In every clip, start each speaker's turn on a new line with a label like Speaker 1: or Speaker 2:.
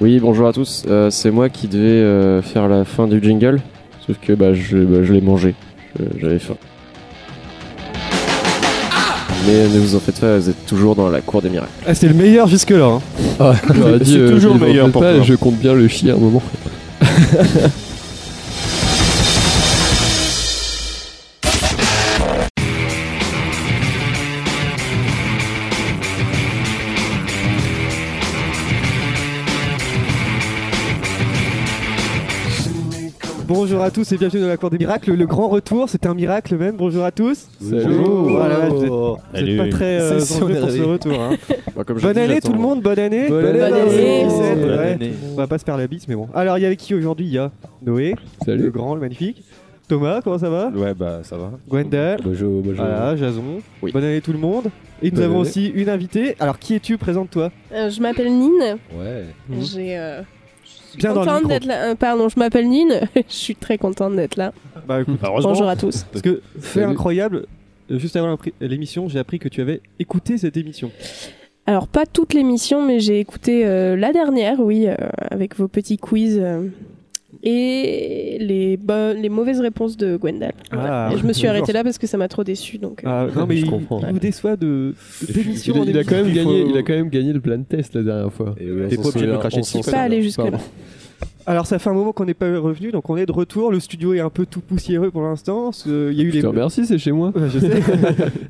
Speaker 1: Oui, bonjour à tous. Euh, c'est moi qui devais euh, faire la fin du jingle, sauf que bah, je, bah, je l'ai mangé. Je- J'avais faim. Mais ne vous en faites pas, vous êtes toujours dans la cour des miracles.
Speaker 2: Ah, c'était le meilleur jusque-là. hein.
Speaker 3: J'aurais
Speaker 2: C'est
Speaker 3: dit, euh,
Speaker 2: toujours
Speaker 3: je le
Speaker 2: meilleur
Speaker 3: refais
Speaker 2: pour
Speaker 3: pas
Speaker 2: toi.
Speaker 3: et Je compte bien le chier à un moment.
Speaker 2: Bonjour à tous et bienvenue dans la Cour des Miracles. Le grand retour, c'était un miracle même. Bonjour à tous.
Speaker 3: Bonjour.
Speaker 2: Voilà, vous êtes- vous êtes,
Speaker 4: Salut.
Speaker 2: pas très euh,
Speaker 5: C'est sûr,
Speaker 2: enjoués
Speaker 5: on est
Speaker 2: pour ce
Speaker 5: réveillés.
Speaker 2: retour. hein.
Speaker 1: Bah, comme je
Speaker 2: Bonne
Speaker 1: dis,
Speaker 2: année
Speaker 1: j'attends-
Speaker 2: tout le monde, bonne année.
Speaker 5: Bonne année.
Speaker 6: année.
Speaker 2: 2017,
Speaker 5: Bonne
Speaker 2: ouais.
Speaker 4: année.
Speaker 2: On va pas se faire la bise, mais bon. Alors, il y avait qui aujourd'hui Il y a Noé, le
Speaker 3: Salut.
Speaker 2: grand, le magnifique. Thomas, comment ça va
Speaker 4: Ouais, bah ça va.
Speaker 2: Gwendal.
Speaker 3: Bonjour, bonjour.
Speaker 2: Voilà, Jason.
Speaker 1: Oui.
Speaker 2: Bonne année tout le monde. Et nous
Speaker 3: Bonne
Speaker 2: avons
Speaker 3: année.
Speaker 2: aussi une invitée. Alors, qui es-tu Présente-toi.
Speaker 6: Euh, je m'appelle Nine.
Speaker 3: Ouais.
Speaker 2: Mhm.
Speaker 6: J'ai. euh, je suis
Speaker 2: Bien dans le
Speaker 6: contente
Speaker 2: micro.
Speaker 6: d'être là. Euh, pardon, je m'appelle Nine. je suis très contente d'être là.
Speaker 2: Bah, écoute,
Speaker 4: Heureusement.
Speaker 6: Bonjour à tous.
Speaker 2: parce que fait
Speaker 3: Salut.
Speaker 2: incroyable. euh, Juste avant l'impri- l'émission, j'ai appris que tu avais écouté cette émission.
Speaker 6: Alors, pas toute l'émission, mais j'ai écouté euh, la dernière, oui, euh, avec vos petits quiz. euh, Et les, bo- les mauvaises réponses de Gwendal. Voilà.
Speaker 2: Ah,
Speaker 6: Et je me suis
Speaker 2: toujours.
Speaker 6: arrêtée là parce que ça m'a trop déçu. Donc, euh,
Speaker 2: Ah, non, mais
Speaker 3: je
Speaker 2: il,
Speaker 3: comprends.
Speaker 2: il nous déçoit de de d'émission
Speaker 3: Il, a-
Speaker 2: en
Speaker 3: il a quand même
Speaker 2: émission.
Speaker 3: gagné,
Speaker 2: faut-
Speaker 3: il a quand même gagné le plein de test la dernière fois.
Speaker 4: Et euh, oui, on
Speaker 3: T'es
Speaker 4: s'en
Speaker 3: pas obligé de me
Speaker 4: souvient,
Speaker 3: cracher
Speaker 4: on
Speaker 3: dessus,
Speaker 4: s'en
Speaker 3: quoi.
Speaker 6: pas
Speaker 4: souvient.
Speaker 6: aller jusque-là.
Speaker 3: Pardon.
Speaker 2: Alors ça fait un moment qu'on n'est pas revenu, donc on est de retour. Le studio est un peu tout poussiéreux pour l'instant. Ce- Il y a eu
Speaker 3: Je
Speaker 2: les.
Speaker 3: te remercie, c'est chez moi.
Speaker 2: Ouais, je sais.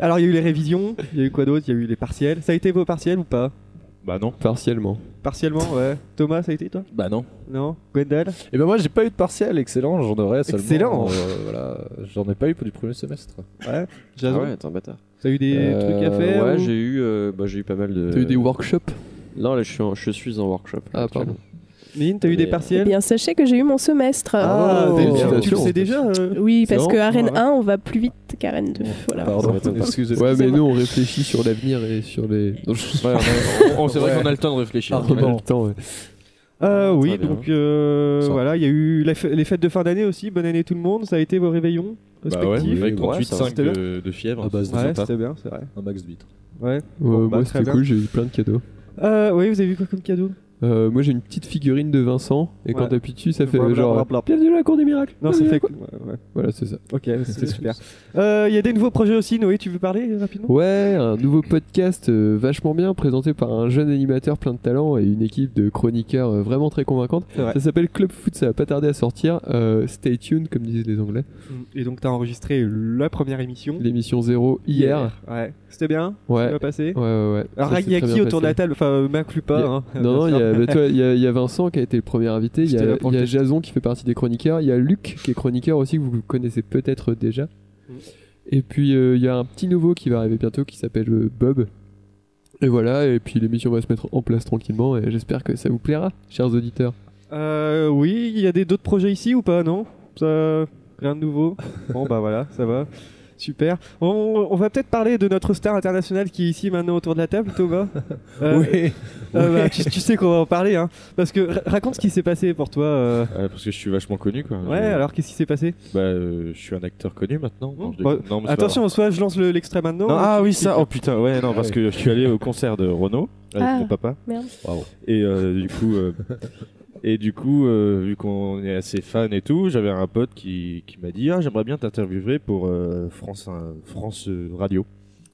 Speaker 2: Alors il y a eu les révisions. Il y a eu quoi d'autre Il y a eu les partiels. Ça a été vos partiels ou pas
Speaker 4: Bah non.
Speaker 3: Partiellement.
Speaker 2: Partiellement, ouais. Thomas, ça a été toi
Speaker 4: Bah non.
Speaker 2: Non. Gwendal
Speaker 4: Et bah moi j'ai pas eu de partiel, excellent, j'en aurais seulement.
Speaker 2: Excellent.
Speaker 4: euh, voilà, j'en ai pas eu pour du premier semestre.
Speaker 1: Ah
Speaker 2: Jason.
Speaker 1: ouais, t'es un bâtard.
Speaker 2: T'as eu des
Speaker 1: Euh,
Speaker 2: trucs à faire
Speaker 1: Ouais,
Speaker 2: ou-
Speaker 1: j'ai eu, euh, bah, j'ai eu pas mal de.
Speaker 3: T'as eu des workshops
Speaker 1: Non, là, je suis en, je suis en workshop.
Speaker 3: Ah,
Speaker 1: actuellement.
Speaker 3: pardon.
Speaker 2: Lynn, t'as eu des
Speaker 1: Mais-
Speaker 6: eh
Speaker 2: partiels
Speaker 6: bien, sachez que j'ai eu mon semestre.
Speaker 2: Ah,
Speaker 3: Oh,
Speaker 2: t'es- tu- tu, le
Speaker 3: félicitations.
Speaker 2: sais déjà euh
Speaker 6: Oui,
Speaker 3: C'est
Speaker 6: parce
Speaker 3: bon
Speaker 6: que à Rennes
Speaker 2: Ouais.
Speaker 6: 1, on va plus vite qu'à Rennes 2. Voilà.
Speaker 1: Ça
Speaker 3: Pardon,
Speaker 1: m'étonne pas.
Speaker 3: excusez-moi. Ouais, mais nous on réfléchit sur l'avenir et sur les. Non, je sais
Speaker 4: on,
Speaker 3: c'est vrai qu'on
Speaker 4: a le temps de réfléchir.
Speaker 3: pas, on a le temps. ouais.
Speaker 2: Euh, oui,
Speaker 1: Ah, Très bien.
Speaker 2: donc euh,
Speaker 1: Ça.
Speaker 2: voilà, il y a eu la f- les fêtes de fin d'année aussi. Bonne année tout le monde. Ça a été vos réveillons
Speaker 4: Bah ouais,
Speaker 2: respectifs.
Speaker 4: avec
Speaker 1: Ouais, euh, ça va,
Speaker 4: 38,5
Speaker 2: c'était
Speaker 4: de, de fièvre.
Speaker 3: À base de
Speaker 2: ouais, Ah bah, c'était bien, c'est vrai.
Speaker 4: Un max de bitre.
Speaker 2: Ouais.
Speaker 3: Ouais,
Speaker 2: bah, très
Speaker 3: moi c'était
Speaker 2: bien.
Speaker 3: cool, j'ai eu plein de cadeaux.
Speaker 2: Euh, oui, vous avez vu quoi comme cadeau
Speaker 3: Euh, moi j'ai une petite figurine de Vincent et
Speaker 2: Ouais.
Speaker 3: quand t'appuies dessus ça fait
Speaker 2: Blabla,
Speaker 3: genre.
Speaker 2: blabla.
Speaker 3: Bienvenue à la cour des miracles.
Speaker 2: Non, ça
Speaker 3: Bienvenue à la
Speaker 2: fait.
Speaker 3: cour-
Speaker 2: ouais, ouais.
Speaker 3: Voilà, c'est ça.
Speaker 2: Ok, c'est super. Euh, Il y a des nouveaux projets aussi, Noé, tu veux parler rapidement
Speaker 3: Ouais, un nouveau podcast euh, vachement bien présenté par un jeune animateur plein de talent et une équipe de chroniqueurs euh, vraiment très convaincante.
Speaker 2: C'est vrai.
Speaker 3: Ça s'appelle Club Foot, ça va pas tarder à sortir. Euh, stay tuned, comme disent les Anglais.
Speaker 2: Et donc, t'as enregistré la première émission
Speaker 3: L'émission zéro hier.
Speaker 2: Ouais. C'était bien Ça
Speaker 3: Ouais.
Speaker 2: va passer
Speaker 3: Ouais, ouais, ouais.
Speaker 2: Alors,
Speaker 3: Ça
Speaker 2: il y
Speaker 3: s'est
Speaker 2: a
Speaker 3: très
Speaker 2: qui
Speaker 3: bien
Speaker 2: autour de la
Speaker 3: passé.
Speaker 2: table Enfin, euh, m'inclus pas.
Speaker 3: Y a-
Speaker 2: hein, bien
Speaker 3: Non, non, il y,
Speaker 2: sûr.
Speaker 3: a- bah, toi, il y a- il y a Vincent qui a été le premier invité, il y
Speaker 2: J'étais là
Speaker 3: a,
Speaker 2: pour
Speaker 3: il y a
Speaker 2: le test.
Speaker 3: Jason qui fait partie des chroniqueurs, il y a Luc qui est chroniqueur aussi que vous connaissez peut-être déjà.
Speaker 2: Mm.
Speaker 3: Et puis euh, il y a un petit nouveau qui va arriver bientôt qui s'appelle euh, Bob. Et voilà, et puis l'émission va se mettre en place tranquillement et j'espère que ça vous plaira, chers auditeurs.
Speaker 2: Euh, oui, il y a des d'autres projets ici ou pas Non Ça- Rien de nouveau Bon, bah voilà, ça va. Super. On, on va peut-être parler de notre star internationale qui est ici maintenant autour de la table, Thomas. Euh,
Speaker 4: Oui.
Speaker 2: euh, bah, tu, tu sais qu'on va en parler, hein. Parce que ra- raconte ce qui s'est passé pour toi. euh.
Speaker 4: Euh, parce que je suis vachement connu quoi.
Speaker 2: Ouais,
Speaker 4: Je-
Speaker 2: alors qu'est-ce qui s'est passé
Speaker 4: Bah euh, je suis un acteur connu maintenant. Non, je
Speaker 2: Bon,
Speaker 4: déconne. Non, mais c'est pas
Speaker 2: Bah, Attention, soit je lance le- l'extrait maintenant. hein.
Speaker 4: Non, ah oui, ça, oh putain, ouais, non, parce que je suis allé au concert de Renaud avec
Speaker 6: Ah.
Speaker 4: mon papa.
Speaker 6: Merde.
Speaker 4: Et euh, du coup, euh, et du coup euh, vu qu'on est assez fan et tout, j'avais un pote qui, qui m'a dit Ah, j'aimerais bien t'interviewer pour euh, France, euh, France euh, Radio.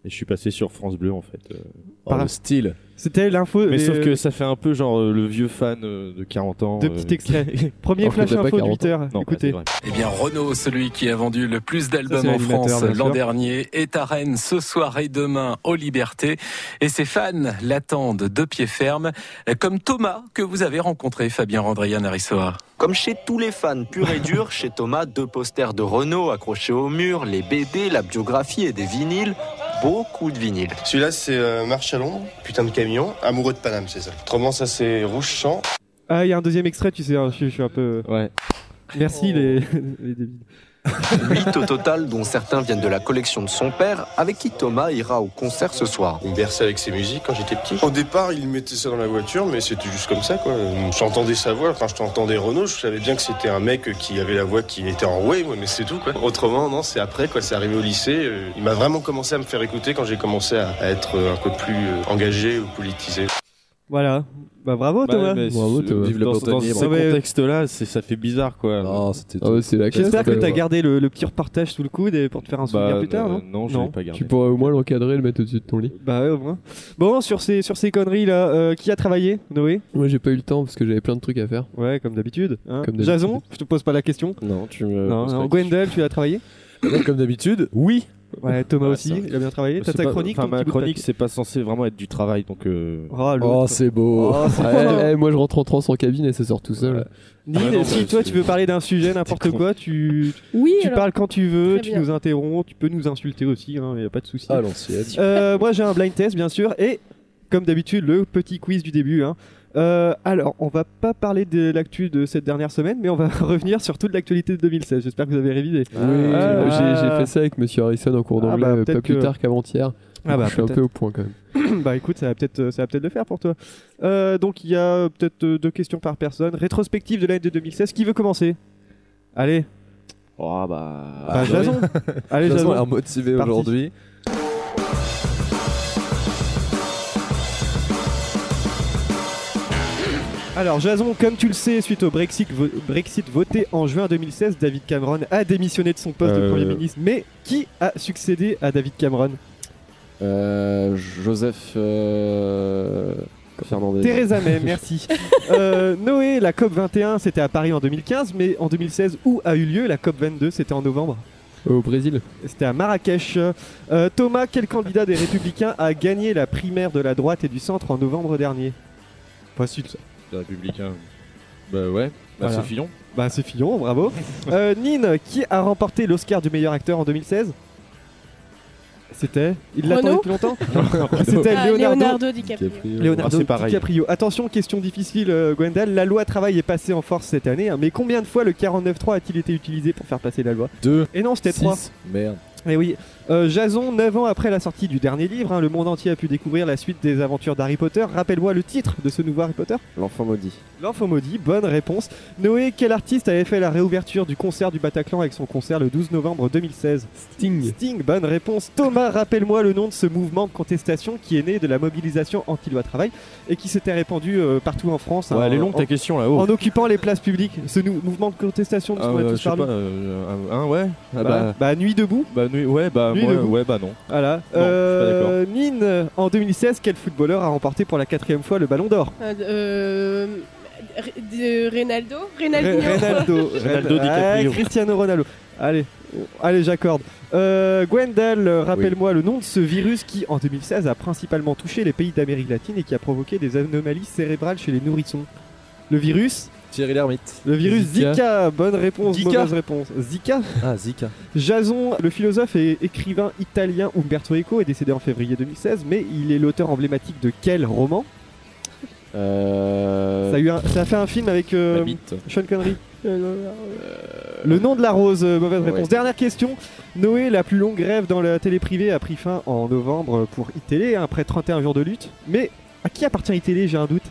Speaker 4: Et je suis passé sur France Bleu en fait. euh.
Speaker 2: Par là.
Speaker 4: style.
Speaker 2: C'était l'info.
Speaker 4: ah. Mais
Speaker 2: euh,
Speaker 4: sauf que ça fait un peu genre euh, le vieux fan euh, de 40 ans.
Speaker 2: Deux
Speaker 4: euh,
Speaker 2: petits extraits. Premier
Speaker 3: Alors que
Speaker 2: flash
Speaker 3: t'as pas
Speaker 2: info de
Speaker 3: 40 ans.
Speaker 2: 8 heures.
Speaker 4: Non,
Speaker 2: Écoutez.
Speaker 4: bah,
Speaker 7: Eh bien, Renault, celui qui a vendu le plus d'albums
Speaker 2: Ça, c'est
Speaker 7: en
Speaker 2: l'animateur,
Speaker 7: France
Speaker 2: bien
Speaker 7: l'an
Speaker 2: sûr.
Speaker 7: dernier, est à Rennes ce soir et demain aux Libertés. Et ses fans l'attendent de pied ferme, comme Thomas que vous avez rencontré, Fabien Randrian Arissoa.
Speaker 8: Comme chez tous les fans purs et durs, chez Thomas, deux posters de Renault accrochés au mur, les BD, la biographie et des vinyles. Beaucoup de vinyles.
Speaker 9: Celui-là, c'est euh, Marche à l'ombre, putain de camion, amoureux de Paname, c'est ça. Autrement, ça, c'est Rouge Champ.
Speaker 2: Ah, il y a un deuxième extrait, tu sais, hein, je, je suis un peu.
Speaker 4: c'est vrai. Ouais.
Speaker 2: Merci les, les débiles.
Speaker 8: Huit au total, dont certains viennent de la collection de son père, avec qui Thomas ira au concert ce soir.
Speaker 9: Il me berçait avec ses musiques quand j'étais petit. Au départ, il mettait ça dans la voiture, mais c'était juste comme ça, quoi. J'entendais sa voix, quand je t'entendais Renault, je savais bien que c'était un mec qui avait la voix qui était en ouais, mais c'est tout, quoi. Autrement, non, c'est après, quoi, c'est arrivé au lycée. euh, il m'a vraiment commencé à me faire écouter quand j'ai commencé à, à être euh, un peu plus euh, engagé ou politisé.
Speaker 2: Voilà. Bah bravo Thomas.
Speaker 3: Bravo, Thomas.
Speaker 10: Vive le dans, dans
Speaker 4: Pantanier,
Speaker 10: ce
Speaker 2: bravo. Ouais.
Speaker 10: contexte-là, c'est- ça fait bizarre quoi.
Speaker 4: Non, Oh, c'était
Speaker 3: Ah ouais, c'est la classe.
Speaker 2: J'espère que
Speaker 3: quoi.
Speaker 2: t'as gardé le, le petit repartage sous le coude et pour te faire un souvenir
Speaker 10: Bah,
Speaker 2: plus tard, non
Speaker 10: euh, Non, je
Speaker 2: Non.
Speaker 10: l'ai pas gardé.
Speaker 3: Tu pourras au moins l'encadrer, le mettre au-dessus de ton lit.
Speaker 2: Bah ouais, au moins. Bon, sur ces, sur ces conneries là, euh, qui a travaillé Noé
Speaker 3: Moi, j'ai pas eu le temps parce que j'avais plein de trucs à faire.
Speaker 2: Ouais, comme d'habitude. hein.
Speaker 3: Comme d'habitude.
Speaker 2: Jason, je te pose pas la question.
Speaker 1: Non, tu
Speaker 10: Euh,
Speaker 1: me.
Speaker 2: non, non. Gwendal, tu as travaillé
Speaker 4: Comme d'habitude, oui.
Speaker 2: Ouais, Thomas
Speaker 10: Ouais,
Speaker 2: aussi,
Speaker 10: Bah, ça.
Speaker 2: il a bien travaillé. T'as
Speaker 10: C'est
Speaker 2: ta
Speaker 10: pas-
Speaker 2: chronique
Speaker 10: Enfin,
Speaker 2: ton petit
Speaker 10: ma
Speaker 2: bout de
Speaker 10: chronique, c'est pas censé vraiment être du travail, donc. euh,
Speaker 2: papier. Oh, l'autre.
Speaker 4: Oh, c'est beau.
Speaker 2: Ah
Speaker 3: Eh, eh, moi, je rentre en transe en cabine et ça sort tout seul.
Speaker 2: Neil,
Speaker 10: Ah, non,
Speaker 2: si
Speaker 10: bah,
Speaker 2: toi
Speaker 10: c'est-
Speaker 2: tu veux parler d'un sujet, n'importe quoi, tu,
Speaker 6: Oui,
Speaker 2: tu
Speaker 6: alors,
Speaker 2: parles quand tu veux,
Speaker 6: Très
Speaker 2: tu
Speaker 6: bien.
Speaker 2: nous interromps, tu peux nous insulter aussi, il n'y a pas de souci.
Speaker 10: Ah,
Speaker 4: À l'ancienne.
Speaker 2: Euh, moi j'ai un blind test bien sûr et comme d'habitude le petit quiz du début. hein. Euh, alors on va pas parler de l'actu de cette dernière semaine mais on va revenir sur toute l'actualité de 2016. J'espère que vous avez révisé.
Speaker 3: Oui,
Speaker 2: Ah.
Speaker 3: j'ai- j'ai fait ça avec Monsieur Harrison en cours
Speaker 2: Ah,
Speaker 3: d'anglais,
Speaker 2: bah,
Speaker 3: euh,
Speaker 2: peut-être
Speaker 3: pas plus
Speaker 2: que-
Speaker 3: tard qu'avant-hier.
Speaker 2: Ah bah,
Speaker 3: je suis un peu au point quand même.
Speaker 2: bah écoute ça va peut-être ça va peut-être le faire pour toi. Euh, donc il y a peut-être euh, deux questions par personne. Rétrospective de l'année de 2016. Qui veut commencer Allez.
Speaker 4: Oh, bah.
Speaker 2: Bah, Jason. Allez
Speaker 4: Jason a
Speaker 2: Jason.
Speaker 4: l'air motivé
Speaker 2: Parti.
Speaker 4: aujourd'hui.
Speaker 2: Alors Jason, comme tu le sais, suite au Brexit, vo- Brexit voté en juin 2016, David Cameron a démissionné de son poste de
Speaker 10: Euh.
Speaker 2: Premier ministre. Mais qui a succédé à David Cameron
Speaker 1: Euh, Joseph euh, Fernandez.
Speaker 2: Theresa May, merci. Euh, Noé, la COP21, c'était à Paris en 2015, mais en 2016, où a eu lieu la COP22 C'était en novembre.
Speaker 3: Au Brésil,
Speaker 2: C'était à Marrakech. Euh, Thomas, quel candidat des Républicains a gagné la primaire de la droite et du centre en novembre dernier Facile ça.
Speaker 10: Les Républicains. Bah ouais, bah,
Speaker 2: Voilà.
Speaker 10: c'est Fillon.
Speaker 2: Bah c'est Fillon, bravo. Euh, Nin, qui a remporté l'Oscar du meilleur acteur en 2016 C'était Il l'attendait
Speaker 6: Renaud
Speaker 2: depuis longtemps C'était
Speaker 6: ah,
Speaker 2: Leonardo
Speaker 6: Leonardo DiCaprio.
Speaker 2: Leonardo
Speaker 10: Ah, c'est pareil.
Speaker 2: DiCaprio. Attention, question difficile, euh, Gwendal. La loi travail est passée en force cette année, hein, mais combien de fois le 49.3 a-t-il été utilisé pour faire passer la loi
Speaker 4: Deux.
Speaker 2: Et non, c'était 3.
Speaker 4: Six. Merde.
Speaker 2: Et oui. Euh, Jason, 9 ans après la sortie du dernier livre, hein, le monde entier a pu découvrir la suite des aventures d'Harry Potter. Rappelle-moi le titre de ce nouveau Harry Potter
Speaker 1: L'enfant maudit.
Speaker 2: L'enfant maudit, bonne réponse. Noé, quel artiste avait fait la réouverture du concert du Bataclan avec son concert le 12 novembre 2016
Speaker 3: Sting.
Speaker 2: Sting, bonne réponse. Thomas, rappelle-moi le nom de ce mouvement de contestation qui est né de la mobilisation anti-loi travail et qui s'était répandu euh, partout en France hein,
Speaker 10: Ouais, elle est
Speaker 2: en-
Speaker 10: longue ta question là-haut.
Speaker 2: en occupant les places publiques. Ce nou- mouvement de contestation dont
Speaker 10: Ah,
Speaker 2: on a
Speaker 10: euh,
Speaker 2: tous
Speaker 10: je sais pas,
Speaker 2: parlé.
Speaker 10: euh, un, un, ouais. Ah
Speaker 2: bah,
Speaker 10: bah,
Speaker 2: bah, Nuit debout,
Speaker 10: bah, nuit- ouais, bah,
Speaker 2: Nuit
Speaker 10: moi,
Speaker 2: debout.
Speaker 10: ouais, bah non.
Speaker 2: voilà.
Speaker 10: je suis pas
Speaker 2: Euh, Mine, euh, en 2016, quel footballeur a remporté pour la quatrième fois le Ballon d'Or
Speaker 6: Euh, euh, Re- de Reynaldo Reynaldo.
Speaker 2: Re- Ronaldo.
Speaker 10: Ronaldo DiCaprio.
Speaker 2: Ah, Cristiano Ronaldo. Allez, euh, allez, j'accorde. Euh, Gwendal, euh, rappelle-moi le nom de ce virus qui, en 2016, a principalement touché les pays d'Amérique latine et qui a provoqué des anomalies cérébrales chez les nourrissons. Le virus
Speaker 4: Thierry Lhermitte.
Speaker 2: Le virus Zika.
Speaker 3: Zika.
Speaker 2: Bonne réponse,
Speaker 4: Zika.
Speaker 2: mauvaise réponse. Zika
Speaker 4: Ah, Zika.
Speaker 2: Jason, le philosophe et écrivain italien Umberto Eco est décédé en février 2016, mais il est l'auteur emblématique de quel roman
Speaker 1: Euh,
Speaker 2: ça, a eu un- ça a fait un film avec euh,
Speaker 10: La bite.
Speaker 2: Sean Connery.
Speaker 6: Euh, non, non, euh,
Speaker 2: Le nom de la rose, euh, mauvaise
Speaker 1: Ouais.
Speaker 2: réponse. Dernière question. Noé, la plus longue grève dans la télé privée a pris fin en novembre pour iTélé, hein, après 31 jours de lutte. Mais à qui appartient iTélé J'ai un doute.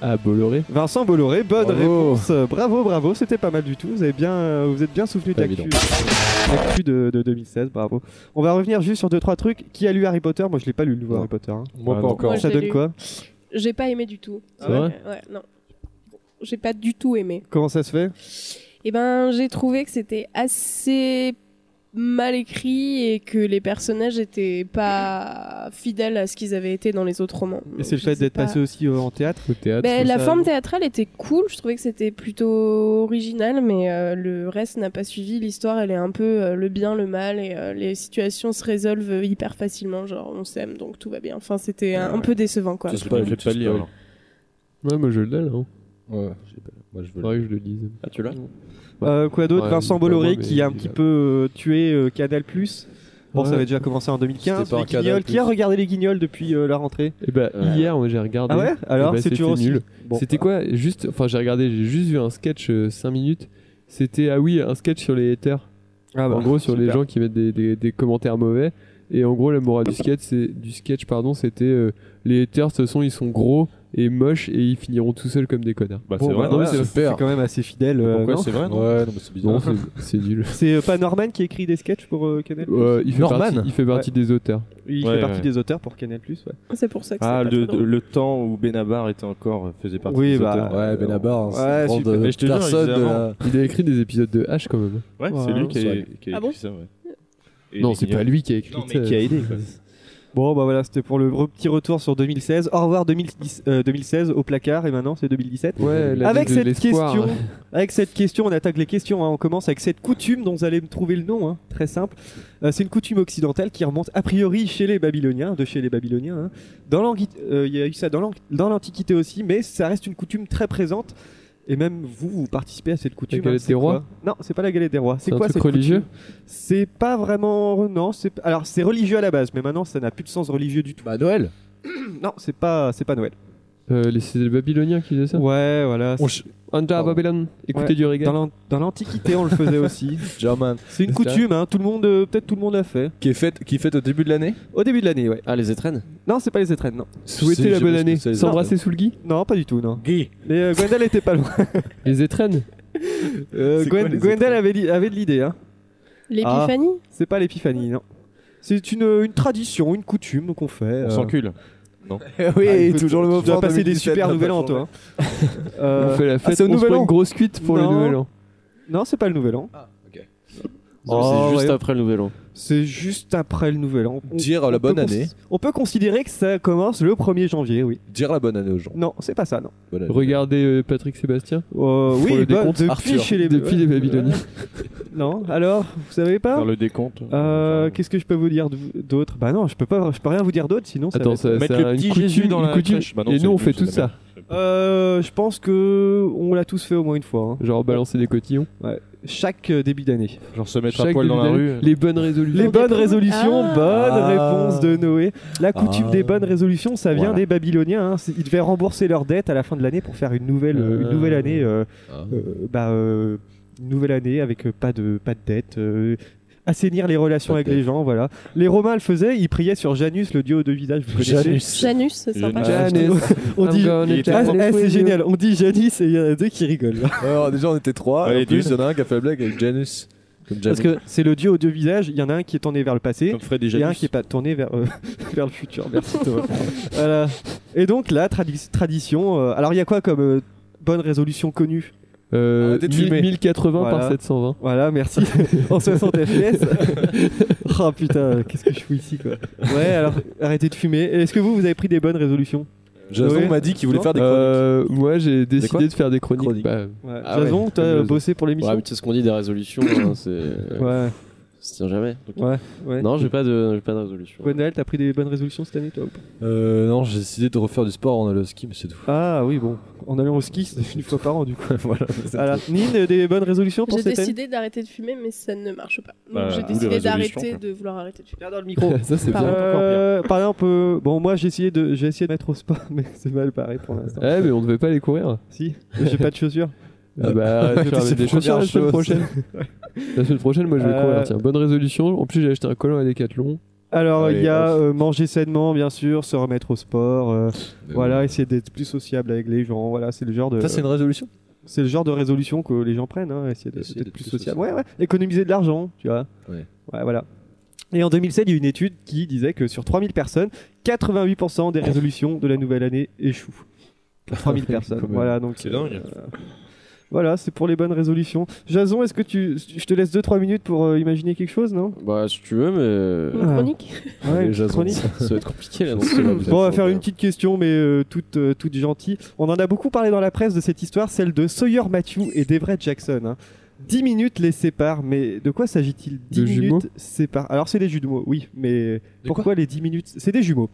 Speaker 3: À Bolloré.
Speaker 2: Vincent Bolloré, bonne
Speaker 4: Bravo.
Speaker 2: réponse. Euh, Bravo, bravo, c'était pas mal du tout. Vous, avez bien, euh, vous êtes bien souvenu de
Speaker 1: Pas
Speaker 2: l'actu l'actu de, de 2016, bravo. On va revenir juste sur deux trois trucs. Qui a lu Harry Potter Moi je l'ai pas lu le nouveau
Speaker 4: Non.
Speaker 2: Harry Potter. hein.
Speaker 4: Moi,
Speaker 10: Ah,
Speaker 4: pas
Speaker 10: non.
Speaker 4: encore.
Speaker 6: Moi, je
Speaker 2: Ça
Speaker 6: l'ai
Speaker 2: donne
Speaker 6: lu.
Speaker 2: quoi
Speaker 6: J'ai pas aimé du tout.
Speaker 3: C'est vrai
Speaker 6: Euh, Ouais, non. J'ai pas du tout aimé.
Speaker 2: Comment ça se fait
Speaker 6: Eh ben, j'ai trouvé que c'était assez mal écrit et que les personnages étaient pas fidèles à ce qu'ils avaient été dans les autres romans.
Speaker 2: Et c'est le
Speaker 6: Je
Speaker 2: fait
Speaker 6: sais
Speaker 2: d'être
Speaker 6: pas.
Speaker 2: passé aussi euh, en théâtre.
Speaker 3: Au théâtre.
Speaker 6: Ben,
Speaker 2: trouve
Speaker 6: la
Speaker 2: ça-
Speaker 6: forme théâtrale était cool, je trouvais que c'était plutôt original, mais euh, le reste n'a pas suivi. L'histoire, elle est un peu euh, le bien, le mal, et euh, les situations se résolvent euh, hyper facilement. Genre, on s'aime, donc tout va bien. Enfin, c'était un, un peu décevant, quoi.
Speaker 10: Je vais pas le lire. alors.
Speaker 3: Ouais, moi je l'ai là. hein.
Speaker 4: Ouais, je sais pas. Moi, je veux le-
Speaker 3: Faudrait que je le lise.
Speaker 1: Ah, tu l'as
Speaker 3: Ouais.
Speaker 2: Euh, quoi d'autre
Speaker 3: Ouais,
Speaker 2: Vincent
Speaker 3: pas moi,
Speaker 2: Bolloré
Speaker 3: mais
Speaker 2: qui a un
Speaker 3: il
Speaker 2: petit
Speaker 3: a-
Speaker 2: peu euh, tué euh, Canal Plus. Bon, ça
Speaker 3: Ouais.
Speaker 2: avait déjà commencé en 2015.
Speaker 4: C'était pas
Speaker 2: les
Speaker 4: un Canal+.
Speaker 2: Guignols. Qui a regardé les Guignols depuis euh, la rentrée
Speaker 3: Et bah,
Speaker 1: Ouais.
Speaker 3: hier, moi j'ai regardé.
Speaker 2: Ah ouais Alors,
Speaker 3: Eh ben,
Speaker 2: c'est
Speaker 3: c'était
Speaker 2: toujours aussi.
Speaker 3: nul.
Speaker 2: Bon.
Speaker 3: C'était quoi Juste, enfin, j'ai regardé, j'ai juste vu un sketch 5 minutes. C'était ah oui, un sketch sur les haters.
Speaker 2: Ah bah,
Speaker 3: en gros, sur les
Speaker 2: super.
Speaker 3: gens qui mettent des, des- des commentaires mauvais. Et en gros, la morale du sketch, c'est du sketch, pardon, c'était euh, les haters, de toute façon, ils sont gros. et moches et ils finiront tout seuls comme des connards.
Speaker 10: Bah,
Speaker 2: Bon,
Speaker 10: c'est
Speaker 2: bah,
Speaker 10: vrai.
Speaker 2: non, mais c'est
Speaker 4: super.
Speaker 2: c'est quand même assez fidèle. euh,
Speaker 10: Pourquoi
Speaker 2: non
Speaker 10: c'est vrai non
Speaker 4: Ouais, non, mais c'est bizarre.
Speaker 3: Non, c'est- c'est nul.
Speaker 2: c'est euh, pas Norman qui écrit des sketchs pour euh, Canal
Speaker 3: Euh, il fait
Speaker 4: Norman.
Speaker 3: partie, il fait partie des auteurs.
Speaker 2: Il
Speaker 10: Ouais,
Speaker 2: fait partie
Speaker 10: ouais.
Speaker 2: des auteurs pour Canal Plus. Ouais.
Speaker 6: C'est pour ça que
Speaker 10: Ah,
Speaker 6: c'est pas
Speaker 10: le,
Speaker 6: très drôle.
Speaker 10: le temps où Benabar était encore faisait partie
Speaker 2: Oui,
Speaker 10: des
Speaker 2: bah,
Speaker 10: auteurs.
Speaker 4: Ouais,
Speaker 1: hein,
Speaker 4: Benabar, c'est
Speaker 2: ouais,
Speaker 4: une grande
Speaker 2: super.
Speaker 4: euh,
Speaker 10: Mais je te jure,
Speaker 4: personne de
Speaker 10: évidemment.
Speaker 1: euh,
Speaker 4: la-
Speaker 3: Il a écrit des épisodes de H quand même.
Speaker 10: Ouais, c'est
Speaker 2: Ouais,
Speaker 10: lui qui a,
Speaker 4: ouais.
Speaker 10: qui a
Speaker 6: Ah bon
Speaker 10: écrit ça, ouais. Et
Speaker 3: non,
Speaker 10: les
Speaker 3: c'est
Speaker 10: guignols.
Speaker 3: pas lui qui a écrit.
Speaker 10: Non,
Speaker 3: ça.
Speaker 10: mais qui a aidé, quoi.
Speaker 2: Bon, bah voilà, c'était pour le gros petit retour sur 2016. Au revoir 2010, euh, 2016 au placard et maintenant c'est 2017.
Speaker 3: Ouais, l'année
Speaker 2: Avec
Speaker 3: de
Speaker 2: cette
Speaker 3: l'espoir.
Speaker 2: question, avec cette question, on attaque les questions. hein. On commence avec cette coutume dont vous allez me trouver le nom, hein. très simple. Euh, c'est une coutume occidentale qui remonte a priori chez les Babyloniens, de chez les Babyloniens. hein. Dans l'Angui- euh, il y a eu ça dans l'Ang- dans l'Antiquité aussi, mais ça reste une coutume très présente. Et même vous, vous participez à cette coutume. hein,
Speaker 3: galette
Speaker 2: c'est
Speaker 3: des rois
Speaker 2: quoi Non, c'est pas la galette des rois. C'est
Speaker 3: C'est un
Speaker 2: quoi
Speaker 3: truc
Speaker 2: cette
Speaker 3: religieux
Speaker 2: coutume C'est pas vraiment non. C'est alors c'est religieux à la base, mais maintenant ça n'a plus de sens religieux du tout.
Speaker 4: Bah, Noël.
Speaker 2: Non, c'est pas c'est pas Noël.
Speaker 3: Euh, les- C'est les Babyloniens qui faisaient ça.
Speaker 2: Ouais, voilà.
Speaker 4: On
Speaker 2: c'est-
Speaker 4: ch-
Speaker 3: Anda
Speaker 4: Pardon.
Speaker 3: Babylone, écoutez
Speaker 2: Ouais.
Speaker 3: du
Speaker 2: Dans
Speaker 3: reggae.
Speaker 2: l'an- dans l'Antiquité, on le faisait aussi.
Speaker 4: German.
Speaker 2: C'est une
Speaker 4: C'est ça.
Speaker 2: coutume, hein, tout le monde, euh, peut-être tout le monde l'a fait.
Speaker 4: Qui est faite qui est faite au début de l'année
Speaker 2: Au début de l'année, ouais.
Speaker 1: Ah, les étrennes
Speaker 2: Non, c'est pas les étrennes, non.
Speaker 3: Souhaitez
Speaker 4: Je
Speaker 3: la
Speaker 4: sais
Speaker 3: bonne
Speaker 4: pas ce que
Speaker 3: année.
Speaker 4: c'est, les
Speaker 3: S'embrasser sous le gui.
Speaker 2: Non, pas du tout, non.
Speaker 4: Guy.
Speaker 2: Mais euh, Gwendal était pas loin.
Speaker 3: Les étrennes.
Speaker 2: Euh,
Speaker 4: C'est quoi,
Speaker 2: Gwen-
Speaker 4: les
Speaker 2: Gwendal
Speaker 4: étrennes
Speaker 2: avait, li- avait de l'idée, hein.
Speaker 6: L'épiphanie
Speaker 10: Ah.
Speaker 2: C'est pas l'épiphanie, non. C'est une, une tradition, une coutume qu'on fait.
Speaker 10: On
Speaker 2: euh.
Speaker 10: s'encule.
Speaker 4: oui,
Speaker 2: Ah, écoute,
Speaker 4: toujours le moment.
Speaker 2: Tu dois passer des super nouvelles
Speaker 4: en
Speaker 2: an, toi. hein. Euh,
Speaker 3: On fait la fête.
Speaker 4: c'est au
Speaker 3: on se
Speaker 4: Nouvel
Speaker 3: prend
Speaker 4: An
Speaker 3: une grosse cuite pour
Speaker 2: Non.
Speaker 3: le nouvel an.
Speaker 2: Non, c'est pas le nouvel an.
Speaker 4: Ah,
Speaker 1: Oh, C'est juste
Speaker 2: Oh, ouais.
Speaker 1: après le nouvel an.
Speaker 2: C'est juste après le nouvel an. On-
Speaker 4: Dire
Speaker 2: on
Speaker 4: la
Speaker 2: peut
Speaker 4: bonne
Speaker 2: cons-
Speaker 4: année.
Speaker 2: On peut considérer que ça commence le 1er janvier, oui.
Speaker 4: Dire la bonne année aux gens.
Speaker 2: Non, c'est pas ça, non.
Speaker 4: Bonne année.
Speaker 3: Regardez euh, Patrick Sébastien.
Speaker 2: Euh, oui,
Speaker 3: le
Speaker 2: bah,
Speaker 3: décompte,
Speaker 2: depuis
Speaker 4: Arthur.
Speaker 2: chez les Euh,
Speaker 3: Depuis les Babyloniens.
Speaker 2: Non, alors, vous savez pas
Speaker 10: Faire le décompte.
Speaker 2: Euh,
Speaker 10: Enfin,
Speaker 2: Qu'est-ce que je peux vous dire d- d'autre Bah non, je peux pas, je peux rien vous dire d'autre, sinon ça. va
Speaker 3: Attends,
Speaker 2: être-
Speaker 3: ça,
Speaker 10: Mettre
Speaker 3: ça a
Speaker 10: le
Speaker 3: une
Speaker 10: petit
Speaker 3: coutume,
Speaker 10: Jésus dans
Speaker 3: une
Speaker 10: la
Speaker 3: coutume.
Speaker 10: crèche. Bah non,
Speaker 3: et
Speaker 10: c'est
Speaker 3: nous, on
Speaker 10: une
Speaker 3: fait
Speaker 10: coutume,
Speaker 3: tout
Speaker 10: c'est la
Speaker 3: ça.
Speaker 2: Euh, je pense que on l'a tous fait au moins une fois. hein.
Speaker 3: Genre balancer des cotillons.
Speaker 2: Chaque euh, début d'année.
Speaker 10: Genre se mettre à
Speaker 3: Chaque
Speaker 10: poil dans la
Speaker 3: début d'année,
Speaker 10: rue.
Speaker 3: Les bonnes résolutions.
Speaker 2: Les bonnes résolutions,
Speaker 6: Ah.
Speaker 2: bonne
Speaker 4: Ah.
Speaker 2: réponse de Noé. La coutume
Speaker 4: Ah.
Speaker 2: des bonnes résolutions, ça vient
Speaker 4: Voilà.
Speaker 2: des Babyloniens. hein. C'est- Ils devaient rembourser leurs dettes à la fin de l'année pour faire une nouvelle, euh, une
Speaker 3: Euh.
Speaker 2: nouvelle année. euh,
Speaker 4: Ah.
Speaker 2: euh, bah, euh, une nouvelle année avec euh, pas de pas de dette. euh, assainir les relations
Speaker 4: Pas de
Speaker 2: avec les gens, voilà. Les Romains le faisaient, ils priaient sur Janus, le dieu aux deux visages. Vous connaissez
Speaker 4: Janus.
Speaker 6: Janus, c'est sympa.
Speaker 10: Janus.
Speaker 3: Janus.
Speaker 2: On dit, Ah, eh, c'est génial, on dit Janice et il y en a deux qui rigolent. là.
Speaker 4: Alors, déjà, on était trois.
Speaker 10: Ouais,
Speaker 4: et en plus,
Speaker 10: Dieu.
Speaker 4: il y en a un qui a fait la blague avec Janus. Comme Janus.
Speaker 2: Parce que c'est le dieu aux deux visages, il y en a un qui est tourné vers le passé
Speaker 10: Comme Fred
Speaker 2: et
Speaker 10: déjà.
Speaker 2: un qui est pas tourné vers, euh, vers le futur. Merci Thomas. Voilà. Et donc la tradi- tradition, euh, alors il y a quoi comme euh, bonne résolution connue
Speaker 3: Euh,
Speaker 4: Arrêtez de fumer.
Speaker 3: 1080
Speaker 2: Voilà.
Speaker 3: par 720.
Speaker 2: Voilà, merci. en 60 FPS. oh putain, qu'est-ce que je fous ici quoi. Ouais, alors arrêtez de fumer. Et Est-ce que vous, vous avez pris des bonnes résolutions
Speaker 4: Jason
Speaker 2: Ouais.
Speaker 4: m'a dit qu'il voulait
Speaker 2: Non.
Speaker 4: faire des chroniques.
Speaker 3: Euh, moi, j'ai
Speaker 4: quoi
Speaker 3: décidé de faire des chroniques.
Speaker 4: Chroniques.
Speaker 3: Bah,
Speaker 2: ouais.
Speaker 3: Ah ouais,
Speaker 2: Jason, t'as
Speaker 3: comme
Speaker 2: euh,
Speaker 3: Jason.
Speaker 2: bossé pour
Speaker 1: Ouais,
Speaker 2: l'émission
Speaker 1: mais tu sais ce qu'on dit des résolutions, hein, c'est. euh,
Speaker 2: Ouais,
Speaker 1: Ça se tient jamais. Donc,
Speaker 2: ouais, ouais.
Speaker 1: Non, j'ai pas, de, j'ai pas de résolution.
Speaker 2: Gwendal, t'as pris des bonnes résolutions cette année toi ou pas
Speaker 4: Euh, non, j'ai décidé de refaire du sport en allant au ski, mais c'est tout.
Speaker 2: Ah oui, bon, en allant au ski, c'est une fois par an du coup.
Speaker 4: voilà. c'est
Speaker 2: Voilà. Nine, euh, des bonnes
Speaker 10: Ah,
Speaker 2: résolutions pour
Speaker 6: J'ai
Speaker 2: cette année
Speaker 6: décidé d'arrêter de fumer, mais ça ne marche pas. Donc
Speaker 10: Bah,
Speaker 6: j'ai
Speaker 10: d'où
Speaker 6: décidé
Speaker 10: les
Speaker 6: d'arrêter,
Speaker 10: résolutions,
Speaker 6: de vouloir arrêter de fumer.
Speaker 10: Ah.
Speaker 2: dans le micro.
Speaker 3: ça, c'est
Speaker 6: Pardon.
Speaker 3: bien.
Speaker 2: Euh, par exemple, euh, bon, moi j'ai essayé de j'ai essayé de mettre au spa, mais c'est mal pareil pour l'instant.
Speaker 3: Ouais, mais on devait pas les courir.
Speaker 2: Si, j'ai pas de chaussures.
Speaker 3: Ah bah, arrête de faire
Speaker 4: C'est
Speaker 3: avec des
Speaker 4: la
Speaker 3: chaussures la
Speaker 4: première
Speaker 3: semaine
Speaker 4: chose.
Speaker 3: prochaine. la semaine prochaine, moi, je vais
Speaker 2: Euh,
Speaker 3: courir. Tiens, bonne résolution. En plus, j'ai acheté un collant à Decathlon. euh,
Speaker 2: Alors, il
Speaker 4: Allez,
Speaker 2: y a
Speaker 4: hop.
Speaker 2: euh, manger sainement, bien sûr, se remettre au sport, euh,
Speaker 4: tout.
Speaker 2: voilà, essayer d'être plus sociable avec les gens. Voilà, c'est le genre de
Speaker 4: Ça, c'est une résolution
Speaker 2: c'est le genre de résolution que les gens prennent, hein, essayer de-
Speaker 4: Essayer
Speaker 2: d'être
Speaker 4: d'être
Speaker 2: plus
Speaker 4: plus
Speaker 2: sociable.
Speaker 4: sociable.
Speaker 2: Ouais, ouais, économiser de l'argent, tu vois.
Speaker 4: Ouais.
Speaker 2: voilà. Et en 2007, il y a une étude qui disait que sur 3000 personnes, 88% des résolutions de la nouvelle année échouent. 3000 personnes.
Speaker 4: Quand même.
Speaker 2: Voilà, donc
Speaker 10: C'est dingue.
Speaker 2: Voilà, c'est pour les bonnes résolutions. Jason, est-ce que tu. Je te laisse 2-3 minutes pour euh, imaginer quelque chose, non
Speaker 1: Bah, si tu veux, mais.
Speaker 6: Une
Speaker 2: Ah.
Speaker 6: chronique
Speaker 2: Ouais, une petite
Speaker 4: Jason.
Speaker 2: chronique.
Speaker 1: ça va être compliqué là. non
Speaker 2: Bon, on va faire une petite question, mais euh, toute, euh, toute gentille. On en a beaucoup parlé dans la presse de cette histoire, celle de Sawyer Matthew et d'Everett Jackson. hein. 10 minutes les séparent, mais de quoi s'agit-il 10
Speaker 3: Deux jumeaux
Speaker 2: minutes séparent. Alors, c'est des jumeaux, oui, mais pourquoi les 10 minutes C'est des jumeaux.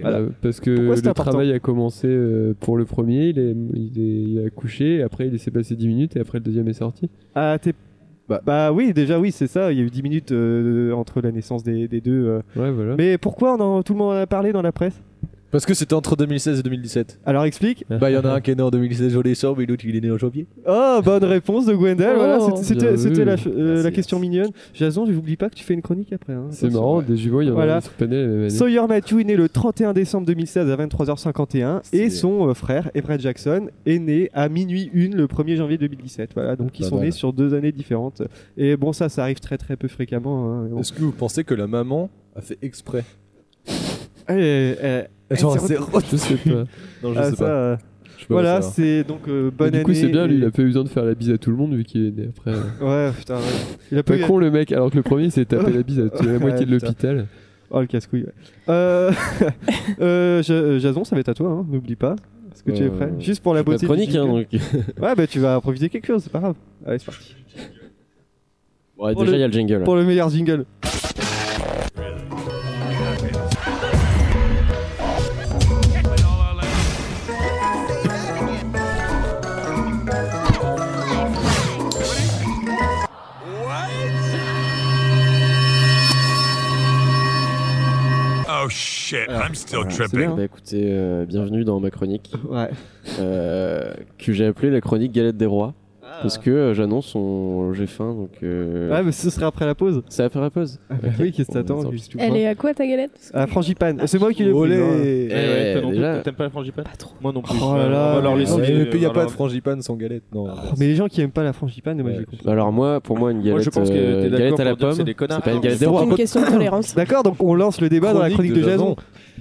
Speaker 2: Voilà.
Speaker 3: Euh, parce que
Speaker 2: Pourquoi
Speaker 3: le
Speaker 2: c'est important
Speaker 3: travail a commencé euh, pour le premier. Il, est, il, est- il a couché. Après, il s'est passé 10 minutes. Et après, le deuxième est sorti.
Speaker 2: Ah, t'es. Bah,
Speaker 4: Bah.
Speaker 2: oui, déjà, oui, c'est ça. Il y a eu 10 minutes euh, entre la naissance des, des deux. euh.
Speaker 3: Ouais, voilà.
Speaker 2: Mais pourquoi on en- tout le monde en a parlé dans la presse
Speaker 4: Parce que c'était entre 2016 et 2017.
Speaker 2: Alors explique.
Speaker 4: Bah, il y en a un qui est né en 2016, je l'ai sort, mais l'autre il est né en janvier.
Speaker 2: Oh, bonne réponse de Gwendal.
Speaker 6: Oh.
Speaker 2: Voilà, c'était- c'était
Speaker 3: Bien
Speaker 2: c'était
Speaker 3: vu.
Speaker 2: la, ch- euh, la
Speaker 4: Merci.
Speaker 2: question mignonne. Jason, j'oublie pas que tu fais une chronique après. hein.
Speaker 3: C'est
Speaker 2: Attention.
Speaker 3: marrant, des jumeaux, il y en
Speaker 2: Voilà.
Speaker 3: a qui se prenaient la même année.
Speaker 2: Sawyer Matthew est né le 31 décembre 2016 à 23h51 et
Speaker 4: C'est-
Speaker 2: son euh, frère Everett Jackson est né à minuit 1 le 1er janvier 2017. Voilà,
Speaker 3: Ah,
Speaker 2: donc
Speaker 3: bah
Speaker 2: ils
Speaker 4: Pas
Speaker 2: sont
Speaker 4: mal.
Speaker 2: nés sur deux années différentes. Et bon, ça, ça arrive très très peu fréquemment. hein. Et on-
Speaker 4: Est-ce que vous pensez que la maman a fait exprès
Speaker 2: Eh, eh, eh,
Speaker 4: Genre,
Speaker 2: c'est-
Speaker 4: c'est-
Speaker 3: Je sais pas.
Speaker 4: Non, je
Speaker 2: ah,
Speaker 4: sais
Speaker 2: ça,
Speaker 4: pas.
Speaker 2: euh,
Speaker 4: Je peux pas
Speaker 2: Voilà,
Speaker 4: savoir.
Speaker 2: c'est donc euh, bonne
Speaker 3: du
Speaker 2: année.
Speaker 3: coup, c'est bien, lui,
Speaker 2: et-
Speaker 3: il a pas eu besoin de faire la bise à tout le monde vu qu'il est né après.
Speaker 2: Ouais, putain, ouais. Il a
Speaker 3: Pas
Speaker 2: pas eu-
Speaker 3: con le mec, alors que le premier il s'est tapé la bise à tout- à la moitié de
Speaker 2: Ouais, putain.
Speaker 3: l'hôpital.
Speaker 2: Oh le casse-couille. ouais. Euh, euh, Ja- Jason, ça va être à toi, hein, n'oublie pas. Est-ce que tu es
Speaker 1: Euh,
Speaker 2: prêt Juste pour la
Speaker 1: Pas de
Speaker 2: beauté. du
Speaker 1: chronique, hein,
Speaker 2: jingle.
Speaker 1: donc.
Speaker 2: Ouais, bah tu vas improviser quelque chose, c'est pas grave. Allez, c'est parti.
Speaker 1: Ouais,
Speaker 2: Pour
Speaker 1: déjà, il
Speaker 2: le-
Speaker 1: y a le jingle.
Speaker 2: Pour le meilleur jingle.
Speaker 9: Oh shit,
Speaker 4: Ah.
Speaker 9: I'm still
Speaker 1: Voilà, c'est
Speaker 9: tripping.
Speaker 1: bien. Bah, écoutez, euh, bienvenue dans ma chronique
Speaker 2: Ouais.
Speaker 1: euh, que j'ai appelée la chronique galette des rois
Speaker 2: Ah.
Speaker 1: parce que euh, j'annonce on... j'ai faim donc. euh,
Speaker 2: Ouais, mais ce serait après la pause.
Speaker 1: C'est après la pause. Ok.
Speaker 2: Oui, qu'est-ce que
Speaker 1: On attend
Speaker 2: t'attends
Speaker 1: un
Speaker 2: juste tout
Speaker 6: Elle
Speaker 2: point.
Speaker 6: est à quoi ta galette Parce
Speaker 10: Euh,
Speaker 6: que-
Speaker 2: Ah, frangipane. C'est moi qui l'ai pris. hein.
Speaker 4: Olé
Speaker 1: Eh, ouais,
Speaker 10: non plus,
Speaker 1: déjà.
Speaker 10: T'aimes pas la frangipane
Speaker 6: Pas trop.
Speaker 10: Moi non plus.
Speaker 2: Oh là là.
Speaker 10: On va leur laisser.
Speaker 4: Non, mais
Speaker 10: euh,
Speaker 4: le pays, y a
Speaker 10: on va
Speaker 4: pas
Speaker 10: leur-
Speaker 4: de frangipane sans galette. Non.
Speaker 2: Oh, mais les gens qui aiment pas la frangipane, moi
Speaker 4: Ouais.
Speaker 2: j'ai compris.
Speaker 1: Alors moi, pour moi, une galette,
Speaker 10: Moi, je pense que
Speaker 1: euh,
Speaker 10: t'es d'accord
Speaker 1: galette à la
Speaker 10: pour dire que
Speaker 1: pomme,
Speaker 10: c'est des connards.
Speaker 1: pas une galette des
Speaker 6: C'est
Speaker 1: rois.
Speaker 6: une question de tolérance.
Speaker 2: D'accord, donc on lance le débat dans la chronique de Jason.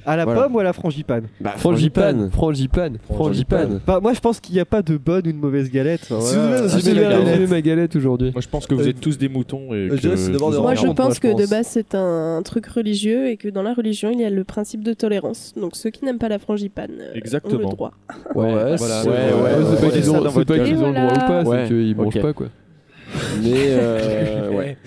Speaker 2: À la
Speaker 1: Voilà.
Speaker 2: pomme ou à la frangipane
Speaker 1: Bah, frangipane,
Speaker 3: Frangipane
Speaker 1: frangipane.
Speaker 2: Bah, Moi je pense qu'il n'y a pas de bonne ou de mauvaise galette. Ah,
Speaker 4: Si vous avez-
Speaker 3: J'ai
Speaker 4: si
Speaker 1: c'est
Speaker 4: vous
Speaker 1: la
Speaker 3: bien
Speaker 4: avez-
Speaker 1: galette.
Speaker 3: résumé ma galette aujourd'hui.
Speaker 10: Moi je pense que vous êtes tous des moutons et
Speaker 4: euh,
Speaker 10: que
Speaker 4: Jess, c'est d'abord des
Speaker 6: Moi, je
Speaker 4: Moi,
Speaker 6: pense
Speaker 4: je
Speaker 6: que de
Speaker 4: pense.
Speaker 6: base, c'est un truc religieux et que dans la religion, il y a le principe de tolérance. Donc, ceux qui n'aiment pas la frangipane euh, ont le
Speaker 10: Exactement.
Speaker 6: droit.
Speaker 1: Ouais,
Speaker 4: Ouais,
Speaker 1: voilà,
Speaker 4: c'est-
Speaker 1: ouais, ouais,
Speaker 3: Ouais,
Speaker 1: ouais,
Speaker 3: c'est pas
Speaker 1: ouais.
Speaker 3: qu'ils
Speaker 10: ça
Speaker 3: ont,
Speaker 10: dans
Speaker 3: c'est
Speaker 10: votre
Speaker 3: pas qu'ils ont le droit ou pas,
Speaker 1: Ouais,
Speaker 3: c'est qu'ils mangent
Speaker 1: ok.
Speaker 3: pas quoi.
Speaker 1: Mais euh, ouais.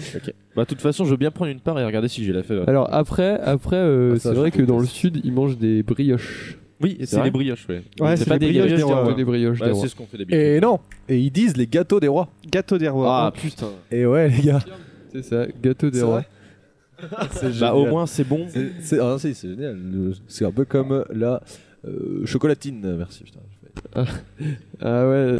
Speaker 10: Bah, de toute façon, je veux bien prendre une part et regarder si j'ai la fait.
Speaker 3: Alors après, après euh,
Speaker 4: Ah, ça,
Speaker 3: c'est
Speaker 4: je
Speaker 3: vrai que
Speaker 4: peux
Speaker 3: dans
Speaker 4: pas.
Speaker 3: le sud ils mangent des brioches.
Speaker 10: Oui,
Speaker 1: c'est
Speaker 10: c'est
Speaker 1: vrai
Speaker 10: des brioches, ouais.
Speaker 2: Ouais,
Speaker 1: c'est
Speaker 2: c'est
Speaker 1: pas des
Speaker 2: les brioches
Speaker 1: galettes
Speaker 2: des
Speaker 1: des
Speaker 4: Ah,
Speaker 2: rois.
Speaker 3: Ouais, des brioches des
Speaker 10: Ouais, Bah,
Speaker 3: rois.
Speaker 10: c'est ce qu'on fait d'habitude.
Speaker 4: Et non Et ils disent les gâteaux des rois.
Speaker 2: Gâteau des
Speaker 10: Ah,
Speaker 2: rois.
Speaker 1: putain.
Speaker 4: Et ouais, les gars.
Speaker 3: C'est ça, gâteau des
Speaker 4: C'est
Speaker 3: rois.
Speaker 4: vrai. C'est
Speaker 10: Bah, au
Speaker 4: génial.
Speaker 10: moins, c'est bon.
Speaker 4: C'est c'est- ah, si, c'est génial. Le- C'est un peu comme la euh, chocolatine. Merci, putain.
Speaker 3: Ah ouais,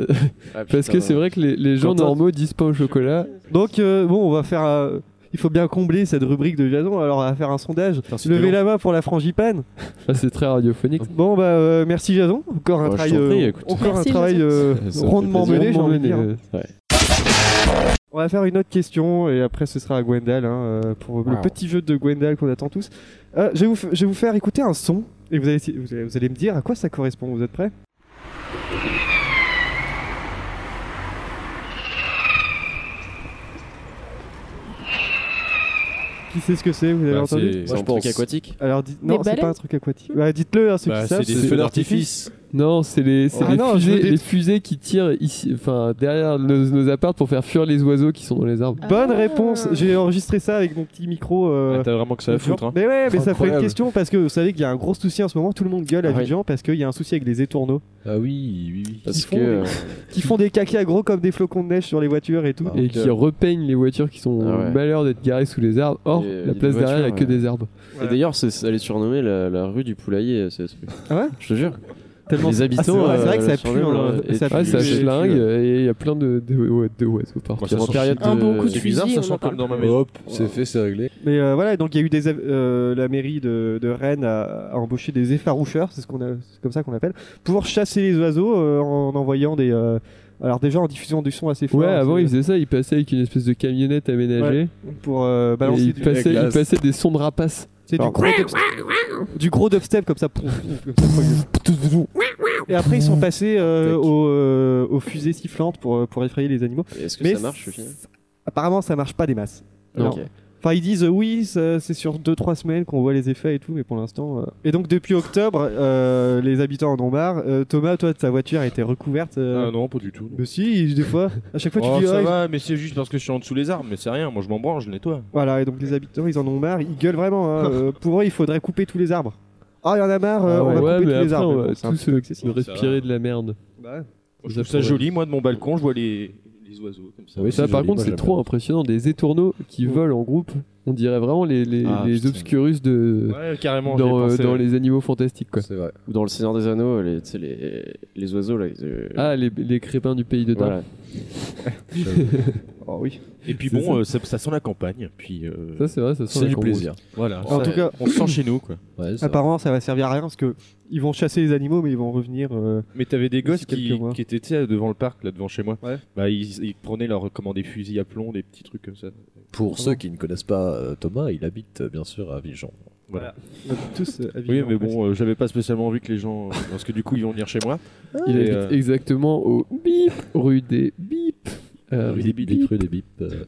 Speaker 3: parce que c'est vrai que les, les gens
Speaker 1: Quentin-
Speaker 3: normaux disent pas au chocolat.
Speaker 2: Donc euh, bon, on va faire. euh, il faut bien combler cette rubrique de Jason. Alors on va faire un sondage. Levez la main pour la frangipane.
Speaker 3: Ah, c'est très radiophonique.
Speaker 2: Bon bah euh, merci Jason. Encore
Speaker 1: Bah,
Speaker 2: un
Speaker 1: je
Speaker 2: travail,
Speaker 1: t'en prie,
Speaker 2: euh,
Speaker 1: écoute.
Speaker 2: encore
Speaker 6: Merci,
Speaker 2: un travail euh,
Speaker 1: Ça, ça fait
Speaker 2: rondement
Speaker 1: plaisir. euh,
Speaker 2: mené. j'ai
Speaker 3: Rondement
Speaker 2: envie de dire.
Speaker 3: mené, ouais.
Speaker 2: On va faire une autre question et après ce sera à Gwendal hein, euh, pour le
Speaker 1: Wow.
Speaker 2: petit jeu de Gwendal qu'on attend tous. Euh, je, vais vous f- je vais vous faire écouter un son et vous allez, vous allez- vous allez me dire à quoi ça correspond. Vous êtes prêts Qui sait ce que c'est Vous avez
Speaker 10: Bah,
Speaker 2: entendu
Speaker 10: c'est-
Speaker 1: C'est un truc aquatique.
Speaker 2: Alors dites
Speaker 6: Des Hmm.
Speaker 2: non, c'est
Speaker 6: baleines
Speaker 2: pas un truc aquatique. Bah, dites-le à ceux
Speaker 10: Bah,
Speaker 2: qui savent.
Speaker 10: c'est
Speaker 4: C'est
Speaker 10: des feux d'artifice.
Speaker 4: d'artifice.
Speaker 3: Non, c'est les, c'est
Speaker 2: Ah
Speaker 3: les,
Speaker 2: non, je
Speaker 3: fusées,
Speaker 2: veux des-
Speaker 3: les fusées qui tirent ici, enfin derrière nos, nos apparts pour faire fuir les oiseaux qui sont dans les arbres.
Speaker 2: Bonne
Speaker 6: Ah.
Speaker 2: réponse. J'ai enregistré ça avec mon petit micro. euh,
Speaker 10: Ah, T'as vraiment que ça à foutre, hein.
Speaker 2: Mais ouais, mais ça fait une
Speaker 4: Incroyable.
Speaker 2: question parce que vous savez qu'il y a un gros souci en ce moment. Tout le monde gueule à
Speaker 1: Ah ouais.
Speaker 2: Abidjan parce qu'il y a un souci avec les étourneaux
Speaker 4: Ah oui, oui, oui.
Speaker 1: Parce
Speaker 2: font
Speaker 1: que euh,
Speaker 2: qui font des cacas gros comme des flocons de neige sur les voitures et tout.
Speaker 4: Ah.
Speaker 3: Et qui repeignent les voitures qui sont
Speaker 1: Ah ouais.
Speaker 3: malheur d'être garées sous les arbres. Or,
Speaker 1: Et, euh, y a
Speaker 3: la
Speaker 1: des
Speaker 3: place derrière, il n'y a
Speaker 1: voitures,
Speaker 3: que
Speaker 1: ouais.
Speaker 3: des arbres.
Speaker 1: et d'ailleurs, c'est- elle est surnommée la, la rue du poulailler, euh, ce truc.
Speaker 2: Ah ouais
Speaker 1: Je te jure.
Speaker 2: Tellement-
Speaker 1: Les habitants.
Speaker 2: Ah, c'est vrai, c'est vrai
Speaker 1: euh,
Speaker 2: que ça
Speaker 1: la
Speaker 2: pue,
Speaker 1: surnomment,
Speaker 2: hein,
Speaker 1: euh,
Speaker 2: ça
Speaker 1: et
Speaker 2: pue.
Speaker 3: Ah, ça
Speaker 2: oui, oui,
Speaker 3: schlingue
Speaker 2: oui.
Speaker 3: et il y a plein de, de, ouais, de oiseaux partout.
Speaker 10: Moi, ça
Speaker 1: en
Speaker 10: sent
Speaker 1: période
Speaker 6: Un
Speaker 1: de-
Speaker 6: bon coup de
Speaker 1: c'est
Speaker 6: fusil,
Speaker 10: bizarre,
Speaker 6: on
Speaker 10: ça
Speaker 6: en
Speaker 10: sent
Speaker 6: parle
Speaker 10: comme dans ma maison.
Speaker 4: Hop, c'est fait, c'est réglé.
Speaker 2: Mais euh, voilà, donc il y a eu des av- euh, la mairie de, de Rennes a, a embauché des effaroucheurs, c'est ce qu'on a- c'est comme ça qu'on appelle, pour chasser les oiseaux euh, en envoyant des euh, alors déjà en diffusant du son assez fort.
Speaker 1: ah,
Speaker 3: Ouais, avant
Speaker 2: c'est-
Speaker 3: ils faisaient ça, ils passaient avec une espèce de camionnette aménagée
Speaker 2: pour euh,
Speaker 3: et
Speaker 2: balancer
Speaker 3: ils
Speaker 2: du,
Speaker 3: passaient,
Speaker 4: la
Speaker 3: ils
Speaker 4: glace.
Speaker 3: passaient des sons de rapaces.
Speaker 2: c'est du
Speaker 3: Alors-
Speaker 2: gros dubstep- du gros dubstep comme ça. pouf, pouf, comme ça, pouf. Et après ils sont passés euh,
Speaker 1: Tac.
Speaker 2: aux, euh, aux fusées sifflantes pour euh, pour effrayer les animaux.
Speaker 1: Et Est-ce que
Speaker 2: Mais ah
Speaker 1: ça marche au final
Speaker 2: Apparemment ça marche pas des masses.
Speaker 1: Non.
Speaker 2: Alors, Enfin, ils disent euh, oui, ça- c'est sur 2-3 semaines qu'on voit les effets et tout, mais pour l'instant. euh. Et donc, depuis octobre, euh, les habitants en ont marre. Euh, Thomas, toi, ta voiture a été recouverte. euh,
Speaker 10: Ah non, pas du tout.
Speaker 2: Mais si, des fois, à chaque fois, tu
Speaker 10: Oh,
Speaker 2: dis.
Speaker 10: ça
Speaker 2: ah, ils-
Speaker 10: va, mais c'est juste parce que je suis en dessous les arbres, mais c'est rien, moi je m'en branle, je nettoie.
Speaker 2: Voilà, et donc les habitants, ils en ont marre. Ils gueulent vraiment. hein. Euh, pour eux, il faudrait couper tous les arbres. Ah, il y en a marre, euh,
Speaker 3: Ah
Speaker 2: on va
Speaker 3: ouais,
Speaker 2: couper
Speaker 3: mais
Speaker 2: tous les
Speaker 3: après,
Speaker 2: arbres.
Speaker 3: on
Speaker 2: Bon,
Speaker 3: va
Speaker 2: c'est un
Speaker 3: tous
Speaker 2: petit peu
Speaker 3: euh,
Speaker 2: excessif.
Speaker 3: respirer de la merde.
Speaker 2: Bah,
Speaker 10: Je trouve ça joli, moi de mon balcon, je vois les, les oiseaux comme
Speaker 4: Ah
Speaker 10: ça.
Speaker 3: Ça, par contre, c'est trop impressionnant. Des étourneaux qui volent en groupe. On dirait vraiment les, les,
Speaker 1: Ah,
Speaker 3: les
Speaker 1: putain.
Speaker 3: obscurus de,
Speaker 10: Ouais, carrément, j'y ai
Speaker 3: dans, euh,
Speaker 10: pensé,
Speaker 3: dans
Speaker 10: ouais.
Speaker 3: les animaux fantastiques. Quoi.
Speaker 1: Ou dans le Seigneur des Anneaux, les, tu sais, les, les oiseaux là. ils, euh,
Speaker 3: Ah, les, les crépins du pays de Dard.
Speaker 1: Voilà.
Speaker 2: Oh oui.
Speaker 10: Et puis
Speaker 3: C'est
Speaker 10: bon, euh, ça. ça sent la campagne. Puis euh,
Speaker 3: Ça, c'est vrai, ça sent la
Speaker 10: du
Speaker 3: cambrousse.
Speaker 10: plaisir. Voilà.
Speaker 2: En
Speaker 10: Ça-
Speaker 2: tout cas-
Speaker 10: on se sent chez nous quoi.
Speaker 2: Apparemment, ça va servir à rien parce que ils vont chasser les animaux, mais ils vont revenir. euh,
Speaker 10: Mais t'avais des
Speaker 2: D'ici
Speaker 10: gosses qui,
Speaker 2: quelques mois.
Speaker 10: qui étaient tu sais, devant le parc, là devant chez moi.
Speaker 2: Ouais.
Speaker 10: Bah, ils, ils prenaient leur, comment, des fusils à plomb, des petits trucs comme ça.
Speaker 4: Pour ceux qui ne connaissent pas euh, Thomas, il habite euh, bien sûr à Vigeon.
Speaker 10: Voilà.
Speaker 2: tous. euh,
Speaker 10: Oui,
Speaker 2: habillés
Speaker 10: mais
Speaker 2: en place.
Speaker 10: bon, euh, j'avais pas spécialement envie que les gens. euh, Parce que du coup, ils vont venir chez moi.
Speaker 3: Il
Speaker 10: Et,
Speaker 3: habite
Speaker 10: euh,
Speaker 3: exactement au bip, rue des bip. Euh,
Speaker 4: Rue des
Speaker 3: bip.
Speaker 4: bips, rue des bips. euh.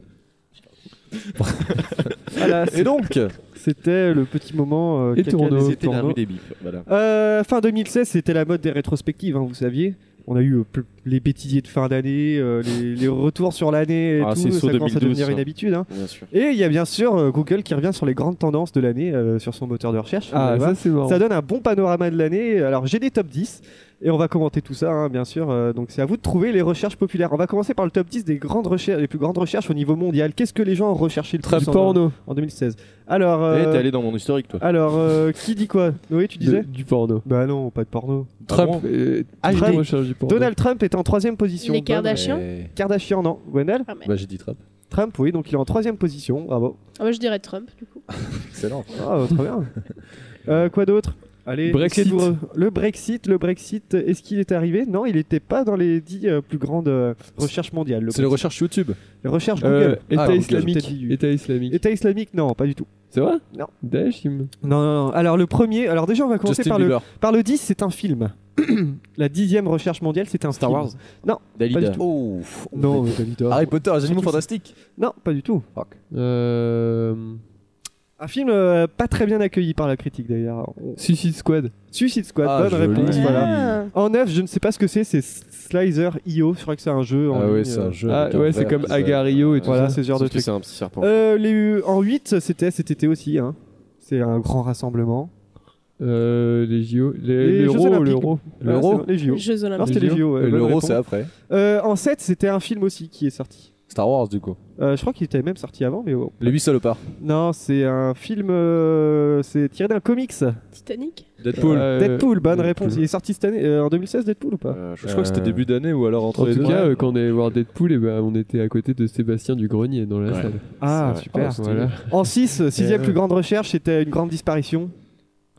Speaker 2: Voilà,
Speaker 4: Et donc,
Speaker 2: c'était le petit moment. euh,
Speaker 3: Et
Speaker 2: caca
Speaker 3: tourneau,
Speaker 2: des
Speaker 10: C'était Ah, la
Speaker 2: étourneaux.
Speaker 10: rue des bifs. Voilà.
Speaker 2: Euh, fin 2016, c'était la mode des rétrospectives, hein, vous saviez. On a eu euh, ple- les bêtisiers de fin d'année, euh, les, les retours sur l'année et
Speaker 10: Ah,
Speaker 2: tout.
Speaker 10: c'est
Speaker 2: Ça
Speaker 10: saut
Speaker 2: commence à
Speaker 10: 2012,
Speaker 2: devenir
Speaker 10: ça.
Speaker 2: une habitude. hein.
Speaker 1: Bien sûr.
Speaker 2: Et il y a bien sûr euh, Google qui revient sur les grandes tendances de l'année euh, sur son moteur de recherche. Vous
Speaker 3: Ah,
Speaker 2: allez voir.
Speaker 3: ça, c'est marrant.
Speaker 2: Ça donne un bon panorama de l'année. Alors j'ai des top 10 et on va commenter tout ça, hein, bien sûr. Euh, donc c'est à vous de trouver les recherches populaires. On va commencer par le top 10 des grandes recherches, les plus grandes recherches au niveau mondial. Qu'est-ce que les gens ont recherché le
Speaker 3: Trap
Speaker 2: plus en,
Speaker 3: porno.
Speaker 2: en 2016 Alors,
Speaker 10: Eh,
Speaker 2: euh,
Speaker 10: t'es allé dans mon historique, toi.
Speaker 2: alors euh, qui dit quoi Noé, tu disais
Speaker 3: De- du porno.
Speaker 2: Bah non, pas de porno.
Speaker 3: Trump, euh,
Speaker 2: Ah,
Speaker 3: Trump
Speaker 2: j'ai dit-
Speaker 3: recherche du porno.
Speaker 2: Donald Trump est en troisième position.
Speaker 6: Les
Speaker 2: Bonne-
Speaker 6: Kardashians
Speaker 4: Eh,
Speaker 2: Kardashian, non. Wendell
Speaker 6: Ah, merde.
Speaker 4: Bah, j'ai dit trap.
Speaker 2: Trump, oui, donc il est en troisième position. Bravo.
Speaker 6: Ah, moi, je dirais Trump, du coup.
Speaker 4: Excellent.
Speaker 2: Ah, très bien. Euh, quoi d'autre Allez,
Speaker 3: Brexit.
Speaker 2: essayez de vous re- Le Brexit, le Brexit, est-ce qu'il est arrivé Non, il n'était pas dans les dix euh, plus grandes euh, recherches mondiales. le
Speaker 4: C'est les
Speaker 2: Brexit.
Speaker 4: recherches YouTube.
Speaker 2: les recherches
Speaker 3: Euh,
Speaker 2: Google.
Speaker 3: État
Speaker 4: Ah, Google.
Speaker 3: islamique.
Speaker 2: Peut-être dit-
Speaker 3: État islamique.
Speaker 2: État islamique, non, pas du tout.
Speaker 3: C'est vrai
Speaker 2: Non.
Speaker 3: Daesh, il me-
Speaker 2: Non, non, non. Alors le premier, alors déjà on va commencer
Speaker 4: Justin
Speaker 2: par le,
Speaker 4: Bieber.
Speaker 2: par le 10, c'est un film. La dixième recherche mondiale, c'est un
Speaker 1: Star
Speaker 2: film.
Speaker 1: Wars
Speaker 2: Pas
Speaker 1: Dalida.
Speaker 2: du tout.
Speaker 4: Oh, pff, on
Speaker 2: Non,
Speaker 4: est-
Speaker 2: euh, Dalida.
Speaker 4: Harry Potter, les animaux
Speaker 2: Surtout-
Speaker 4: fantastiques.
Speaker 2: Non, pas du tout.
Speaker 3: Euh,
Speaker 2: Un film euh, pas très bien accueilli par la critique d'ailleurs. On-
Speaker 3: Suicide Squad.
Speaker 2: Suicide Squad,
Speaker 4: Ah,
Speaker 2: bonne
Speaker 4: joli.
Speaker 2: réponse,
Speaker 4: Ah.
Speaker 2: voilà.
Speaker 6: Ah.
Speaker 2: En neuf, je ne sais pas ce que c'est, c'est Slicer.io, je crois que c'est un jeu en
Speaker 4: Ah
Speaker 2: ligne,
Speaker 4: ouais, c'est
Speaker 2: euh,
Speaker 4: un jeu.
Speaker 3: Ah
Speaker 4: avec un
Speaker 3: ouais, c'est
Speaker 4: verre,
Speaker 3: comme
Speaker 4: ça-
Speaker 3: Agario et tout
Speaker 2: Voilà,
Speaker 3: ça.
Speaker 2: ce genre de
Speaker 1: Sauf que
Speaker 2: truc.
Speaker 1: c'est un petit serpent.
Speaker 2: Euh, les, en 8, c'était cet été aussi. Hein. C'est un grand rassemblement.
Speaker 3: Euh, les JO.
Speaker 2: Les
Speaker 3: Les-
Speaker 2: Jeux
Speaker 3: L'euro,
Speaker 2: Olympiques.
Speaker 3: l'euro.
Speaker 2: Ah, c'est
Speaker 4: L'euro
Speaker 2: bon, Les JO.
Speaker 6: Jeux
Speaker 2: Non,
Speaker 6: Olympiques.
Speaker 2: c'était les
Speaker 3: Les
Speaker 2: JO. ouais,
Speaker 4: Et
Speaker 2: bonne
Speaker 4: L'euro,
Speaker 2: réponse.
Speaker 4: c'est après.
Speaker 2: Euh, en 7, c'était un film aussi qui est sorti.
Speaker 4: Star Wars, du coup.
Speaker 2: Euh, je crois qu'il était même sorti avant, mais oh.
Speaker 4: Les 8 salopards.
Speaker 2: non, c'est un film. euh, c'est tiré d'un comics.
Speaker 6: Titanic.
Speaker 4: Deadpool.
Speaker 3: Euh,
Speaker 2: Deadpool, bonne
Speaker 3: Deadpool.
Speaker 2: réponse. Il est sorti cette année, euh, en 2016, Deadpool ou pas
Speaker 1: Euh, je
Speaker 4: Je crois que c'était début d'année ou alors entre
Speaker 3: En
Speaker 4: les deux.
Speaker 3: tout cas, euh, quand on est allé voir Deadpool, et ben, on était à côté de Sébastien du Grenier dans la
Speaker 1: Ouais.
Speaker 3: salle.
Speaker 2: Ah,
Speaker 1: c'est
Speaker 2: super.
Speaker 3: Voilà.
Speaker 2: En 6, sixième
Speaker 3: Euh.
Speaker 2: plus grande recherche, c'était une grande disparition.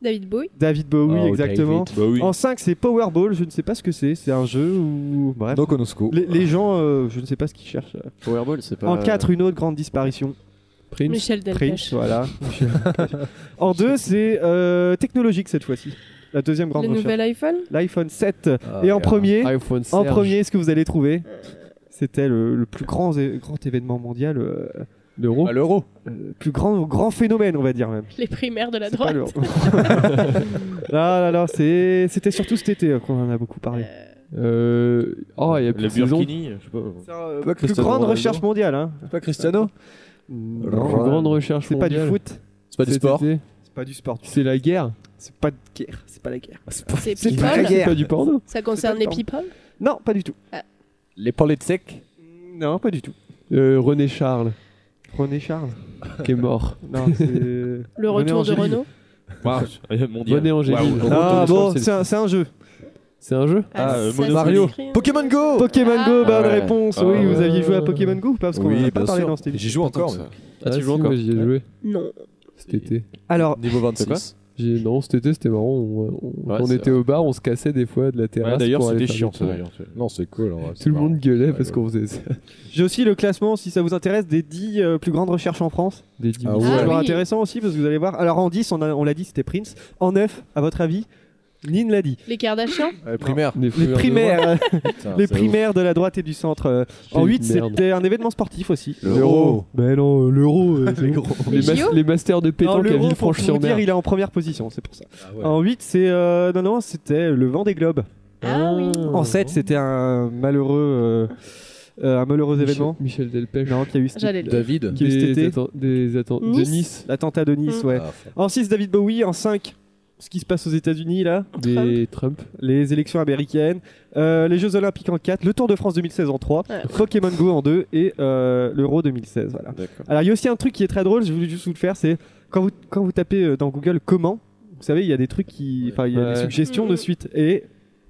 Speaker 6: David Bowie.
Speaker 2: David Bowie,
Speaker 4: Oh,
Speaker 2: exactement.
Speaker 10: Bah oui.
Speaker 2: En 5, c'est Powerball. Je ne sais pas ce que c'est. C'est un jeu où. Bref.
Speaker 4: No Konosuke.
Speaker 2: Les, les gens, euh, je ne sais pas ce qu'ils cherchent.
Speaker 1: Powerball, c'est pas.
Speaker 2: En 4, une autre grande disparition.
Speaker 3: Prince.
Speaker 6: Michel
Speaker 2: Prince,
Speaker 6: Delpech.
Speaker 2: voilà. en 2, c'est euh, technologique cette fois-ci. La deuxième grande
Speaker 6: Le
Speaker 2: recherche.
Speaker 6: nouvel iPhone.
Speaker 2: L'iPhone 7.
Speaker 4: Ah,
Speaker 2: Et en
Speaker 4: regarde.
Speaker 2: premier,
Speaker 3: iPhone
Speaker 2: en
Speaker 3: Serge.
Speaker 2: premier, ce que vous allez trouver, c'était le, le plus grand, é- grand événement mondial, euh,
Speaker 3: L'euro.
Speaker 4: Ah, L'euro.
Speaker 2: euh, plus grand, grand phénomène, on va dire même.
Speaker 6: Les primaires de la
Speaker 2: C'est pas
Speaker 6: droite.
Speaker 2: le- là, là, là, c'est- c'était surtout cet été euh, qu'on en a beaucoup parlé.
Speaker 6: Euh,
Speaker 3: Euh, Oh, il y a plus
Speaker 10: Le
Speaker 3: de saison.
Speaker 10: Burkini, je sais pas.
Speaker 2: C'est un,
Speaker 4: Pas
Speaker 2: plus
Speaker 4: Cristiano
Speaker 2: grande
Speaker 4: Ronaldo.
Speaker 2: recherche mondiale, hein.
Speaker 4: C'est pas Cristiano
Speaker 3: Une grande recherche
Speaker 2: C'est pas du
Speaker 3: mondiale.
Speaker 2: foot,
Speaker 4: C'est pas du
Speaker 3: Cet
Speaker 4: sport.
Speaker 3: été,
Speaker 2: c'est pas du sport,
Speaker 3: C'est la guerre.
Speaker 2: c'est pas de guerre, c'est pas la guerre.
Speaker 6: C'est
Speaker 2: C'est pas la
Speaker 6: People.
Speaker 2: guerre.
Speaker 3: Pas du porno.
Speaker 6: Ça concerne
Speaker 2: C'est
Speaker 6: les
Speaker 2: pas le
Speaker 6: People.
Speaker 2: Non, pas du tout.
Speaker 4: Les politiques.
Speaker 2: Non, pas du tout.
Speaker 3: Euh, René Charles,
Speaker 2: René Charles.
Speaker 3: qui est mort.
Speaker 2: Non, c'est. Le
Speaker 6: Le retour de Renault.
Speaker 10: Euh, mondial.
Speaker 3: René Angélil.
Speaker 10: Waouh.
Speaker 2: Ah
Speaker 3: René Charles,
Speaker 2: bon,
Speaker 3: c'est-
Speaker 2: c'est un, c'est un jeu.
Speaker 3: C'est un jeu
Speaker 10: Ah, euh,
Speaker 6: ça
Speaker 10: Monopoly.
Speaker 4: Mario.
Speaker 6: s'écrit, hein.
Speaker 4: Pokémon Go.
Speaker 2: Pokémon
Speaker 6: Ah.
Speaker 2: Go, bonne
Speaker 1: Ah ouais.
Speaker 2: réponse.
Speaker 4: Ah
Speaker 2: oui, vous
Speaker 3: ouais.
Speaker 2: aviez joué à Pokémon Go ou pas Parce qu'on en a pas
Speaker 4: bien
Speaker 2: parlé
Speaker 4: sûr.
Speaker 2: dans cette émission.
Speaker 4: J'y joue encore. mais-
Speaker 1: Ah, tu
Speaker 3: si,
Speaker 1: joues encore
Speaker 3: moi, J'y ai joué
Speaker 6: Non.
Speaker 3: cet été.
Speaker 2: Alors,
Speaker 4: Niveau 26.
Speaker 3: J'ai- Non, cet été, c'était marrant. On, on-
Speaker 1: Ouais,
Speaker 3: on
Speaker 1: c'est
Speaker 3: était au bar, on se cassait des fois de la
Speaker 10: Ouais,
Speaker 3: terrasse.
Speaker 10: D'ailleurs,
Speaker 3: pour aller
Speaker 10: c'était
Speaker 3: faire
Speaker 10: chiant,
Speaker 3: des
Speaker 10: ça,
Speaker 3: trucs.
Speaker 10: d'ailleurs.
Speaker 4: Non, c'est cool. en vrai, c'est
Speaker 3: Tout le
Speaker 4: marrant.
Speaker 3: monde gueulait
Speaker 4: Ouais,
Speaker 3: parce
Speaker 4: ouais.
Speaker 3: qu'on faisait ça.
Speaker 2: j'ai aussi le classement, si ça vous intéresse, des 10 euh, plus grandes recherches en France.
Speaker 3: Des dix
Speaker 4: Ah
Speaker 3: minutes.
Speaker 4: ouais.
Speaker 2: C'est toujours
Speaker 6: oui.
Speaker 2: intéressant aussi parce que vous allez voir. Alors en 10, on a- on l'a dit, c'était Prince. En 9, à votre avis, Nin l'a dit.
Speaker 6: Les Kardashians.
Speaker 4: Ouais, primaire.
Speaker 3: Des
Speaker 2: Les
Speaker 3: de
Speaker 2: primaires, euh,
Speaker 4: Putain,
Speaker 2: les
Speaker 4: c'est ouf.
Speaker 2: primaires de la droite et du centre. euh, En
Speaker 3: Quelle
Speaker 2: 8,
Speaker 3: merde.
Speaker 2: c'était un événement sportif aussi.
Speaker 4: L'euro.
Speaker 2: Ben non, euh, l'euro, euh, c'est gros.
Speaker 3: Les,
Speaker 6: Les
Speaker 3: mas-
Speaker 6: JO
Speaker 3: les masters de
Speaker 2: Non,
Speaker 3: pétanque
Speaker 2: l'euro,
Speaker 3: à
Speaker 2: faut vous dire,
Speaker 3: Villefranche-sur-Mer.
Speaker 2: il est en première position, c'est pour ça.
Speaker 4: Ah ouais.
Speaker 2: En 8, c'est. euh, non, non, c'était le vent des globes.
Speaker 6: Ah oui.
Speaker 2: En 7, c'était un malheureux. euh, euh, un malheureux
Speaker 3: Michel-
Speaker 2: événement.
Speaker 3: Michel Delpech.
Speaker 2: Non, qui a eu cet-
Speaker 6: J'allais le.
Speaker 4: David.
Speaker 2: qui a eu cet
Speaker 3: Des
Speaker 2: été.
Speaker 3: atten- des atten- de
Speaker 6: Nice.
Speaker 3: Nice.
Speaker 2: L'attentat de Nice, ouais.
Speaker 4: Ah, f-
Speaker 2: En 6, David Bowie. En 5, ce qui se passe aux États-Unis là,
Speaker 3: Des Trump.
Speaker 2: les élections américaines, euh, les Jeux Olympiques en 4, le Tour de France 2016 en 3,
Speaker 6: Ouais.
Speaker 2: Pokémon Go en 2 et euh, l'Euro 2016. Voilà.
Speaker 1: D'accord.
Speaker 2: Alors il y a aussi un truc qui est très drôle, je voulais juste vous le faire, c'est quand vous, quand vous tapez euh, dans Google comment, vous savez, il y a des trucs qui. Enfin, il y a
Speaker 3: Ouais.
Speaker 2: des suggestions
Speaker 6: Mhm.
Speaker 2: de suite. Et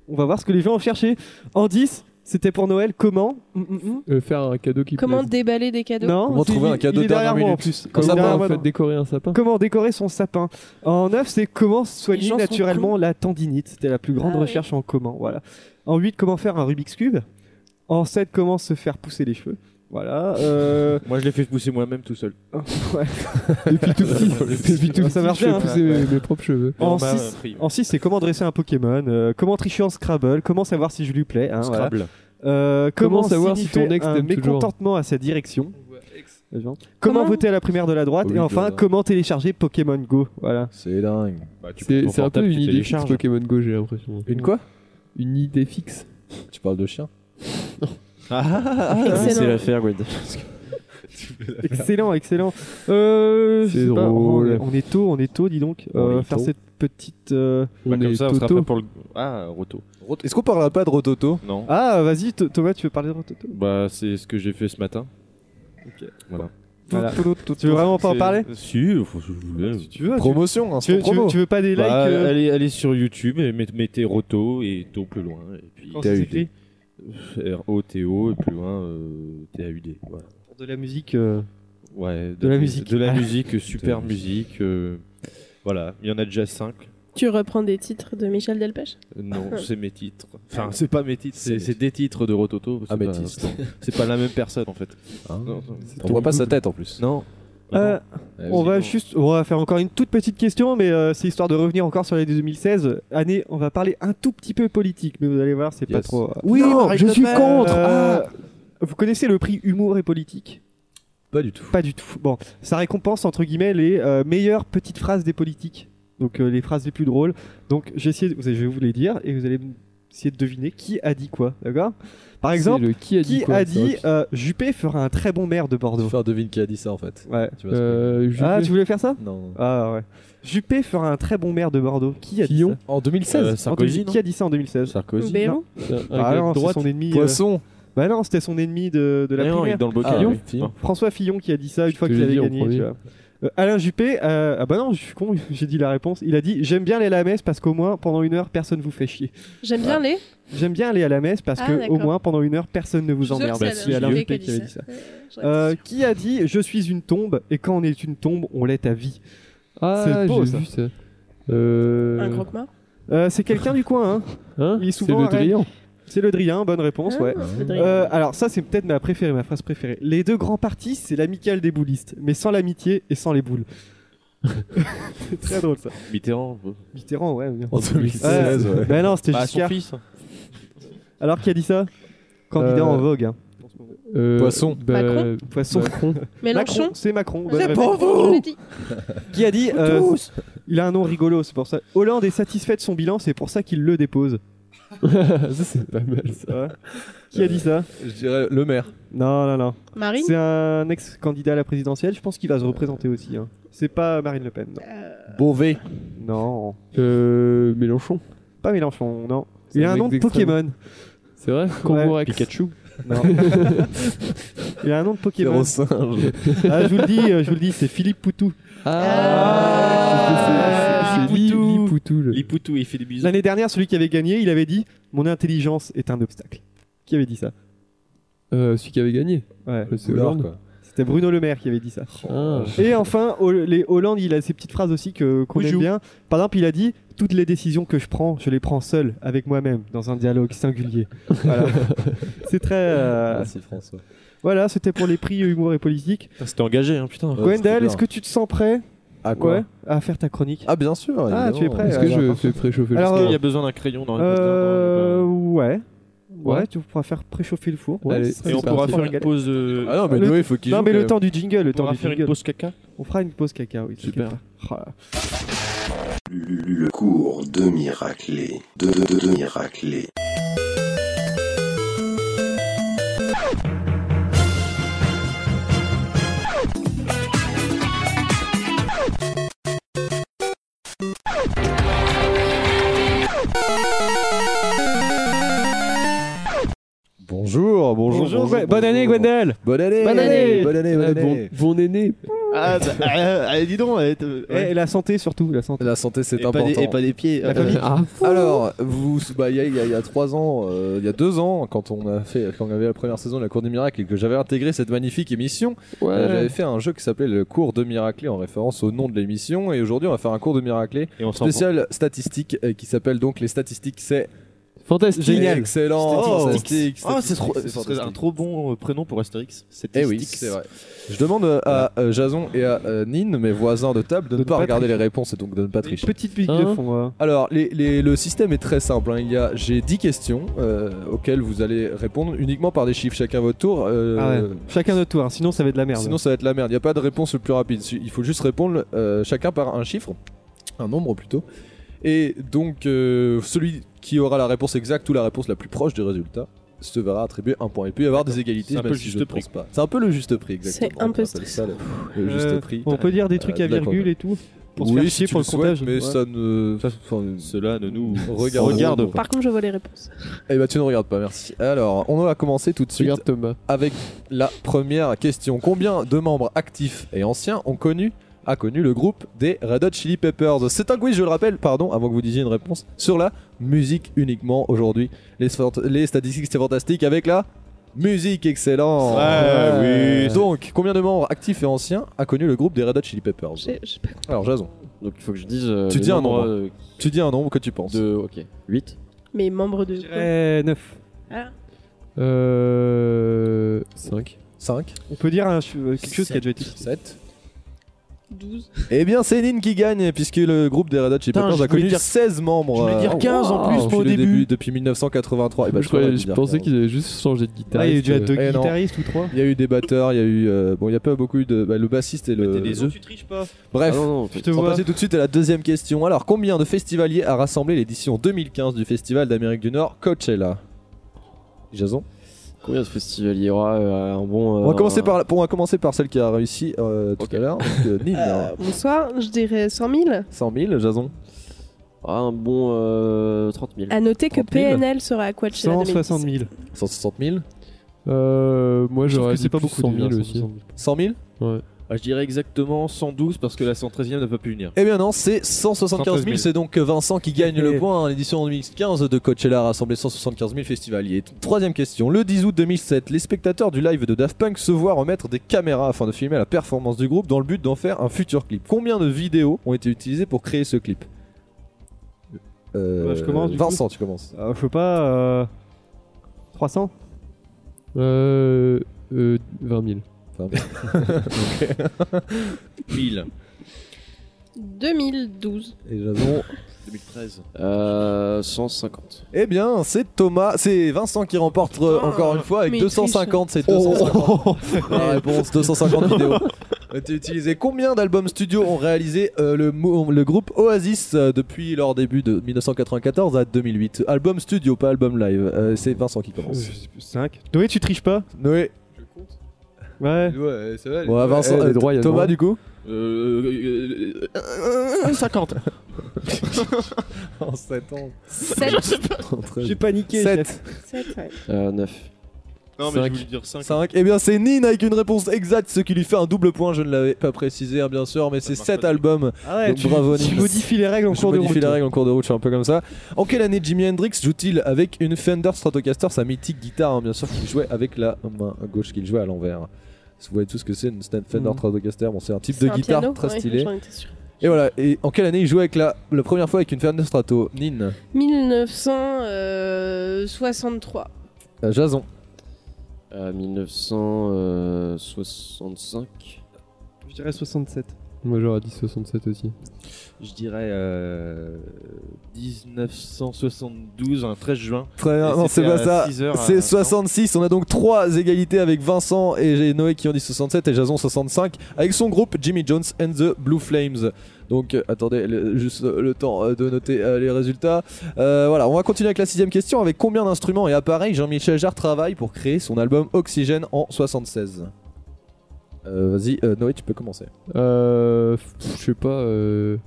Speaker 2: on va voir ce que les gens ont cherché. En 10, c'était pour Noël, comment Mm, mm, mm.
Speaker 3: Euh, faire un cadeau qui
Speaker 6: Comment
Speaker 3: plaise.
Speaker 6: déballer des cadeaux
Speaker 2: Non,
Speaker 4: Comment
Speaker 2: c'est-
Speaker 4: trouver un
Speaker 2: il-
Speaker 4: cadeau
Speaker 2: il est derrière
Speaker 4: dernière
Speaker 2: moi en
Speaker 4: minute.
Speaker 2: plus. Il
Speaker 4: Comment
Speaker 2: est derrière
Speaker 3: Comment
Speaker 2: moi,
Speaker 3: en fait
Speaker 2: non.
Speaker 3: décorer un sapin
Speaker 2: Comment décorer son sapin En 9, c'est comment
Speaker 6: Les
Speaker 2: soigner
Speaker 6: gens sont
Speaker 2: naturellement la tendinite. C'était la plus grande
Speaker 6: Ah oui.
Speaker 2: recherche en comment. Voilà. En 8, comment faire un Rubik's Cube. En 7, comment se faire pousser les cheveux. Voilà. euh,
Speaker 10: Moi, je l'ai fait pousser moi-même tout seul.
Speaker 3: Depuis tout petit. Depuis tout
Speaker 2: Ça
Speaker 3: petit,
Speaker 2: marche
Speaker 3: je fais
Speaker 2: bien, hein.
Speaker 3: pousser mes, mes propres cheveux.
Speaker 2: en
Speaker 10: Normal,
Speaker 2: 6,
Speaker 3: euh,
Speaker 10: prix.
Speaker 2: en 6, c'est comment dresser un Pokémon. euh, comment tricher en Scrabble. Comment savoir si je lui plais.
Speaker 4: Ah,
Speaker 2: hein, voilà.
Speaker 10: Scrabble.
Speaker 2: Euh,
Speaker 3: Comment savoir si
Speaker 2: signifier
Speaker 3: ton ex
Speaker 2: un
Speaker 3: t'aime toujours
Speaker 2: mécontentement à sa direction. Les gens. Comment,
Speaker 6: Comment-
Speaker 2: voter à la primaire de la droite
Speaker 3: Ah
Speaker 4: Oui,
Speaker 2: et enfin
Speaker 4: voilà.
Speaker 2: comment télécharger Pokémon Go. Voilà.
Speaker 4: C'est dingue.
Speaker 10: Bah, tu prends
Speaker 3: C'est
Speaker 10: ton
Speaker 3: c'est un peu
Speaker 10: portable,
Speaker 3: une
Speaker 10: tu
Speaker 3: idée fixe
Speaker 10: télécharges.
Speaker 3: Pokémon Go, j'ai l'impression.
Speaker 4: Une quoi
Speaker 3: Une idée fixe.
Speaker 4: Tu parles de chien
Speaker 2: Ah,
Speaker 1: C'est
Speaker 6: Excellent.
Speaker 1: l'affaire, Gwed.
Speaker 2: Excellent, excellent. Euh, je
Speaker 3: C'est
Speaker 2: sais pas,
Speaker 3: drôle.
Speaker 2: on, est, on est tôt, on est tôt, dis donc.
Speaker 4: On
Speaker 2: Euh,
Speaker 4: est
Speaker 2: faire
Speaker 4: tôt.
Speaker 2: cette petite. euh,
Speaker 10: Bah,
Speaker 3: On
Speaker 10: comme
Speaker 3: est
Speaker 10: ça, on sera
Speaker 3: Toto.
Speaker 10: prêt pour le. Ah, Roto.
Speaker 4: Rot- Est-ce qu'on parlera pas de Rototo
Speaker 10: Non.
Speaker 2: Ah, vas-y, Th- Thomas, tu veux parler de Rototo
Speaker 10: Bah, c'est ce que j'ai fait ce matin. Voilà.
Speaker 2: Voilà. Tu veux vraiment pas en
Speaker 10: C'est-
Speaker 2: parler
Speaker 10: Si, faut- je voulais.
Speaker 2: Tu veux
Speaker 4: Promotion,
Speaker 2: tu,
Speaker 4: instant
Speaker 2: veux, tu veux-
Speaker 4: promo.
Speaker 2: tu veux pas des likes
Speaker 10: Bah,
Speaker 2: euh,
Speaker 10: allez, allez sur YouTube et met- mettez Roto et To plus loin. Et puis
Speaker 2: quand ça s'écrit
Speaker 10: R-O-T-O et plus loin euh, T-A-U-D. Voilà.
Speaker 2: De la musique. euh,
Speaker 10: Ouais, de,
Speaker 2: la musique.
Speaker 10: De la musique, super
Speaker 4: De la
Speaker 10: musique. euh, voilà, il y en a déjà 5.
Speaker 6: Tu reprends des titres de Michel Delpech
Speaker 10: Non, c'est mes titres. Enfin, c'est pas mes titres, c'est c'est des titres de Rototo. c'est pas-
Speaker 4: Améthyste.
Speaker 10: C'est pas la même personne en fait.
Speaker 4: Hein
Speaker 10: Non,
Speaker 4: On voit pas sa tête en plus.
Speaker 10: non.
Speaker 2: euh,
Speaker 4: Ouais,
Speaker 2: on
Speaker 4: Bah, vas-y.
Speaker 2: va juste, on va faire encore une toute petite question, mais euh, c'est histoire de revenir encore sur l'année 2016. Année, on va parler un tout petit peu politique, mais vous allez voir, c'est pas
Speaker 4: Yes.
Speaker 2: trop.
Speaker 4: Oui, Non, Marine je Le suis Pen. contre.
Speaker 2: Euh, Vous connaissez le prix Humour et Politique
Speaker 4: Pas du tout.
Speaker 2: Pas du tout. Bon, ça récompense entre guillemets les euh, meilleures petites phrases des politiques. Donc euh, les phrases les plus drôles. Donc j'ai essayé, de- je vais vous les dire et vous allez m- essayer de deviner qui a dit quoi, d'accord Par exemple,
Speaker 3: C'est le qui a dit
Speaker 2: qui
Speaker 3: quoi
Speaker 2: a
Speaker 3: ça,
Speaker 2: dit
Speaker 3: ok.
Speaker 2: euh, Juppé fera un très bon maire de
Speaker 4: Tu
Speaker 2: Bordeaux
Speaker 4: faire deviner qui a dit ça en fait.
Speaker 2: Ouais.
Speaker 4: Tu vois ce que-
Speaker 3: Euh, Juppé.
Speaker 2: Ah, tu voulais faire ça
Speaker 4: Non.
Speaker 2: Ah ouais. Juppé fera un très bon maire de Bordeaux. Qui a dit
Speaker 3: Fillon
Speaker 2: ça
Speaker 4: En 2016
Speaker 10: Euh,
Speaker 2: En
Speaker 10: Sarkozy,
Speaker 2: 2000, Qui a dit ça en 2016
Speaker 10: Sarkozy.
Speaker 6: Béraud
Speaker 3: C'est un- un
Speaker 2: Ah
Speaker 3: gars de
Speaker 2: non, c'est
Speaker 3: droite.
Speaker 2: son ennemi. euh,
Speaker 4: Poisson.
Speaker 2: Bah non, c'était son ennemi de, de la
Speaker 10: non, il est
Speaker 2: primaire.
Speaker 10: dans le
Speaker 4: Ah,
Speaker 10: bocal.
Speaker 4: oui, Fillon.
Speaker 2: François Fillon qui a dit ça une
Speaker 3: Je
Speaker 2: fois
Speaker 3: te
Speaker 2: qu'il
Speaker 3: l'ai
Speaker 2: avait
Speaker 3: dit en
Speaker 2: gagné.
Speaker 3: premier.
Speaker 2: tu vois. Euh, Alain Juppé, euh, ah bah non, je suis con, j'ai dit la réponse. Il a dit J'aime bien aller à la messe parce qu'au moins pendant une heure personne vous fait chier.
Speaker 6: J'aime
Speaker 2: Ah.
Speaker 6: bien les.
Speaker 2: J'aime bien aller à la messe parce
Speaker 6: Ah,
Speaker 2: que au
Speaker 6: d'accord.
Speaker 2: moins pendant une heure personne ne
Speaker 6: Je
Speaker 2: vous
Speaker 6: suis sûre
Speaker 2: emmerde.
Speaker 6: que
Speaker 10: bah,
Speaker 6: c'est
Speaker 10: si,
Speaker 2: Alain
Speaker 6: Alain
Speaker 2: Juppé qui avait dit ça.
Speaker 6: Ouais, j'aurais
Speaker 2: Euh,
Speaker 6: été sûre.
Speaker 2: qui a dit Je suis une tombe et quand on est une tombe, on l'est à vie
Speaker 3: Ah,
Speaker 2: C'est beau,
Speaker 3: j'ai
Speaker 2: ça.
Speaker 3: vu ça. Euh...
Speaker 6: Un croque-mort
Speaker 2: Euh, C'est quelqu'un du coin, hein
Speaker 3: Hein
Speaker 2: Il est
Speaker 3: C'est
Speaker 2: souvent
Speaker 3: le
Speaker 2: à Rennes.
Speaker 3: Drian.
Speaker 2: C'est le Drien, bonne réponse, ouais.
Speaker 6: Ah, le Drian.
Speaker 2: Euh, alors ça c'est peut-être ma préférée, ma phrase préférée. Les deux grands partis, c'est l'amicale des boulistes, mais sans l'amitié et sans les boules. c'est très drôle ça.
Speaker 10: Mitterrand. bah.
Speaker 2: Mitterrand, ouais. bien.
Speaker 4: En 2016, ouais.
Speaker 2: Mais non, c'était
Speaker 10: Bah, son
Speaker 2: Giscard.
Speaker 10: fils.
Speaker 2: Alors qui a dit ça Candidat
Speaker 3: Euh,
Speaker 2: en vogue. hein.
Speaker 3: Euh,
Speaker 4: Poisson.
Speaker 3: bah,
Speaker 6: Macron.
Speaker 2: Poisson.
Speaker 3: Macron.
Speaker 6: Mélenchon
Speaker 2: c'est Macron. bonne
Speaker 6: C'est
Speaker 2: réponse.
Speaker 6: pour vous Je l'ai dit.
Speaker 2: Qui a dit euh, Il a un nom rigolo, c'est pour ça. Hollande est satisfait de son bilan, c'est pour ça qu'il le dépose.
Speaker 3: Ah, ça c'est pas mal ça.
Speaker 2: Ouais. qui a dit ça
Speaker 4: Je dirais le maire.
Speaker 2: Non, non, non.
Speaker 6: Marine Euh,
Speaker 2: C'est un ex-candidat à la présidentielle. Je pense qu'il va se représenter aussi. hein. C'est pas Marine Le Pen.
Speaker 6: Euh,
Speaker 4: Beauvais.
Speaker 2: Non, non.
Speaker 3: Euh, Mélenchon.
Speaker 2: pas Mélenchon. Non.
Speaker 3: C'est
Speaker 2: Il a
Speaker 3: un
Speaker 2: un
Speaker 3: mec
Speaker 2: nom de
Speaker 3: d'extrême.
Speaker 2: Pokémon.
Speaker 3: C'est vrai Kangourex.
Speaker 10: Pikachu.
Speaker 2: Non. Il a un nom de Pokémon.
Speaker 4: Zéro singe.
Speaker 2: Ah, je vous le dis, euh, je vous le dis, c'est Philippe Poutou.
Speaker 3: Ah,
Speaker 2: Ah,
Speaker 3: c'est- c'est- c'est
Speaker 2: Lipoutou.
Speaker 3: Li- Lipoutou. le-
Speaker 10: Lipoutou, il fait des bisous.
Speaker 2: L'année dernière, celui qui avait gagné, il avait dit Mon intelligence est un obstacle. Qui avait dit ça
Speaker 3: Euh, celui qui avait gagné.
Speaker 2: Ouais.
Speaker 3: Euh, C'est
Speaker 4: Boulard,
Speaker 3: Hollande.
Speaker 4: quoi.
Speaker 2: C'était Bruno Le Maire qui avait dit ça.
Speaker 3: Ah.
Speaker 2: Et enfin, Ho- les Hollande, il a ces petites phrases aussi que qu'on aime
Speaker 10: Bonjour.
Speaker 2: bien. Par exemple, il a dit Toutes les décisions que je prends, je les prends seul, avec moi-même, dans un dialogue singulier. Voilà. C'est très. euh,
Speaker 4: Merci François.
Speaker 2: Voilà, c'était pour les prix humour et politique.
Speaker 10: C'était engagé, hein, putain.
Speaker 4: Ouais, c'était
Speaker 2: Gwendal,
Speaker 4: bien.
Speaker 2: est-ce que tu te sens prêt
Speaker 4: À quoi
Speaker 2: Ouais, à faire ta chronique
Speaker 4: Ah bien sûr.
Speaker 2: Ah,
Speaker 4: évidemment.
Speaker 2: tu es prêt,
Speaker 3: Est-ce
Speaker 2: euh,
Speaker 3: que
Speaker 2: alors,
Speaker 3: je fais préchauffer le
Speaker 2: Alors,
Speaker 10: Il
Speaker 2: euh,
Speaker 10: y a besoin d'un crayon dans
Speaker 2: Euh.
Speaker 10: la
Speaker 2: Ouais.
Speaker 3: Ouais.
Speaker 2: Ouais, tu pourras faire préchauffer le four. Ouais,
Speaker 3: Allez,
Speaker 2: ce serait
Speaker 10: Et on
Speaker 2: sympa.
Speaker 10: pourra faire une
Speaker 2: Régaler.
Speaker 10: pause. euh,
Speaker 4: Ah non mais
Speaker 2: Le-
Speaker 4: Noé faut qu'il
Speaker 2: Non,
Speaker 4: joue,
Speaker 2: mais
Speaker 4: quand
Speaker 2: le
Speaker 4: même.
Speaker 2: temps du jingle, le
Speaker 10: On
Speaker 2: temps
Speaker 10: pourra
Speaker 2: du
Speaker 10: faire
Speaker 2: jingle.
Speaker 10: une pause caca.
Speaker 2: On fera une pause caca, oui.
Speaker 10: Super.
Speaker 2: t'inquiète pas. Oh là là.
Speaker 11: Le cours de Miraclé. De, de, de, de Miraclé.
Speaker 2: donc, ouais, bonne année, Gwendal
Speaker 4: Bonne année
Speaker 2: Bonne année
Speaker 4: Bonne année, bonne
Speaker 2: Ah, bon-
Speaker 4: année.
Speaker 3: Bon aîné
Speaker 12: Ah, bah, euh, allez, dis donc. allez, euh,
Speaker 2: Eh, et la santé surtout, la santé.
Speaker 4: La santé, c'est
Speaker 12: Et pas des-
Speaker 4: important.
Speaker 12: et pas des pieds. La famille.
Speaker 2: Ah.
Speaker 4: Alors, vous, bah, il y, a- il y a- il y a trois ans, euh, il y a deux ans, quand on a fait, quand on avait la première saison de la Cour des Miracles et que j'avais intégré cette magnifique émission,
Speaker 3: Ouais.
Speaker 4: euh, j'avais fait un jeu qui s'appelait le Cours de Miraclé en référence au nom de l'émission. Et aujourd'hui, on va faire un cours de Miraclé
Speaker 10: s'en
Speaker 4: spécial statistique euh, qui s'appelle donc les statistiques. C'est
Speaker 3: fantastique,
Speaker 4: génial, excellent, fantastique.
Speaker 10: Oh, c'est trop,
Speaker 4: statistique,
Speaker 10: ce
Speaker 4: c'est
Speaker 10: serait un
Speaker 4: fantastique.
Speaker 10: trop bon euh, prénom pour Astérix.
Speaker 4: Eh oui,
Speaker 10: Statistix.
Speaker 4: c'est vrai. Je demande euh, à euh, Jason et à euh, Nin, mes voisins de table, de, ne pas, regarder les réponses et donc de ne pas tricher.
Speaker 2: Petite pique de
Speaker 4: Hein
Speaker 2: fond. hein.
Speaker 4: Alors, les- les- le système est très simple. hein. Il y a, j'ai 10 questions euh, auxquelles vous allez répondre uniquement par des chiffres, chacun votre tour. euh,
Speaker 2: Ah ouais. Chacun notre tour, hein, sinon ça va être de la merde.
Speaker 4: Sinon, ça va être la merde. Il n'y a pas de réponse le plus rapide. Il faut juste répondre euh, chacun par un chiffre, un nombre plutôt. Et donc, euh, celui qui aura la réponse exacte ou la réponse la plus proche du résultat se verra attribuer un point. Il peut y avoir des égalités,
Speaker 10: C'est un peu
Speaker 4: même
Speaker 10: le
Speaker 4: si
Speaker 10: juste
Speaker 4: je ne
Speaker 10: prix.
Speaker 4: pense pas. C'est un peu le juste prix, exactement.
Speaker 6: C'est un
Speaker 4: On
Speaker 6: peu
Speaker 4: appelle ça le, le juste
Speaker 2: Euh,
Speaker 4: prix.
Speaker 2: On peut dire des trucs
Speaker 4: euh,
Speaker 2: à
Speaker 4: de la
Speaker 2: virgule et tout pour se
Speaker 4: oui,
Speaker 2: faire
Speaker 4: si
Speaker 2: chier
Speaker 4: tu
Speaker 2: pour
Speaker 4: le
Speaker 2: le comptage.
Speaker 4: souhaites, mais
Speaker 2: Ouais.
Speaker 4: ça ne.
Speaker 10: Cela ne nous
Speaker 4: Regarde.
Speaker 10: regarde pas.
Speaker 6: Par contre, je vois les réponses.
Speaker 4: Eh bah tu ne regardes pas, merci. Alors, on va commencer tout de suite
Speaker 3: Regarde Thomas.
Speaker 4: avec la première question. Combien de membres actifs et anciens ont connu a connu le groupe des Red Hot Chili Peppers. C'est un quiz, je le rappelle, pardon, avant que vous disiez une réponse, sur la musique uniquement aujourd'hui. Les, fant- les statistiques, c'est fantastique avec la musique, excellent.
Speaker 10: Ouais, oui.
Speaker 4: Donc, combien de membres actifs et anciens a connu le groupe des Red Hot Chili Peppers
Speaker 6: J'ai- j'ai pas-
Speaker 4: Alors, Jason,
Speaker 1: Donc il faut que je dise. euh,
Speaker 4: Tu
Speaker 1: le
Speaker 4: dis un nombre.
Speaker 1: euh,
Speaker 4: tu dis un nombre que tu penses.
Speaker 1: de. Ok. 8.
Speaker 6: Mais membres de.
Speaker 2: Eh, neuf.
Speaker 6: Ah.
Speaker 3: Euh. 5.
Speaker 4: 5,
Speaker 2: On peut dire un ch- euh, quelque chose qui a déjà été.
Speaker 4: 7.
Speaker 6: 12.
Speaker 4: Eh bien, c'est Nin qui gagne, puisque le groupe des Red Hot Chili
Speaker 10: Putain,
Speaker 4: Peppers
Speaker 10: je
Speaker 4: a
Speaker 10: voulais
Speaker 4: connu
Speaker 10: dire-
Speaker 4: 16 membres.
Speaker 10: je voulais
Speaker 4: euh,
Speaker 10: dire 15 en
Speaker 3: wow.
Speaker 10: plus,
Speaker 4: depuis
Speaker 10: moi, au
Speaker 4: le
Speaker 10: début.
Speaker 4: depuis 1983. Eh ben,
Speaker 3: je, croyais-
Speaker 4: crois
Speaker 3: je
Speaker 4: dire
Speaker 3: pensais
Speaker 4: 15.
Speaker 3: qu'ils avaient juste changé de guitare.
Speaker 2: Ah, il y a déjà deux
Speaker 4: Eh non.
Speaker 2: guitaristes ou trois.
Speaker 4: Il y a eu des batteurs, il y a eu. euh, bon, il n'y a pas beaucoup eu de. bah, le bassiste et le.
Speaker 10: Tu triches pas.
Speaker 4: Bref.
Speaker 1: Ah non, non, en fait.
Speaker 2: Je te
Speaker 4: on va
Speaker 2: vois.
Speaker 4: passer tout de suite à la deuxième question. Alors, combien de festivaliers a rassemblé l'édition 2015 du Festival d'Amérique du Nord Coachella Jason
Speaker 1: Combien de festivals il y aura euh, Un bon. euh,
Speaker 4: on va, commencer
Speaker 1: un-
Speaker 4: par, la- on va commencer par celle qui a réussi euh, tout à l'heure. donc, euh, Nin, hein.
Speaker 6: Bonsoir, je dirais 100 000.
Speaker 4: 100 000, Jason.
Speaker 1: Ah, un bon euh, 30 000.
Speaker 6: À noter que
Speaker 4: 30 000.
Speaker 6: PNL sera à Coachella
Speaker 2: 160
Speaker 6: 2017.
Speaker 2: 000.
Speaker 4: 160 000.
Speaker 3: Euh, moi
Speaker 2: Je trouve
Speaker 3: j'aurais
Speaker 2: que
Speaker 3: dit
Speaker 2: c'est pas
Speaker 3: plus
Speaker 2: beaucoup
Speaker 3: 100
Speaker 2: déjà,
Speaker 3: 000 aussi.
Speaker 4: 100 000
Speaker 3: Ouais.
Speaker 10: Ah, je dirais exactement 112 parce que la 113 e n'a pas pu venir.
Speaker 4: Eh bien non, c'est 175 000. C'est donc Vincent qui gagne le point. L'édition 2015 de Coachella a rassemblé 175 000 festivaliers. Troisième question. Le 10 août 2007, les spectateurs du live de Daft Punk se voient remettre des caméras afin de filmer la performance du groupe dans le but d'en faire un futur clip. Combien de vidéos ont été utilisées pour créer ce clip Euh,
Speaker 2: Bah, je commence, du
Speaker 4: Vincent, tu commences.
Speaker 2: Euh, je sais pas. euh, 300
Speaker 3: Euh, euh, 20 000.
Speaker 10: 1000.
Speaker 6: 2012.
Speaker 4: Et Jason.
Speaker 10: 2013.
Speaker 1: Euh, 150.
Speaker 4: eh bien, c'est Thomas, c'est Vincent qui remporte euh, encore une fois avec
Speaker 6: Mais il
Speaker 4: 250. C'est 250. La réponse 250 vidéos. Euh, T'as utilisé combien d'albums studio ont réalisé euh, le, mo- le groupe Oasis euh, depuis leur début de 1994 à 2008 Album studio, pas album live. Euh, c'est Vincent qui commence.
Speaker 2: 5. Noé, tu triches pas
Speaker 4: Noé.
Speaker 2: Ouais.
Speaker 12: Ouais, c'est vrai.
Speaker 4: Ouais, Vincent,
Speaker 3: elle a
Speaker 4: euh,
Speaker 3: droit, il y a
Speaker 4: Thomas
Speaker 3: droit.
Speaker 4: du coup
Speaker 10: Euh, euh, euh, euh, 50.
Speaker 4: En 7 ans.
Speaker 6: 7.
Speaker 2: J'ai paniqué.
Speaker 4: 7,
Speaker 6: 7, ouais.
Speaker 1: Euh, 9.
Speaker 10: Non, mais je voulais dire 5.
Speaker 4: 5. Eh bien, c'est Nin avec une réponse exacte, ce qui lui fait un double point. Je ne l'avais pas précisé, hein, bien sûr, mais c'est
Speaker 10: marche
Speaker 4: 7
Speaker 10: pas.
Speaker 4: albums.
Speaker 2: Ah ouais,
Speaker 4: Donc,
Speaker 2: tu,
Speaker 4: bravo,
Speaker 2: tu
Speaker 4: Nicolas.
Speaker 2: modifies les règles en
Speaker 4: Je
Speaker 2: cours de
Speaker 4: modifie
Speaker 2: route.
Speaker 4: la règle en cours de route, je suis un peu comme ça. En quelle année Jimi Hendrix joue-t-il avec une Fender Stratocaster, sa mythique guitare, hein, bien sûr, qu'il jouait avec la main gauche qu'il jouait à l'envers Vous voyez tout ce que c'est une Stan- Fender
Speaker 2: Mhm.
Speaker 4: Stratocaster, bon, c'est un type
Speaker 6: C'est
Speaker 4: de
Speaker 6: un
Speaker 4: guitare
Speaker 6: piano,
Speaker 4: très
Speaker 6: ouais,
Speaker 4: stylé.
Speaker 6: j'en étais sûre.
Speaker 4: Et voilà, et en quelle année il jouait avec la, la première fois avec une Fender Strato Nin,
Speaker 6: 1963.
Speaker 4: euh, Jason,
Speaker 1: Euh, 1965.
Speaker 2: Je dirais 67.
Speaker 3: Moi j'aurais dit 67 aussi.
Speaker 10: Je dirais euh, 1972, un 13 juin.
Speaker 4: Très bien,
Speaker 10: Et
Speaker 4: Ah, non, c'est
Speaker 10: c'était à
Speaker 4: pas ça.
Speaker 10: 6 heures,
Speaker 4: C'est
Speaker 10: euh,
Speaker 4: 66. On a donc 3 égalités avec Vincent et j'ai Noé qui ont dit 67 et Jason 65 avec son groupe Jimmy Jones and the Blue Flames. Donc euh, attendez, le- juste euh, le temps euh, de noter euh, les résultats. Euh, voilà, on va continuer avec la sixième question. Avec combien d'instruments et appareils Jean-Michel Jarre travaille pour créer son album Oxygène en 76 Euh, Vas-y, euh, Noé, tu peux commencer.
Speaker 3: Euh, pff, je sais pas, euh,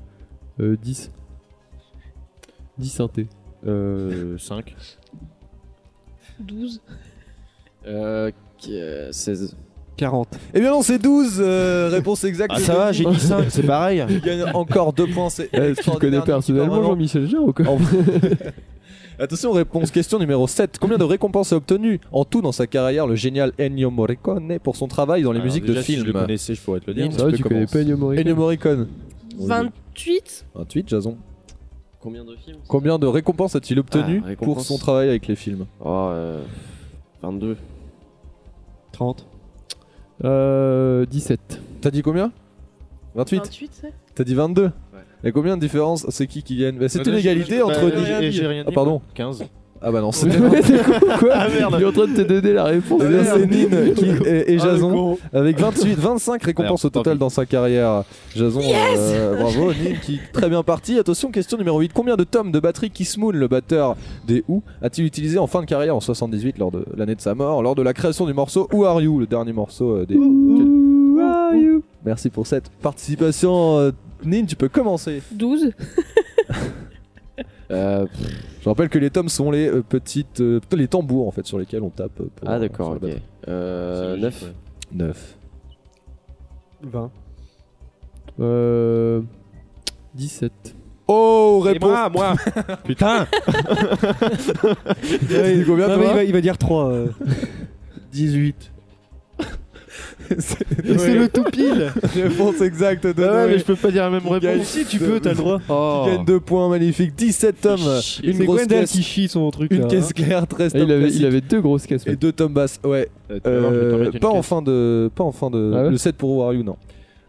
Speaker 3: euh, 10.
Speaker 1: Euh,
Speaker 3: 10 synthés.
Speaker 10: Euh, 5.
Speaker 6: 12.
Speaker 1: Euh, qui- euh, 16.
Speaker 2: 40.
Speaker 4: Eh bien non, c'est 12 euh, réponses exactes.
Speaker 1: Ah, ça va, j'ai dit cinq, c'est pareil. Eh,
Speaker 4: Il gagne encore 2 points, c'est
Speaker 3: Est-ce que tu le connais
Speaker 4: extraordinaire,
Speaker 3: personnellement,
Speaker 4: Nicolas Roland.
Speaker 3: Jean-Michel Jarre ou quoi
Speaker 4: Attention, réponse question numéro 7. Combien de récompenses a obtenu en tout dans sa carrière le génial Ennio Morricone pour son travail dans les
Speaker 10: Alors
Speaker 4: musiques
Speaker 10: déjà,
Speaker 4: de
Speaker 10: si
Speaker 4: films
Speaker 10: je le connaissais, je pourrais te le dire.
Speaker 4: Un petit
Speaker 10: Ça va,
Speaker 4: peu
Speaker 10: tu connais
Speaker 4: commence.
Speaker 10: pas Ennio Morricone
Speaker 4: Ennio Morricone.
Speaker 6: 28
Speaker 4: 28, Jason.
Speaker 1: Combien de films
Speaker 4: Combien de récompenses a-t-il obtenu
Speaker 1: Ah, récompenses.
Speaker 4: pour son travail avec les films
Speaker 1: Oh, euh, 22.
Speaker 2: 30.
Speaker 3: Euh, 17.
Speaker 4: T'as dit combien 28
Speaker 6: 28, ouais.
Speaker 4: T'as dit 22 Et combien de différence C'est qui qui gagne Bah, C'était une égalité entre.
Speaker 10: J'ai j'ai rien dit.
Speaker 4: Ah, pardon.
Speaker 10: 15.
Speaker 4: Ah bah non, c'est
Speaker 3: quoi
Speaker 4: Ah, merde.
Speaker 3: Il est en train de te donner la réponse.
Speaker 4: Eh bien, c'est Nin qui- et, et
Speaker 1: Ah,
Speaker 4: Jason avec 28, 25 récompenses au total dans sa carrière. Jason, euh, bravo, Nin qui est très bien parti. Attention, question numéro 8. Combien de tomes de batterie Kiss Moon, le batteur des Who, a-t-il utilisé en fin de carrière en 78 lors de l'année de sa mort, lors de la création du morceau Who Are You, le dernier morceau euh, des Who
Speaker 3: Are You
Speaker 4: Merci pour cette participation. euh, Nin, tu peux commencer.
Speaker 6: 12
Speaker 1: Euh,
Speaker 4: Je rappelle que les tomes sont les euh, petites, euh, les tambours en fait sur lesquels on tape. euh, pour-
Speaker 1: Ah, d'accord,
Speaker 4: sur la
Speaker 1: ok.
Speaker 4: batterie.
Speaker 1: Euh, 9.
Speaker 4: 9.
Speaker 2: 20.
Speaker 3: Euh, 17.
Speaker 4: Oh,
Speaker 3: réponse.
Speaker 2: moi, moi.
Speaker 10: Putain
Speaker 4: dit combien,
Speaker 2: Non, mais
Speaker 4: toi
Speaker 10: hein.
Speaker 2: il, va, il va dire euh. 3.
Speaker 10: 18.
Speaker 4: C'est
Speaker 2: C'est le tout pile.
Speaker 4: Réponse exacte de
Speaker 10: Ah ouais,
Speaker 4: Noé.
Speaker 10: mais je peux pas dire la même
Speaker 4: Qui gagne-
Speaker 10: réponse.
Speaker 2: Si tu peux, t'as le droit.
Speaker 10: Oh.
Speaker 4: Qui gagne 2 points magnifiques, 17 tomes, une
Speaker 2: C'est
Speaker 4: grosse
Speaker 2: Gwendal
Speaker 4: caisse,
Speaker 2: qui chie son truc. là,
Speaker 4: une
Speaker 2: hein.
Speaker 4: caisse claire, 13
Speaker 3: Ah,
Speaker 4: tomes
Speaker 3: il, avait, il
Speaker 4: classiques
Speaker 3: avait deux grosses casques.
Speaker 4: et 2 tomes basses. Ouais.
Speaker 10: Euh, tu vas voir, je vais t'en
Speaker 4: Euh,
Speaker 10: mettre une
Speaker 4: pas, en
Speaker 10: caisse.
Speaker 4: fin de, pas en fin de.
Speaker 3: Ah ouais
Speaker 4: Le 7 pour Wario, non.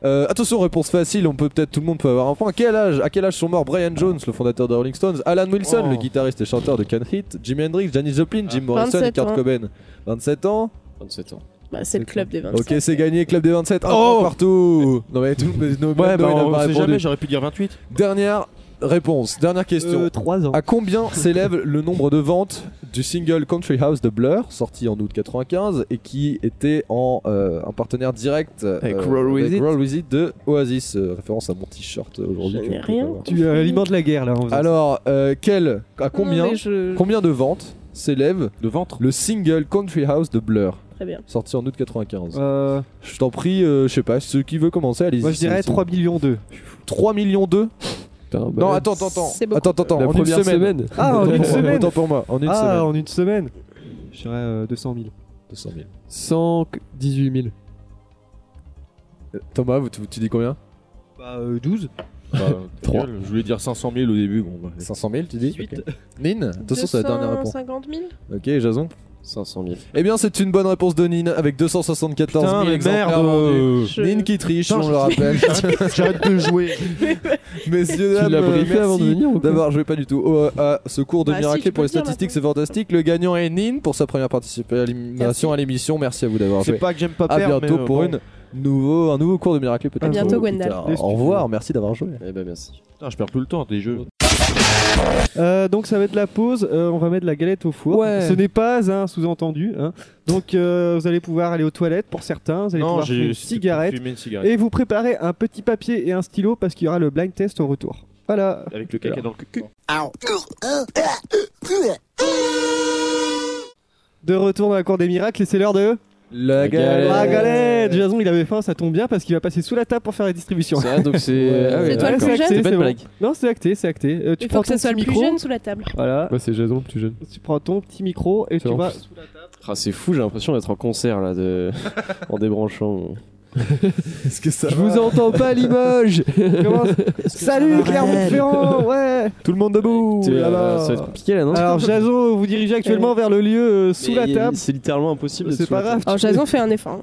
Speaker 4: Euh, attention, réponse facile, on peut peut-être tout le monde peut avoir un point. Quel âge, à quel âge sont morts Brian Jones, le fondateur des Rolling Stones, Alan Wilson,
Speaker 2: Oh.
Speaker 4: le guitariste et chanteur de Can Hit, Jimi Hendrix, Janis Joplin, Jim Morrison et
Speaker 6: 27
Speaker 4: Kurt
Speaker 6: ans.
Speaker 4: Cobain 27 ans.
Speaker 1: 27 ans.
Speaker 6: Bah, c'est le club des 25.
Speaker 4: Ok, c'est gagné, club des 27. Un
Speaker 10: Oh
Speaker 4: point partout. Non mais tout le monde.
Speaker 10: Ouais, bah, on sait jamais, j'aurais pu dire 28.
Speaker 4: Dernière réponse, dernière question.
Speaker 2: Euh, 3 ans.
Speaker 4: À combien s'élève le nombre de ventes du single Country House de Blur, sorti en août 95 et qui était en euh, un partenaire direct euh,
Speaker 3: Avec Roll With It.
Speaker 4: Roll With It de Oasis, euh, référence à mon t-shirt euh, aujourd'hui.
Speaker 6: J'en
Speaker 4: que
Speaker 6: ai
Speaker 4: vous pouvez
Speaker 6: rien.
Speaker 4: avoir.
Speaker 2: Tu euh, alimentes la guerre là. En faisant
Speaker 4: Alors, euh, quel, à combien,
Speaker 6: Non, mais je-
Speaker 4: combien de ventes s'élève
Speaker 10: Le ventre
Speaker 4: le single Country House de Blur,
Speaker 6: Très bien.
Speaker 4: sorti en août 95
Speaker 2: ça. Euh,
Speaker 4: Je t'en prie, euh, je sais pas, ceux qui veut commencer, allez-y.
Speaker 2: moi je dirais
Speaker 4: c'est-
Speaker 2: 3 millions 2.
Speaker 4: 3 millions 2
Speaker 3: Putain, bah,
Speaker 4: Non, attends, attends, attends.
Speaker 6: C'est beaucoup.
Speaker 4: Attends, attends,
Speaker 3: La
Speaker 4: en
Speaker 3: première
Speaker 4: une semaine.
Speaker 3: semaine.
Speaker 2: Ah, en une semaine
Speaker 4: Autant pour moi, en une
Speaker 2: Ah,
Speaker 4: semaine.
Speaker 2: en une semaine Je dirais euh, 200 000.
Speaker 4: 200 000.
Speaker 3: 118 000.
Speaker 4: Euh, Thomas, vous- tu, tu dis combien
Speaker 2: Bah, euh, 12
Speaker 10: 3. Je voulais dire 500 000 au début. Bon, bah,
Speaker 4: 500 000, tu dis 8. Nin Attention, c'est la dernière réponse.
Speaker 6: 250 000
Speaker 4: Ok, Jason
Speaker 1: 500 000.
Speaker 4: Eh bien, c'est une bonne réponse de Nin avec 274 000
Speaker 10: Putain, mais
Speaker 4: exemplaires
Speaker 10: merde,
Speaker 4: vendus.
Speaker 10: euh,
Speaker 6: Je-
Speaker 4: Nin qui triche,
Speaker 10: Putain,
Speaker 4: on
Speaker 10: je-
Speaker 4: le rappelle.
Speaker 10: J'arrête de jouer.
Speaker 4: Messieurs,
Speaker 3: Tu
Speaker 4: dames,
Speaker 3: l'as briefé
Speaker 4: merci
Speaker 3: avant de venir ou quoi
Speaker 4: d'avoir joué pas du tout au- euh, à ce cours de
Speaker 6: Bah si,
Speaker 4: Miracle
Speaker 6: tu
Speaker 4: pour
Speaker 6: peux
Speaker 4: les
Speaker 6: le dire
Speaker 4: statistiques, c'est
Speaker 6: maintenant.
Speaker 4: fantastique. Le gagnant est Nin pour sa première participation à l'émission. Merci à vous d'avoir joué.
Speaker 10: C'est pas que j'aime pas
Speaker 2: Ah,
Speaker 4: à
Speaker 10: perdre.
Speaker 4: bientôt
Speaker 10: mais, euh,
Speaker 4: pour
Speaker 10: bon.
Speaker 4: une nouveau, un nouveau cours de Miracle peut-être.
Speaker 6: À bientôt,
Speaker 4: euh, plus
Speaker 6: Gwendal.
Speaker 4: tard.
Speaker 2: Laisse
Speaker 4: Au
Speaker 2: tu
Speaker 4: revoir, merci d'avoir joué.
Speaker 1: Eh ben, merci.
Speaker 10: Putain, je perds tout le temps des jeux.
Speaker 2: Euh, donc ça va être la pause, euh, on va mettre la galette au four.
Speaker 4: Ouais.
Speaker 2: Ce n'est pas un sous-entendu. hein. Donc euh, vous allez pouvoir aller aux toilettes pour certains, vous allez pouvoir fumer une
Speaker 10: c'était
Speaker 2: cigarette.
Speaker 10: pour fumer une cigarette.
Speaker 2: Et vous préparez un petit papier et un stylo parce qu'il y aura le blind test au retour. Voilà.
Speaker 10: Avec le caca dans le cul.
Speaker 2: De retour dans la cour des miracles et c'est l'heure de...
Speaker 4: La
Speaker 1: galette.
Speaker 2: La galette Jason il avait faim, ça tombe bien parce qu'il va passer sous la table pour faire les distributions.
Speaker 1: C'est vrai, donc c'est. Ah,
Speaker 6: C'est
Speaker 1: ouais,
Speaker 6: toi le
Speaker 1: d'accord.
Speaker 6: plus jeune
Speaker 1: C'est pas de
Speaker 2: bon.
Speaker 1: blague.
Speaker 2: Non c'est acté, c'est acté. Euh, tu
Speaker 6: Il
Speaker 2: prends
Speaker 6: faut que
Speaker 2: ton
Speaker 6: ce soit
Speaker 2: petit
Speaker 6: le plus
Speaker 2: micro.
Speaker 6: jeune sous la table.
Speaker 2: Voilà,
Speaker 3: Bah, c'est Jason, le plus jeune.
Speaker 2: tu prends ton petit micro et
Speaker 3: C'est
Speaker 2: tu
Speaker 3: bon.
Speaker 2: vas...
Speaker 1: Ah, c'est fou, j'ai l'impression d'être en concert là, de... en débranchant. mon-
Speaker 4: Est-ce que ça
Speaker 3: Je vous entends pas, Limoges
Speaker 2: Commence. Salut Clermont-Ferrand Ouais
Speaker 4: Tout le monde debout
Speaker 1: T'es, euh,
Speaker 4: là-bas.
Speaker 1: ça va être compliqué là, non
Speaker 2: Alors Jason, vous dirigez actuellement vers le lieu euh, sous
Speaker 1: Mais
Speaker 2: la
Speaker 1: y a-
Speaker 2: table.
Speaker 1: C'est littéralement impossible. d'être
Speaker 2: C'est
Speaker 1: sous la
Speaker 2: pas grave.
Speaker 6: Alors, Jason fait un effort.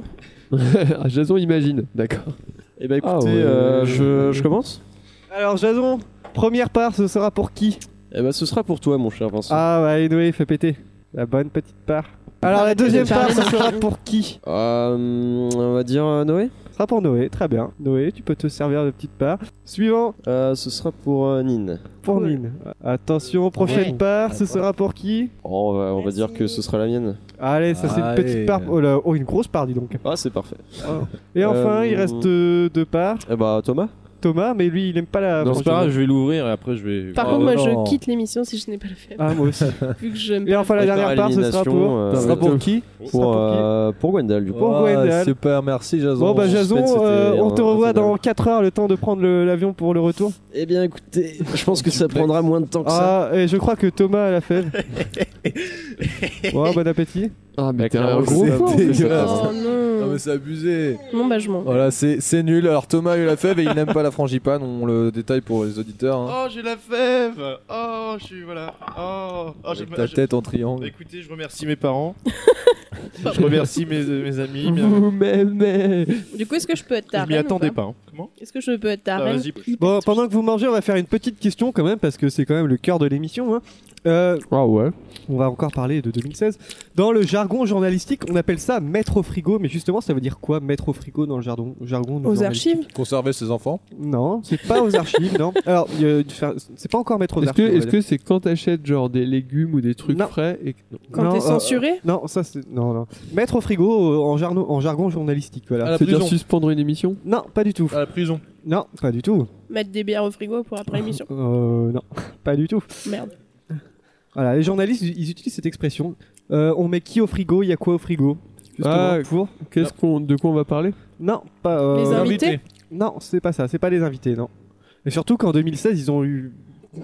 Speaker 6: hein.
Speaker 3: Ah, Jason imagine, d'accord.
Speaker 1: Eh ben écoutez,
Speaker 3: Ah ouais.
Speaker 1: euh, je, je commence
Speaker 2: Alors Jason, première part, ce sera pour qui
Speaker 1: Eh ben ce sera pour toi mon cher Vincent.
Speaker 2: Ah bah allez Noé, fais péter. La bonne petite part. Alors
Speaker 3: Ah,
Speaker 2: la deuxième part, ce sera pour qui
Speaker 1: Euh, on va dire euh, Noé
Speaker 2: Ce sera pour Noé, très bien. Noé, tu peux te servir de petite part. Suivant,
Speaker 1: Euh, Ce sera pour euh, Nin.
Speaker 2: pour
Speaker 6: Cool.
Speaker 2: Mine. Attention, prochaine
Speaker 6: Ouais.
Speaker 2: part, ce sera pour qui
Speaker 1: Oh, on va, on va
Speaker 6: Merci.
Speaker 1: dire que ce sera la mienne.
Speaker 2: Allez, ça c'est une
Speaker 4: Allez.
Speaker 2: petite part. Oh là, oh une grosse part dis donc.
Speaker 1: Ah c'est parfait.
Speaker 2: Et enfin,
Speaker 1: Euh,
Speaker 2: il reste euh, deux parts.
Speaker 1: Eh bah Thomas
Speaker 2: Thomas, mais lui, il aime pas la.
Speaker 10: Non, c'est
Speaker 2: franchise.
Speaker 10: pas grave, je vais l'ouvrir et après je vais.
Speaker 6: Par
Speaker 10: Oh,
Speaker 6: contre, moi,
Speaker 10: non.
Speaker 6: je quitte l'émission si je n'ai pas le fait.
Speaker 2: Ah, moi aussi.
Speaker 6: Vu que j'aime
Speaker 2: Et enfin, la dernière part, ce sera pour.
Speaker 1: euh,
Speaker 4: Ce sera pour qui
Speaker 2: pour
Speaker 13: pour, euh, pour Gwendal, du coup.
Speaker 2: Pour Gwendal.
Speaker 4: Super, merci Jason.
Speaker 2: Bon, bah, Jason,
Speaker 13: Suspense,
Speaker 2: euh,
Speaker 13: c'était,
Speaker 2: on te
Speaker 13: euh,
Speaker 2: revoit dans 4 heures, le temps de prendre le- l'avion pour le retour.
Speaker 13: Eh bien, écoutez, je pense que ça prendra moins de temps que ça.
Speaker 2: Ah, et je crois que Thomas a la fève. bon, bon appétit.
Speaker 3: Ah, mais t'es un
Speaker 4: clairement,
Speaker 3: gros
Speaker 4: c'est
Speaker 3: con,
Speaker 4: dégueulasse.
Speaker 3: ça.
Speaker 6: Oh non.
Speaker 4: Non, mais c'est abusé.
Speaker 6: Non, bah, je m'en.
Speaker 4: Voilà, c'est c'est nul. Alors Thomas a eu la fève et il n'aime pas la frangipane. On le détaille pour les auditeurs. hein.
Speaker 12: Oh, j'ai la fève Oh, je suis. Voilà. Oh, oh j'ai-
Speaker 4: Avec ta
Speaker 12: je- Bah,
Speaker 4: tête en triangle.
Speaker 12: Écoutez, je remercie mes parents. je remercie mes, mes
Speaker 9: Eh
Speaker 12: amis. mes-
Speaker 3: m'aimez.
Speaker 6: Du coup, est-ce que je peux être ta
Speaker 12: Je m'y
Speaker 6: reine ou
Speaker 12: attendais pas. hein. Comment
Speaker 6: Est-ce que je peux être ta
Speaker 12: Ah,
Speaker 6: reine
Speaker 12: vas-y,
Speaker 2: Bon, pendant que vous mangez, on va faire une petite question quand même, parce que c'est quand même le cœur de l'émission. hein. Euh,
Speaker 3: Ah ouais.
Speaker 2: on va encore parler de 2016. Dans le jargon journalistique, on appelle ça mettre au frigo, mais justement, ça veut dire quoi mettre au frigo dans le jargon, jargon de
Speaker 6: Aux
Speaker 2: journalistique
Speaker 6: archives
Speaker 4: Conserver ses enfants.
Speaker 2: Non, c'est pas aux archives, non. Alors, euh, faire- c'est pas encore mettre aux
Speaker 3: Est-ce que
Speaker 2: archives. on va
Speaker 3: est-ce
Speaker 2: dire.
Speaker 3: que c'est quand t'achètes genre des légumes ou des trucs frais et que- non.
Speaker 6: Quand
Speaker 2: Non,
Speaker 6: t'es
Speaker 2: euh,
Speaker 6: censuré
Speaker 2: Non, ça c'est. Non, non. Mettre au frigo euh, en, jarno- en jargon journalistique, voilà.
Speaker 3: C'est dire suspendre une émission
Speaker 2: Non, pas du tout.
Speaker 12: À la prison.
Speaker 2: Non, pas du tout.
Speaker 6: Mettre des bières au frigo pour après l'émission.
Speaker 2: Euh, non, pas du tout.
Speaker 6: Merde.
Speaker 2: Voilà, les journalistes, ils utilisent cette expression. Euh, on met qui au frigo Il y a quoi au frigo Justement,
Speaker 3: Ah,
Speaker 2: pour.
Speaker 3: Qu'est-ce qu'on de quoi on va parler
Speaker 2: Non, pas. euh,
Speaker 6: Les invités
Speaker 2: Non, c'est pas ça. C'est pas les invités, non. Et surtout qu'en 2016, ils ont eu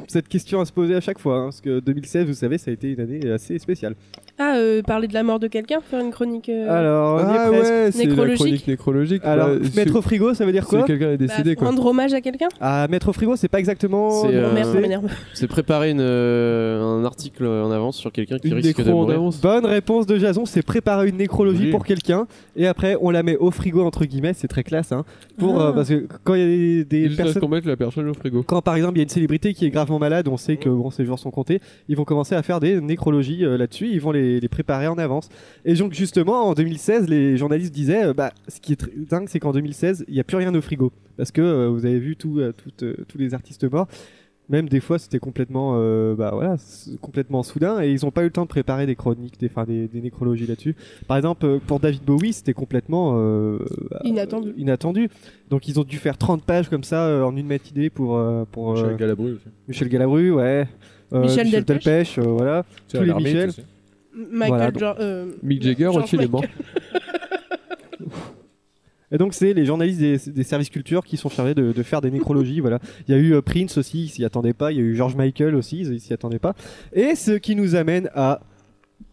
Speaker 2: cette question à se poser à chaque fois. hein, parce que 2016, vous savez, ça a été une année assez spéciale.
Speaker 6: Ah, euh, parler de la mort de quelqu'un Faire une chronique. euh,
Speaker 2: Alors, on y est
Speaker 3: Ah
Speaker 2: presque.
Speaker 3: ouais, c'est la
Speaker 6: Nécrologique.
Speaker 3: chronique nécrologique.
Speaker 2: Alors,
Speaker 3: Bah,
Speaker 2: mettre
Speaker 3: c'est-
Speaker 2: au frigo, ça veut dire
Speaker 3: c'est
Speaker 2: quoi
Speaker 3: quelqu'un est
Speaker 6: bah,
Speaker 3: décédé quoi.
Speaker 6: rendre hommage à quelqu'un
Speaker 2: Ah, mettre au frigo, c'est pas exactement.
Speaker 1: C'est,
Speaker 2: non,
Speaker 1: euh,
Speaker 6: Merde, ça m'énerve.
Speaker 1: C'est préparer une, euh, un article en avance sur quelqu'un qui
Speaker 3: Une
Speaker 1: risque de
Speaker 3: décro en
Speaker 1: mourir.
Speaker 3: avance.
Speaker 2: Bonne réponse de Jason, c'est préparer une nécrologie
Speaker 1: Oui.
Speaker 2: pour quelqu'un et après on la met au frigo entre guillemets, c'est très classe hein, pour
Speaker 6: Ah.
Speaker 2: euh, parce que quand il y a des, des
Speaker 3: Il juste
Speaker 2: personnes
Speaker 3: qu'on mette la personne au frigo.
Speaker 2: quand par exemple il y a une célébrité qui est gravement malade, on sait que bon, ses jours sont comptés, ils vont commencer à faire des nécrologies euh, là-dessus, ils vont les, les préparer en avance. Et donc justement en 2016, les journalistes disaient, euh, bah, ce qui est tr- dingue, c'est qu'en 2016, il n'y a plus rien au frigo, parce que euh, vous avez vu tout, euh, tout, euh, tous les artistes morts. Même des fois, c'était complètement, euh, bah voilà, s- complètement soudain, et ils n'ont pas eu le temps de préparer des chroniques, des, enfin, des, des nécrologies là-dessus. Par exemple, euh, pour David Bowie, c'était complètement euh, bah,
Speaker 6: Inattendu.
Speaker 2: inattendu. Donc ils ont dû faire 30 pages comme ça euh, en une matinée pour euh, pour euh,
Speaker 4: Michel Galabru aussi.
Speaker 2: Michel Galabru, ouais. Euh,
Speaker 6: Michel Delpech.
Speaker 2: Delpech, euh, voilà. Tous les Michel.
Speaker 6: M- Michael
Speaker 2: Voilà, donc-
Speaker 6: Jor- euh,
Speaker 3: Mick Jagger
Speaker 6: George
Speaker 3: aussi il est mort.
Speaker 6: Michael.
Speaker 2: Et donc c'est les journalistes des, des services culture qui sont chargés de, de faire des nécrologies, voilà. Il y a eu euh, Prince aussi, ils s'y attendaient pas. Il y a eu George Michael aussi, ils s'y attendaient pas. Et ce qui nous amène à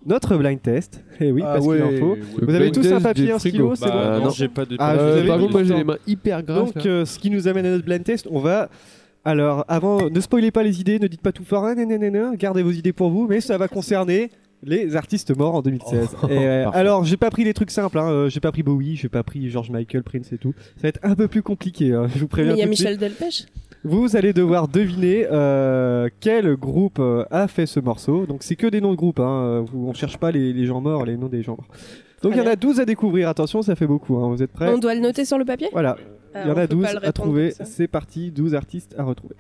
Speaker 2: notre blind test. Et oui, parce qu'il en
Speaker 4: Oh,
Speaker 2: faut.
Speaker 3: Ah Le
Speaker 2: Vous avez tous
Speaker 3: blindage
Speaker 2: un papier,
Speaker 3: des
Speaker 2: un stylo,
Speaker 3: frigos. Bah,
Speaker 2: c'est bon
Speaker 10: Ah,
Speaker 1: non.
Speaker 10: non, j'ai pas de.
Speaker 2: Ah, vous
Speaker 3: Euh,
Speaker 2: avez
Speaker 3: par
Speaker 2: tout le
Speaker 3: contre, moi j'ai
Speaker 2: temps.
Speaker 3: les mains hyper graves.
Speaker 2: Donc,
Speaker 3: là.
Speaker 2: euh, ce qui nous amène à notre blind test, on va. Alors, avant, ne spoilez pas les idées, ne dites pas tout fort, hein, nananana, gardez vos idées pour vous, mais ça va concerner les artistes morts en 2016.
Speaker 6: Oh,
Speaker 2: Et, euh,
Speaker 1: Parfait.
Speaker 2: alors, j'ai pas pris les trucs simples, hein, euh, j'ai pas pris Bowie, j'ai pas pris George Michael, Prince et tout. Ça va être un peu plus compliqué, hein, je vous
Speaker 6: Mais
Speaker 2: préviens.
Speaker 6: il y a
Speaker 2: tout de suite.
Speaker 6: Michel Delpech.
Speaker 2: Vous allez devoir deviner euh, quel groupe euh, a fait ce morceau. Donc, c'est que des noms de groupes, hein, vous- on cherche pas les, les gens morts, les noms des gens morts. Donc, il y en a 12 à découvrir, attention, ça fait beaucoup, hein, vous êtes prêts
Speaker 6: On doit le noter sur le papier
Speaker 2: Voilà,
Speaker 6: Ah,
Speaker 2: il y en
Speaker 6: on
Speaker 2: a
Speaker 6: peut
Speaker 2: 12
Speaker 6: pas le
Speaker 2: à
Speaker 6: répondre
Speaker 2: trouver.
Speaker 6: comme ça.
Speaker 2: C'est parti, 12 artistes à retrouver.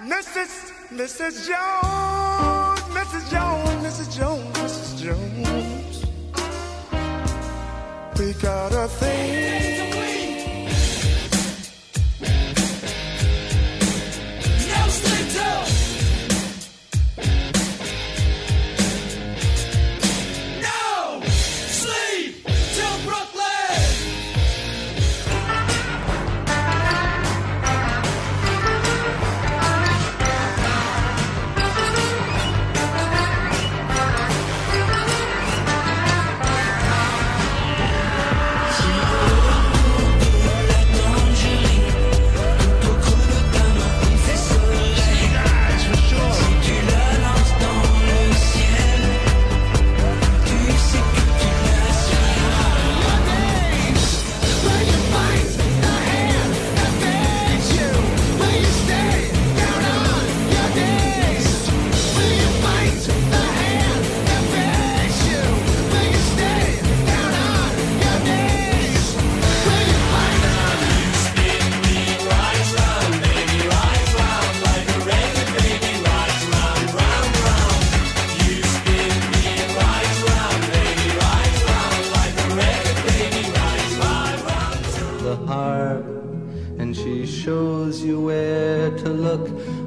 Speaker 9: Mrs. Mrs. Jones, Mrs. Jones, Mrs. Jones, Mrs. Jones. We got a thing. No sleep till Brooklyn. She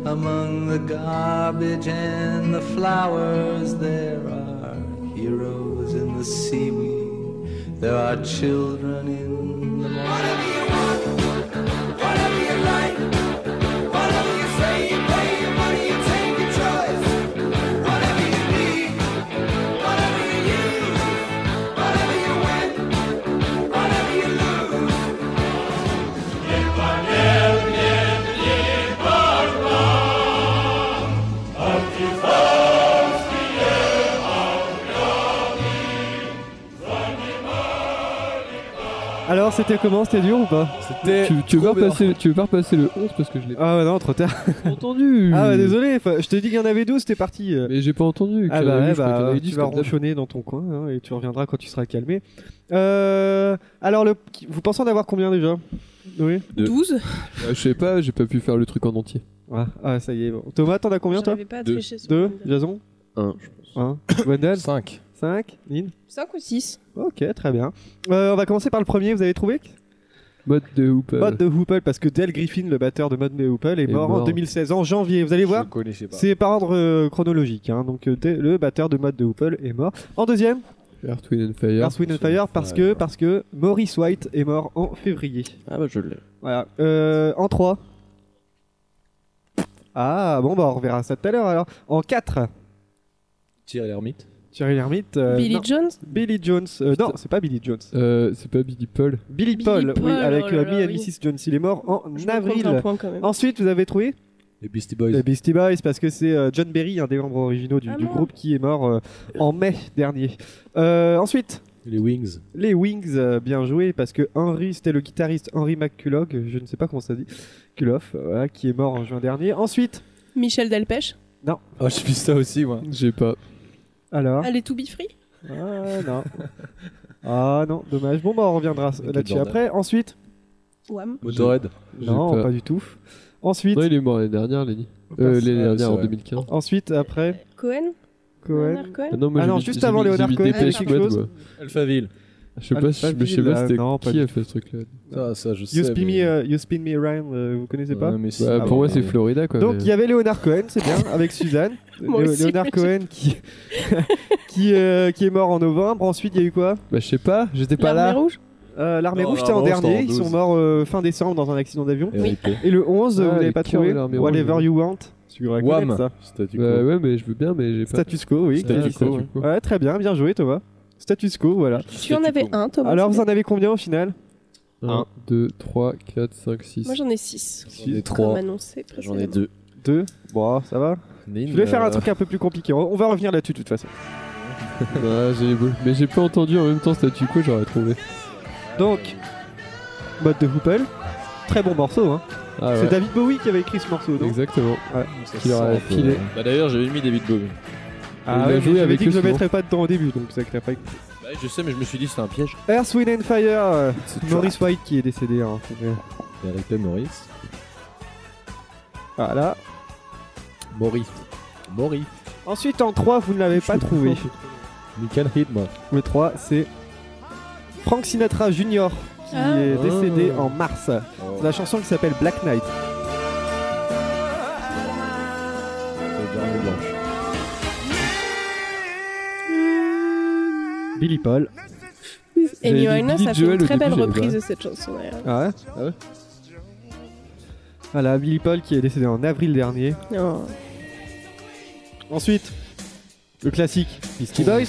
Speaker 14: Among the garbage and the flowers, there are heroes in the seaweed. There are children in the morning.
Speaker 2: Alors, c'était comment C'était dur ou pas
Speaker 3: Tu, tu veux pas repasser- tu veux pas repasser le 11 parce que je l'ai
Speaker 2: Ah ouais, non, trop tard.
Speaker 3: entendu
Speaker 2: Ah bah, désolé, enfin, je t'ai dit qu'il y en avait 12, c'était parti.
Speaker 3: Mais j'ai pas entendu.
Speaker 2: Ah
Speaker 3: qu'il y en
Speaker 2: bah,
Speaker 3: avait,
Speaker 2: ouais,
Speaker 3: je crois qu'il y en
Speaker 2: bah,
Speaker 3: avait dix,
Speaker 2: tu vas
Speaker 3: comme d'hab.
Speaker 2: ronchonner dans ton coin hein, et tu reviendras quand tu seras calmé. Euh, alors, le, vous pensez en avoir combien déjà Oui.
Speaker 3: Deux.
Speaker 6: 12
Speaker 3: Ah, Je sais pas, j'ai pas pu faire le truc en entier.
Speaker 2: Ah, ah, ça y est. bon. Thomas, t'en as combien toi
Speaker 6: J'arrivais pas à Deux. tricher sur
Speaker 2: Deux.
Speaker 6: Wendell.
Speaker 2: Jason
Speaker 1: Un, je
Speaker 2: pense. Un. Wendell 5. 5. Lynn
Speaker 6: 5 ou 6
Speaker 2: Ok, très bien. Euh, on va commencer par le premier, vous avez trouvé
Speaker 3: Mode de Hoople.
Speaker 2: Mode de Hoople, parce que Dale Griffin, le batteur de Mode de Hoople, Euh, est mort, en
Speaker 3: mort.
Speaker 2: 2016, en janvier. Vous allez voir, c'est par ordre euh, chronologique. hein. Donc, euh, Dale- le batteur de Mode de Hoople est mort. En deuxième,
Speaker 3: Earth, Wind and Fire.
Speaker 2: Earth, Wind and Fire, parce que, parce que Maurice White est mort en février.
Speaker 1: Ah bah je l'ai.
Speaker 2: Voilà. Euh, en 3. Ah, bon, bah on reverra ça tout à l'heure alors. En 4.
Speaker 4: Thierry l'ermite.
Speaker 2: Thierry Lhermitte. euh,
Speaker 6: Billy
Speaker 2: non.
Speaker 6: Jones
Speaker 2: Billy Jones. euh, non, c'est pas Billy Jones.
Speaker 3: Euh, c'est pas Billy Paul.
Speaker 2: Billy Paul,
Speaker 6: Paul,
Speaker 2: oui, avec
Speaker 6: oh là
Speaker 2: euh,
Speaker 6: là,
Speaker 2: Me and
Speaker 6: oui.
Speaker 2: Mrs. Jones. Il est mort en
Speaker 6: Je me
Speaker 2: avril.
Speaker 6: compte un point, quand même.
Speaker 2: Ensuite, vous avez trouvé
Speaker 4: Les Beastie Boys.
Speaker 2: Les Beastie Boys, parce que c'est euh, John Berry, un des membres originaux du, du groupe, qui est mort euh, en mai dernier. Euh, ensuite.
Speaker 4: Les Wings.
Speaker 2: Les Wings, euh, bien joué, parce que Henry, c'était le guitariste Henry McCulloch, je ne sais pas comment ça dit, Kulloff, euh, voilà, qui est mort en juin dernier. Ensuite.
Speaker 6: Michel Delpech
Speaker 2: Non.
Speaker 4: Oh, j'ai vu ça aussi, moi.
Speaker 3: J'ai pas.
Speaker 2: Alors.
Speaker 6: Allez, to be free
Speaker 2: Ah non. Ah non, dommage. Bon, bah on reviendra là-dessus
Speaker 3: Jordan.
Speaker 2: après. Ensuite.
Speaker 6: Wham.
Speaker 4: Motorhead.
Speaker 2: Non,
Speaker 3: J'ai
Speaker 2: pas. du tout. Ensuite.
Speaker 3: Non, il est mort l'année dernière, Lenny. Euh, l'année
Speaker 4: Ah,
Speaker 3: dernière,
Speaker 4: c'est
Speaker 3: en
Speaker 4: vrai.
Speaker 3: 2015.
Speaker 2: Ensuite, après.
Speaker 6: Cohen
Speaker 2: Cohen.
Speaker 6: Leonard Cohen
Speaker 3: Ah non, moi,
Speaker 2: Ah
Speaker 3: j'ai
Speaker 2: non,
Speaker 3: mis-
Speaker 2: juste
Speaker 3: j'ai
Speaker 2: avant
Speaker 3: mis- j'ai
Speaker 2: Leonard
Speaker 3: mis
Speaker 2: Cohen,
Speaker 3: Dépêche
Speaker 2: c'est quelque
Speaker 3: Mode,
Speaker 2: chose.
Speaker 3: moi.
Speaker 4: Alphaville.
Speaker 3: Je sais pas, si- je sais
Speaker 2: Alphaville,
Speaker 3: pas
Speaker 2: euh,
Speaker 3: c'était
Speaker 2: non, pas
Speaker 3: qui
Speaker 2: du
Speaker 3: a fait ce truc-là.
Speaker 4: Ça, ça, je sais.
Speaker 2: You spin,
Speaker 4: mais-
Speaker 2: me, euh, you spin me around, euh, vous connaissez pas
Speaker 4: Ouais, mais si.
Speaker 3: Bah,
Speaker 4: Ah,
Speaker 3: pour moi,
Speaker 4: mais-
Speaker 3: c'est Florida, quoi.
Speaker 2: Donc
Speaker 3: mais-
Speaker 2: il y avait Leonard Cohen, c'est bien, avec Suzanne.
Speaker 4: Moi
Speaker 2: Lé-
Speaker 4: aussi,
Speaker 2: Leonard
Speaker 4: mais
Speaker 2: Cohen qui, qui, euh, qui est mort en novembre. Ensuite, il y a eu quoi
Speaker 3: Bah, je sais pas, j'étais pas là.
Speaker 6: rouge
Speaker 2: Euh, L'armée
Speaker 4: Non,
Speaker 2: rouge, c'était en
Speaker 4: l'armée rouge,
Speaker 2: dernier.
Speaker 4: c'était en
Speaker 2: Ils sont
Speaker 4: 12.
Speaker 2: morts euh, fin décembre dans un accident
Speaker 4: Ah,
Speaker 2: d'avion.
Speaker 4: R.I.P.
Speaker 2: Et le 11,
Speaker 3: Ah,
Speaker 2: vous l'avez
Speaker 3: les
Speaker 2: pas
Speaker 3: cœurs
Speaker 2: trouvé
Speaker 3: de l'armée rouge.
Speaker 2: Whatever You Want. Tu dois connaître ça.
Speaker 4: Wham. Statu
Speaker 3: Bah,
Speaker 4: quo.
Speaker 3: ouais, mais je veux bien, mais j'ai pas.
Speaker 2: Status quo, oui.
Speaker 3: Status
Speaker 2: exactement.
Speaker 3: quo, ouais.
Speaker 2: Ouais, très bien, bien joué, Thomas. Status quo, voilà.
Speaker 6: Tu en avais un, Thomas
Speaker 2: Alors,
Speaker 6: c'est
Speaker 2: vous en avez combien au final
Speaker 3: 1, 2, 3, 4, 5, 6.
Speaker 6: bien. Moi j'en ai 6.
Speaker 3: J'en ai
Speaker 6: Comme
Speaker 3: trois.
Speaker 6: annoncé précédemment.
Speaker 3: deux.
Speaker 2: Deux Bon, ça va
Speaker 3: Nîmes,
Speaker 2: Je voulais faire un
Speaker 3: euh,
Speaker 2: truc un peu plus compliqué. On on va revenir là-dessus, de toute façon.
Speaker 3: Bah, j'ai les boules. Mais j'ai pas entendu en même temps statu quo, j'aurais trouvé.
Speaker 2: Donc, mode de Hoople. Très bon morceau, hein.
Speaker 3: Ah ouais.
Speaker 2: C'est David Bowie qui avait écrit ce morceau, non
Speaker 3: Exactement.
Speaker 2: Ouais.
Speaker 3: Qui leur a filé. Ah,
Speaker 12: Bah d'ailleurs, j'avais mis David Bowie.
Speaker 2: Ah
Speaker 3: Il
Speaker 2: ouais,
Speaker 3: a
Speaker 2: mais
Speaker 3: joué
Speaker 2: j'avais
Speaker 3: avec
Speaker 2: dit que
Speaker 3: eux
Speaker 2: je le
Speaker 3: souvent.
Speaker 2: mettrais pas dedans au début, donc c'est vrai que t'as pas écouté.
Speaker 12: Bah, je sais, mais je me suis dit c'est un piège.
Speaker 2: Earth, Wind and Fire, euh, Maurice White qui est décédé. Hein.
Speaker 4: R.I.P. Maurice.
Speaker 2: Voilà.
Speaker 4: Maurice. Maurice.
Speaker 2: Ensuite, en 3, vous ne l'avez pas trouvé.
Speaker 4: Michael Hidman.
Speaker 2: Le 3, c'est Frank Sinatra Jr. qui
Speaker 6: Ah.
Speaker 2: est décédé
Speaker 4: Ah.
Speaker 2: en mars. C'est la chanson qui s'appelle Black Knight. Billy Paul. J'avais
Speaker 6: Amy
Speaker 2: dit
Speaker 6: Winehouse
Speaker 2: Billy
Speaker 6: a fait une
Speaker 2: Joel au
Speaker 6: très
Speaker 2: début,
Speaker 6: belle
Speaker 2: j'avais
Speaker 6: reprise
Speaker 2: pas.
Speaker 6: de cette chanson d'ailleurs.
Speaker 2: Ah ouais, Voilà, Billy Paul qui est décédé en avril dernier.
Speaker 6: Non.
Speaker 2: Ensuite, le classique Beastie Boys.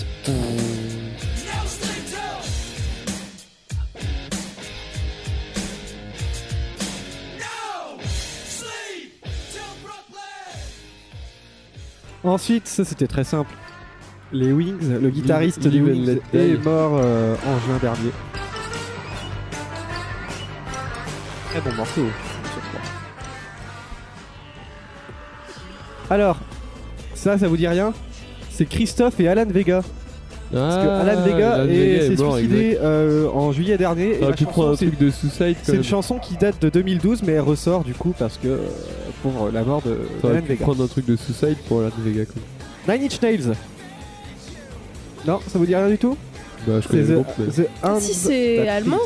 Speaker 2: Ensuite, ça c'était très simple. Les Wings, le guitariste
Speaker 3: Live-
Speaker 2: des
Speaker 3: Live and
Speaker 2: Wings
Speaker 3: Let Die.
Speaker 2: est mort euh, en juin dernier. Très bon morceau. Alors, ça, ça vous dit rien C'est Christophe et Alan Vega. Parce que Alan Vega
Speaker 3: Ah, Alan
Speaker 2: est-
Speaker 3: Vega est
Speaker 2: s'est
Speaker 3: mort,
Speaker 2: suicidé
Speaker 3: exact. Ah,
Speaker 2: euh, en juillet dernier. et
Speaker 3: T'aurais
Speaker 2: la
Speaker 3: pu
Speaker 2: chanson,
Speaker 3: prendre un
Speaker 2: c'est-
Speaker 3: truc de Suicide quand
Speaker 2: C'est
Speaker 3: même.
Speaker 2: une chanson qui date de 2012, mais elle ressort du coup parce que euh, pour euh, la mort de
Speaker 3: T'aurais
Speaker 2: d'Alan
Speaker 3: pu
Speaker 2: Vega.
Speaker 3: prendre un truc de Suicide pour Alan Vega, quoi.
Speaker 2: Nine Inch Nails. Non, ça vous dit rien du tout
Speaker 3: Bah,
Speaker 2: C'est
Speaker 3: je Bah, connais le
Speaker 2: the-
Speaker 3: groupe, mais.
Speaker 2: the Hand
Speaker 6: Si
Speaker 2: That
Speaker 6: c'est
Speaker 2: Feeds.
Speaker 6: allemand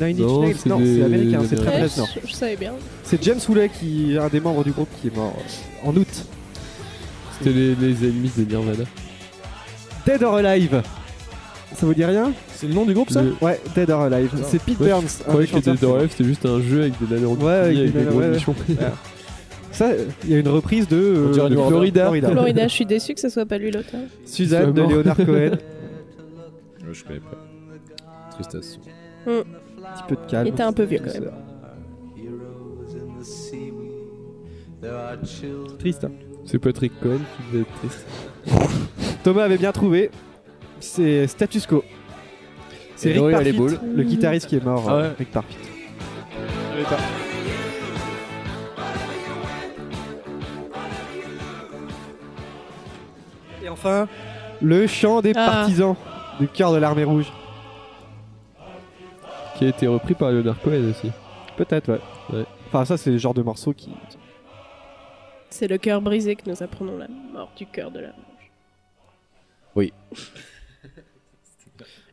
Speaker 2: Nine Inch
Speaker 3: Non,
Speaker 2: Nails,
Speaker 3: c'est
Speaker 2: non,
Speaker 3: des-
Speaker 2: c'est américain, c'est très
Speaker 6: Ouais,
Speaker 2: très
Speaker 6: je, je savais bien.
Speaker 2: C'est James Houlet qui est un des membres du groupe qui est mort euh, en août.
Speaker 3: C'était les, les ennemis de Nirvana.
Speaker 2: Dead or Alive. Ça vous dit rien C'est le nom du groupe
Speaker 3: ça
Speaker 2: Ouais, Dead or Alive. C'est Pete
Speaker 3: Ouais,
Speaker 2: Burns. hein,
Speaker 3: Je
Speaker 2: un des
Speaker 3: croyais que
Speaker 2: chanteurs
Speaker 3: Dead or Alive, c'était juste un jeu avec des nanas en
Speaker 2: Ouais, avec des
Speaker 3: bikini, avec des
Speaker 2: nanas,
Speaker 3: gros
Speaker 2: ouais, ouais.
Speaker 3: nichons.
Speaker 2: Ouais. Ça, il y a une reprise de, euh,
Speaker 3: On dirait
Speaker 2: de
Speaker 3: du
Speaker 2: Florida. Florida.
Speaker 6: Florida, je suis déçu que ce soit pas lui l'auteur.
Speaker 2: Suzanne de
Speaker 10: Vraiment.
Speaker 2: Leonard Cohen.
Speaker 10: Euh, Je connais pas. Tristesse.
Speaker 6: Hmm.
Speaker 2: Un petit peu de calme.
Speaker 6: Il était un peu vieux quand même.
Speaker 2: Triste. hein.
Speaker 3: C'est Patrick Cohen qui devait être triste.
Speaker 2: Thomas avait bien trouvé. C'est Status Quo. C'est
Speaker 3: Et
Speaker 2: Rick
Speaker 3: Noé a les
Speaker 2: Parfit,
Speaker 3: boules.
Speaker 2: le guitariste qui est mort.
Speaker 3: Ah
Speaker 2: euh,
Speaker 3: ouais.
Speaker 2: Rick Parfit. Et enfin, le chant des
Speaker 6: Ah.
Speaker 2: partisans du cœur de l'armée rouge.
Speaker 3: Qui a été repris par Leonard Cohen aussi.
Speaker 2: Peut-être, ouais. Enfin, ça, c'est le genre de morceau qui.
Speaker 6: C'est le cœur brisé que nous apprenons la mort du cœur de la.
Speaker 2: Oui.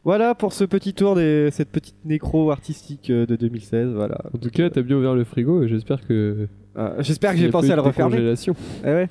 Speaker 2: voilà pour ce petit tour de cette petite nécro artistique euh, de 2016. Voilà. Euh,
Speaker 3: En tout cas, t'as bien ouvert le frigo et j'espère que. Ah,
Speaker 2: J'espère que j'ai pensé à le refermer. Eh ouais.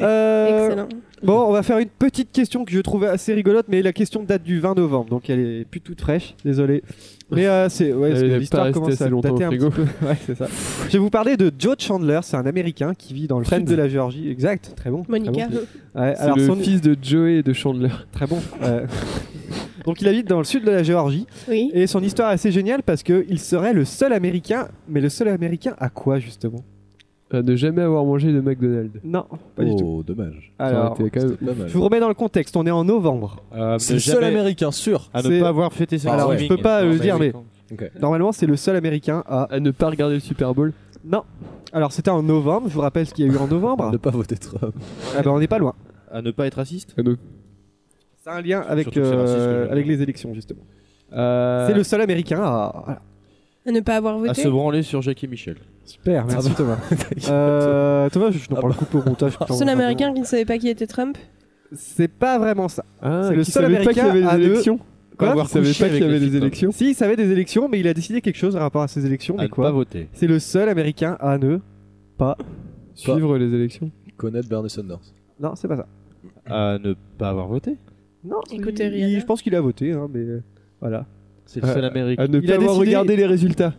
Speaker 2: Euh,
Speaker 6: Excellent.
Speaker 2: Bon, on va faire une petite question que je trouvais assez rigolote, mais la question date du 20 novembre, donc elle est plus toute fraîche, désolé. Mais euh, c'est ouais, parce que
Speaker 3: Elle est pas
Speaker 2: l'histoire
Speaker 3: restée
Speaker 2: commence
Speaker 3: assez
Speaker 2: à
Speaker 3: longtemps au
Speaker 2: dater un
Speaker 3: frigo.
Speaker 2: petit peu. Ouais, c'est ça. Je vais vous parler de Joe Chandler, c'est un Américain qui vit dans le sud de la Géorgie. Exact, très bon. très Ah
Speaker 6: Monica.
Speaker 2: bon. Ouais,
Speaker 3: C'est
Speaker 2: alors
Speaker 3: le
Speaker 2: son-
Speaker 3: fils de Joey et de Chandler.
Speaker 2: Très bon. ouais. Donc il habite dans le sud de la Géorgie.
Speaker 6: Oui.
Speaker 2: Et son histoire est assez géniale parce qu'il serait le seul Américain, mais le seul Américain à quoi justement
Speaker 3: À Euh, ne jamais avoir mangé de McDonald's.
Speaker 2: Non, pas du
Speaker 4: Oh,
Speaker 2: tout.
Speaker 12: dommage.
Speaker 2: Alors,
Speaker 3: Oh, Ça aurait été quand même-
Speaker 12: Pas mal.
Speaker 2: je vous remets dans le contexte, on est en novembre.
Speaker 12: C'est le seul américain,
Speaker 4: sûr.
Speaker 12: Euh, À ne
Speaker 2: C'est-
Speaker 12: pas avoir fêté sa
Speaker 2: Alors, je peux pas le dire, mais
Speaker 12: Ok.
Speaker 2: normalement, c'est le seul américain à.
Speaker 3: ne pas regarder le Super Bowl
Speaker 2: Non. Alors, c'était en novembre, je vous rappelle ce qu'il y a eu en novembre.
Speaker 4: Ne pas voter Trump.
Speaker 2: Ah ben, on n'est pas loin.
Speaker 10: À ne pas être raciste
Speaker 2: C'est un lien avec,
Speaker 10: Surtout que c'est
Speaker 2: euh,
Speaker 10: raciste, ce que je
Speaker 2: avec les élections, justement. C'est le seul américain à. voilà.
Speaker 6: À ne pas avoir voté.
Speaker 10: À se branler sur Jackie Michel.
Speaker 2: Super, merci Thomas. Euh, Thomas, je
Speaker 4: Ah
Speaker 2: n'en
Speaker 4: bah.
Speaker 2: parle coupe au montage. putain,
Speaker 6: Seul
Speaker 2: on-
Speaker 6: américain qui ne savait pas qui était Trump.
Speaker 2: C'est pas vraiment ça. c'est le
Speaker 3: Ah, qui
Speaker 2: seul
Speaker 3: savait pas qu'il y
Speaker 2: américain
Speaker 3: avait des
Speaker 2: à ne-
Speaker 3: élections
Speaker 2: Quoi
Speaker 3: Avoir Qui savait couché pas qu'il y avec avait les des filles. élections
Speaker 2: Si, il savait des élections, mais il a décidé quelque chose par rapport à ces élections.
Speaker 10: À
Speaker 2: mais
Speaker 10: ne
Speaker 2: quoi
Speaker 10: pas voter.
Speaker 2: C'est le seul américain à ne pas.
Speaker 3: Suivre les élections.
Speaker 4: Connaître Bernie Sanders.
Speaker 2: Non, c'est pas ça.
Speaker 10: À ne pas avoir voté.
Speaker 2: Non,
Speaker 6: Écoutez,
Speaker 2: il-
Speaker 6: Rihanna.
Speaker 2: je pense qu'il a voté, hein, mais euh, voilà.
Speaker 10: C'est le seul américain.
Speaker 3: À ne
Speaker 2: Il
Speaker 3: pas
Speaker 2: a
Speaker 3: avoir
Speaker 2: décidé-
Speaker 3: regardé les résultats.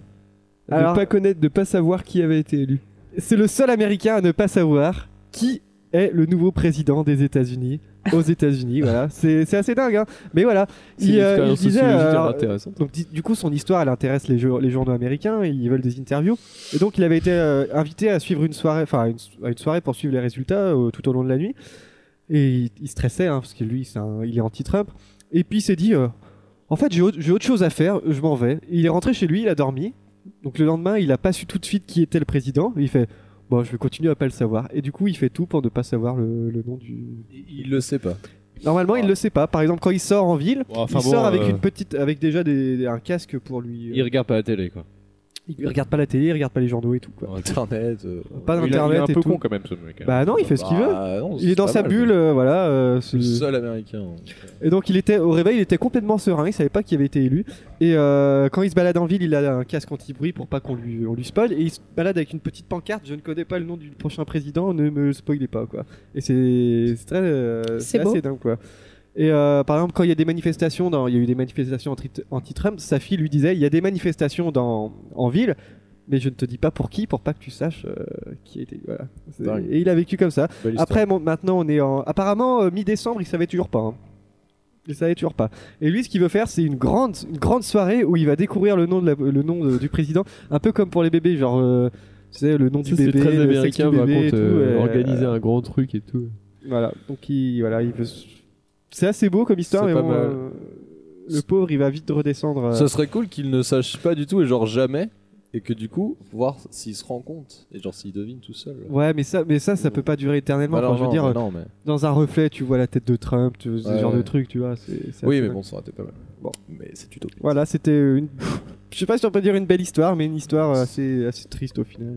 Speaker 3: À
Speaker 2: Alors-
Speaker 3: ne pas connaître, de pas savoir qui avait été élu.
Speaker 2: C'est le seul américain à ne pas savoir qui est le nouveau président des États-Unis aux États-Unis. voilà, c'est c'est assez dingue, hein. mais voilà. euh,
Speaker 3: C'est une expérience sociologique
Speaker 2: alors,
Speaker 3: intéressante.
Speaker 2: donc, di- du coup, son histoire, elle intéresse les, jour- les journaux américains. Ils veulent des interviews. Et donc, il avait été euh, invité à suivre une soirée, enfin, à une, à une soirée pour suivre les résultats euh, tout au long de la nuit. Et il, il stressait hein, parce que lui, c'est un- il est anti-Trump. Et puis, il s'est dit, euh, en fait, j'ai autre, j'ai autre chose à faire. Je m'en vais. Il est rentré chez lui. Il a dormi. Donc le lendemain, il a pas su tout de suite qui était le président. Il fait, bon, je vais continuer à pas le savoir. Et du coup, il fait tout pour ne pas savoir le, le nom du.
Speaker 4: Il le sait pas.
Speaker 2: Normalement, il le sait pas. Par exemple, quand il sort en ville,
Speaker 10: Ah. enfin
Speaker 2: il
Speaker 10: bon,
Speaker 2: sort avec
Speaker 10: euh,
Speaker 2: une petite, avec déjà des- des- un casque pour lui. euh,
Speaker 10: Il regarde pas la télé, quoi.
Speaker 2: il regarde pas la télé, il regarde pas les journaux et tout quoi.
Speaker 4: Internet. euh,
Speaker 2: Pas
Speaker 10: Il a- il est
Speaker 2: d'internet
Speaker 10: un
Speaker 2: et
Speaker 10: peu
Speaker 2: tout.
Speaker 10: con, quand même, ce mec, hein.
Speaker 2: Bah non, il fait ce qu'il veut.
Speaker 4: Bah, non,
Speaker 2: il
Speaker 4: c'est
Speaker 2: est dans
Speaker 4: pas
Speaker 2: sa
Speaker 4: mal,
Speaker 2: bulle,
Speaker 4: mais-
Speaker 2: euh, voilà. euh, c'est-
Speaker 4: Le seul américain.
Speaker 2: Et donc il était au réveil, il était complètement serein, il savait pas qu'il avait été élu. Et euh, quand il se balade en ville, il a un casque anti-bruit pour pas qu'on lui, on lui spoil. Et il se balade avec une petite pancarte, je ne connais pas le nom du prochain président, ne me spoilez pas quoi. Et c'est c'est très, euh,
Speaker 6: C'est
Speaker 2: c'est
Speaker 6: beau.
Speaker 2: assez dingue quoi. Et euh, par exemple, quand il y a des manifestations, dans, il y a eu des manifestations anti- anti-Trump, sa fille lui disait, il y a des manifestations dans, en ville, mais je ne te dis pas pour qui, pour pas que tu saches euh, qui était. Voilà. C'est-
Speaker 4: Dingue.
Speaker 2: Et il a vécu comme ça.
Speaker 4: Belle histoire.
Speaker 2: Après, mon- maintenant, on est en. Apparemment, euh, mi-décembre, il savait toujours pas. hein. Il savait toujours pas. Et lui, ce qu'il veut faire, c'est une grande, une grande soirée où il va découvrir le nom, de la- le nom de- du président, un peu comme pour les bébés, genre. euh, tu sais, le nom
Speaker 3: Ça,
Speaker 2: du
Speaker 3: c'est
Speaker 2: bébé,
Speaker 3: très
Speaker 2: le sexe
Speaker 3: américain,
Speaker 2: du
Speaker 3: par
Speaker 2: bébé et
Speaker 3: contre,
Speaker 2: tout,
Speaker 3: euh,
Speaker 2: euh,
Speaker 3: organiser un grand truc et tout.
Speaker 2: Voilà, donc il, voilà, il veut. s- C'est assez beau comme histoire,
Speaker 3: C'est
Speaker 2: mais
Speaker 3: pas
Speaker 2: bon,
Speaker 3: mal.
Speaker 2: euh, le pauvre, il va vite redescendre. euh,
Speaker 4: Ça serait cool qu'il ne sache pas du tout et genre jamais. Et que du coup, voir s'il se rend compte et genre s'il devine tout seul.
Speaker 2: Ouais, mais ça, mais ça, ça peut pas durer éternellement.
Speaker 4: Bah non,
Speaker 2: Enfin, je veux
Speaker 4: non,
Speaker 2: dire,
Speaker 4: mais non, mais-
Speaker 2: dans un reflet, tu vois la tête de Trump, tu- ce
Speaker 4: Ouais,
Speaker 2: genre de
Speaker 4: ouais.
Speaker 2: truc, tu vois. c'est- c'est
Speaker 4: Oui,
Speaker 2: assez
Speaker 4: mais
Speaker 2: dingue.
Speaker 4: bon, ça aurait été pas mal. Bon, mais c'est utopique.
Speaker 2: Voilà, c'était une. Je sais pas si on peut dire une belle histoire, mais une histoire euh, assez, assez triste au final.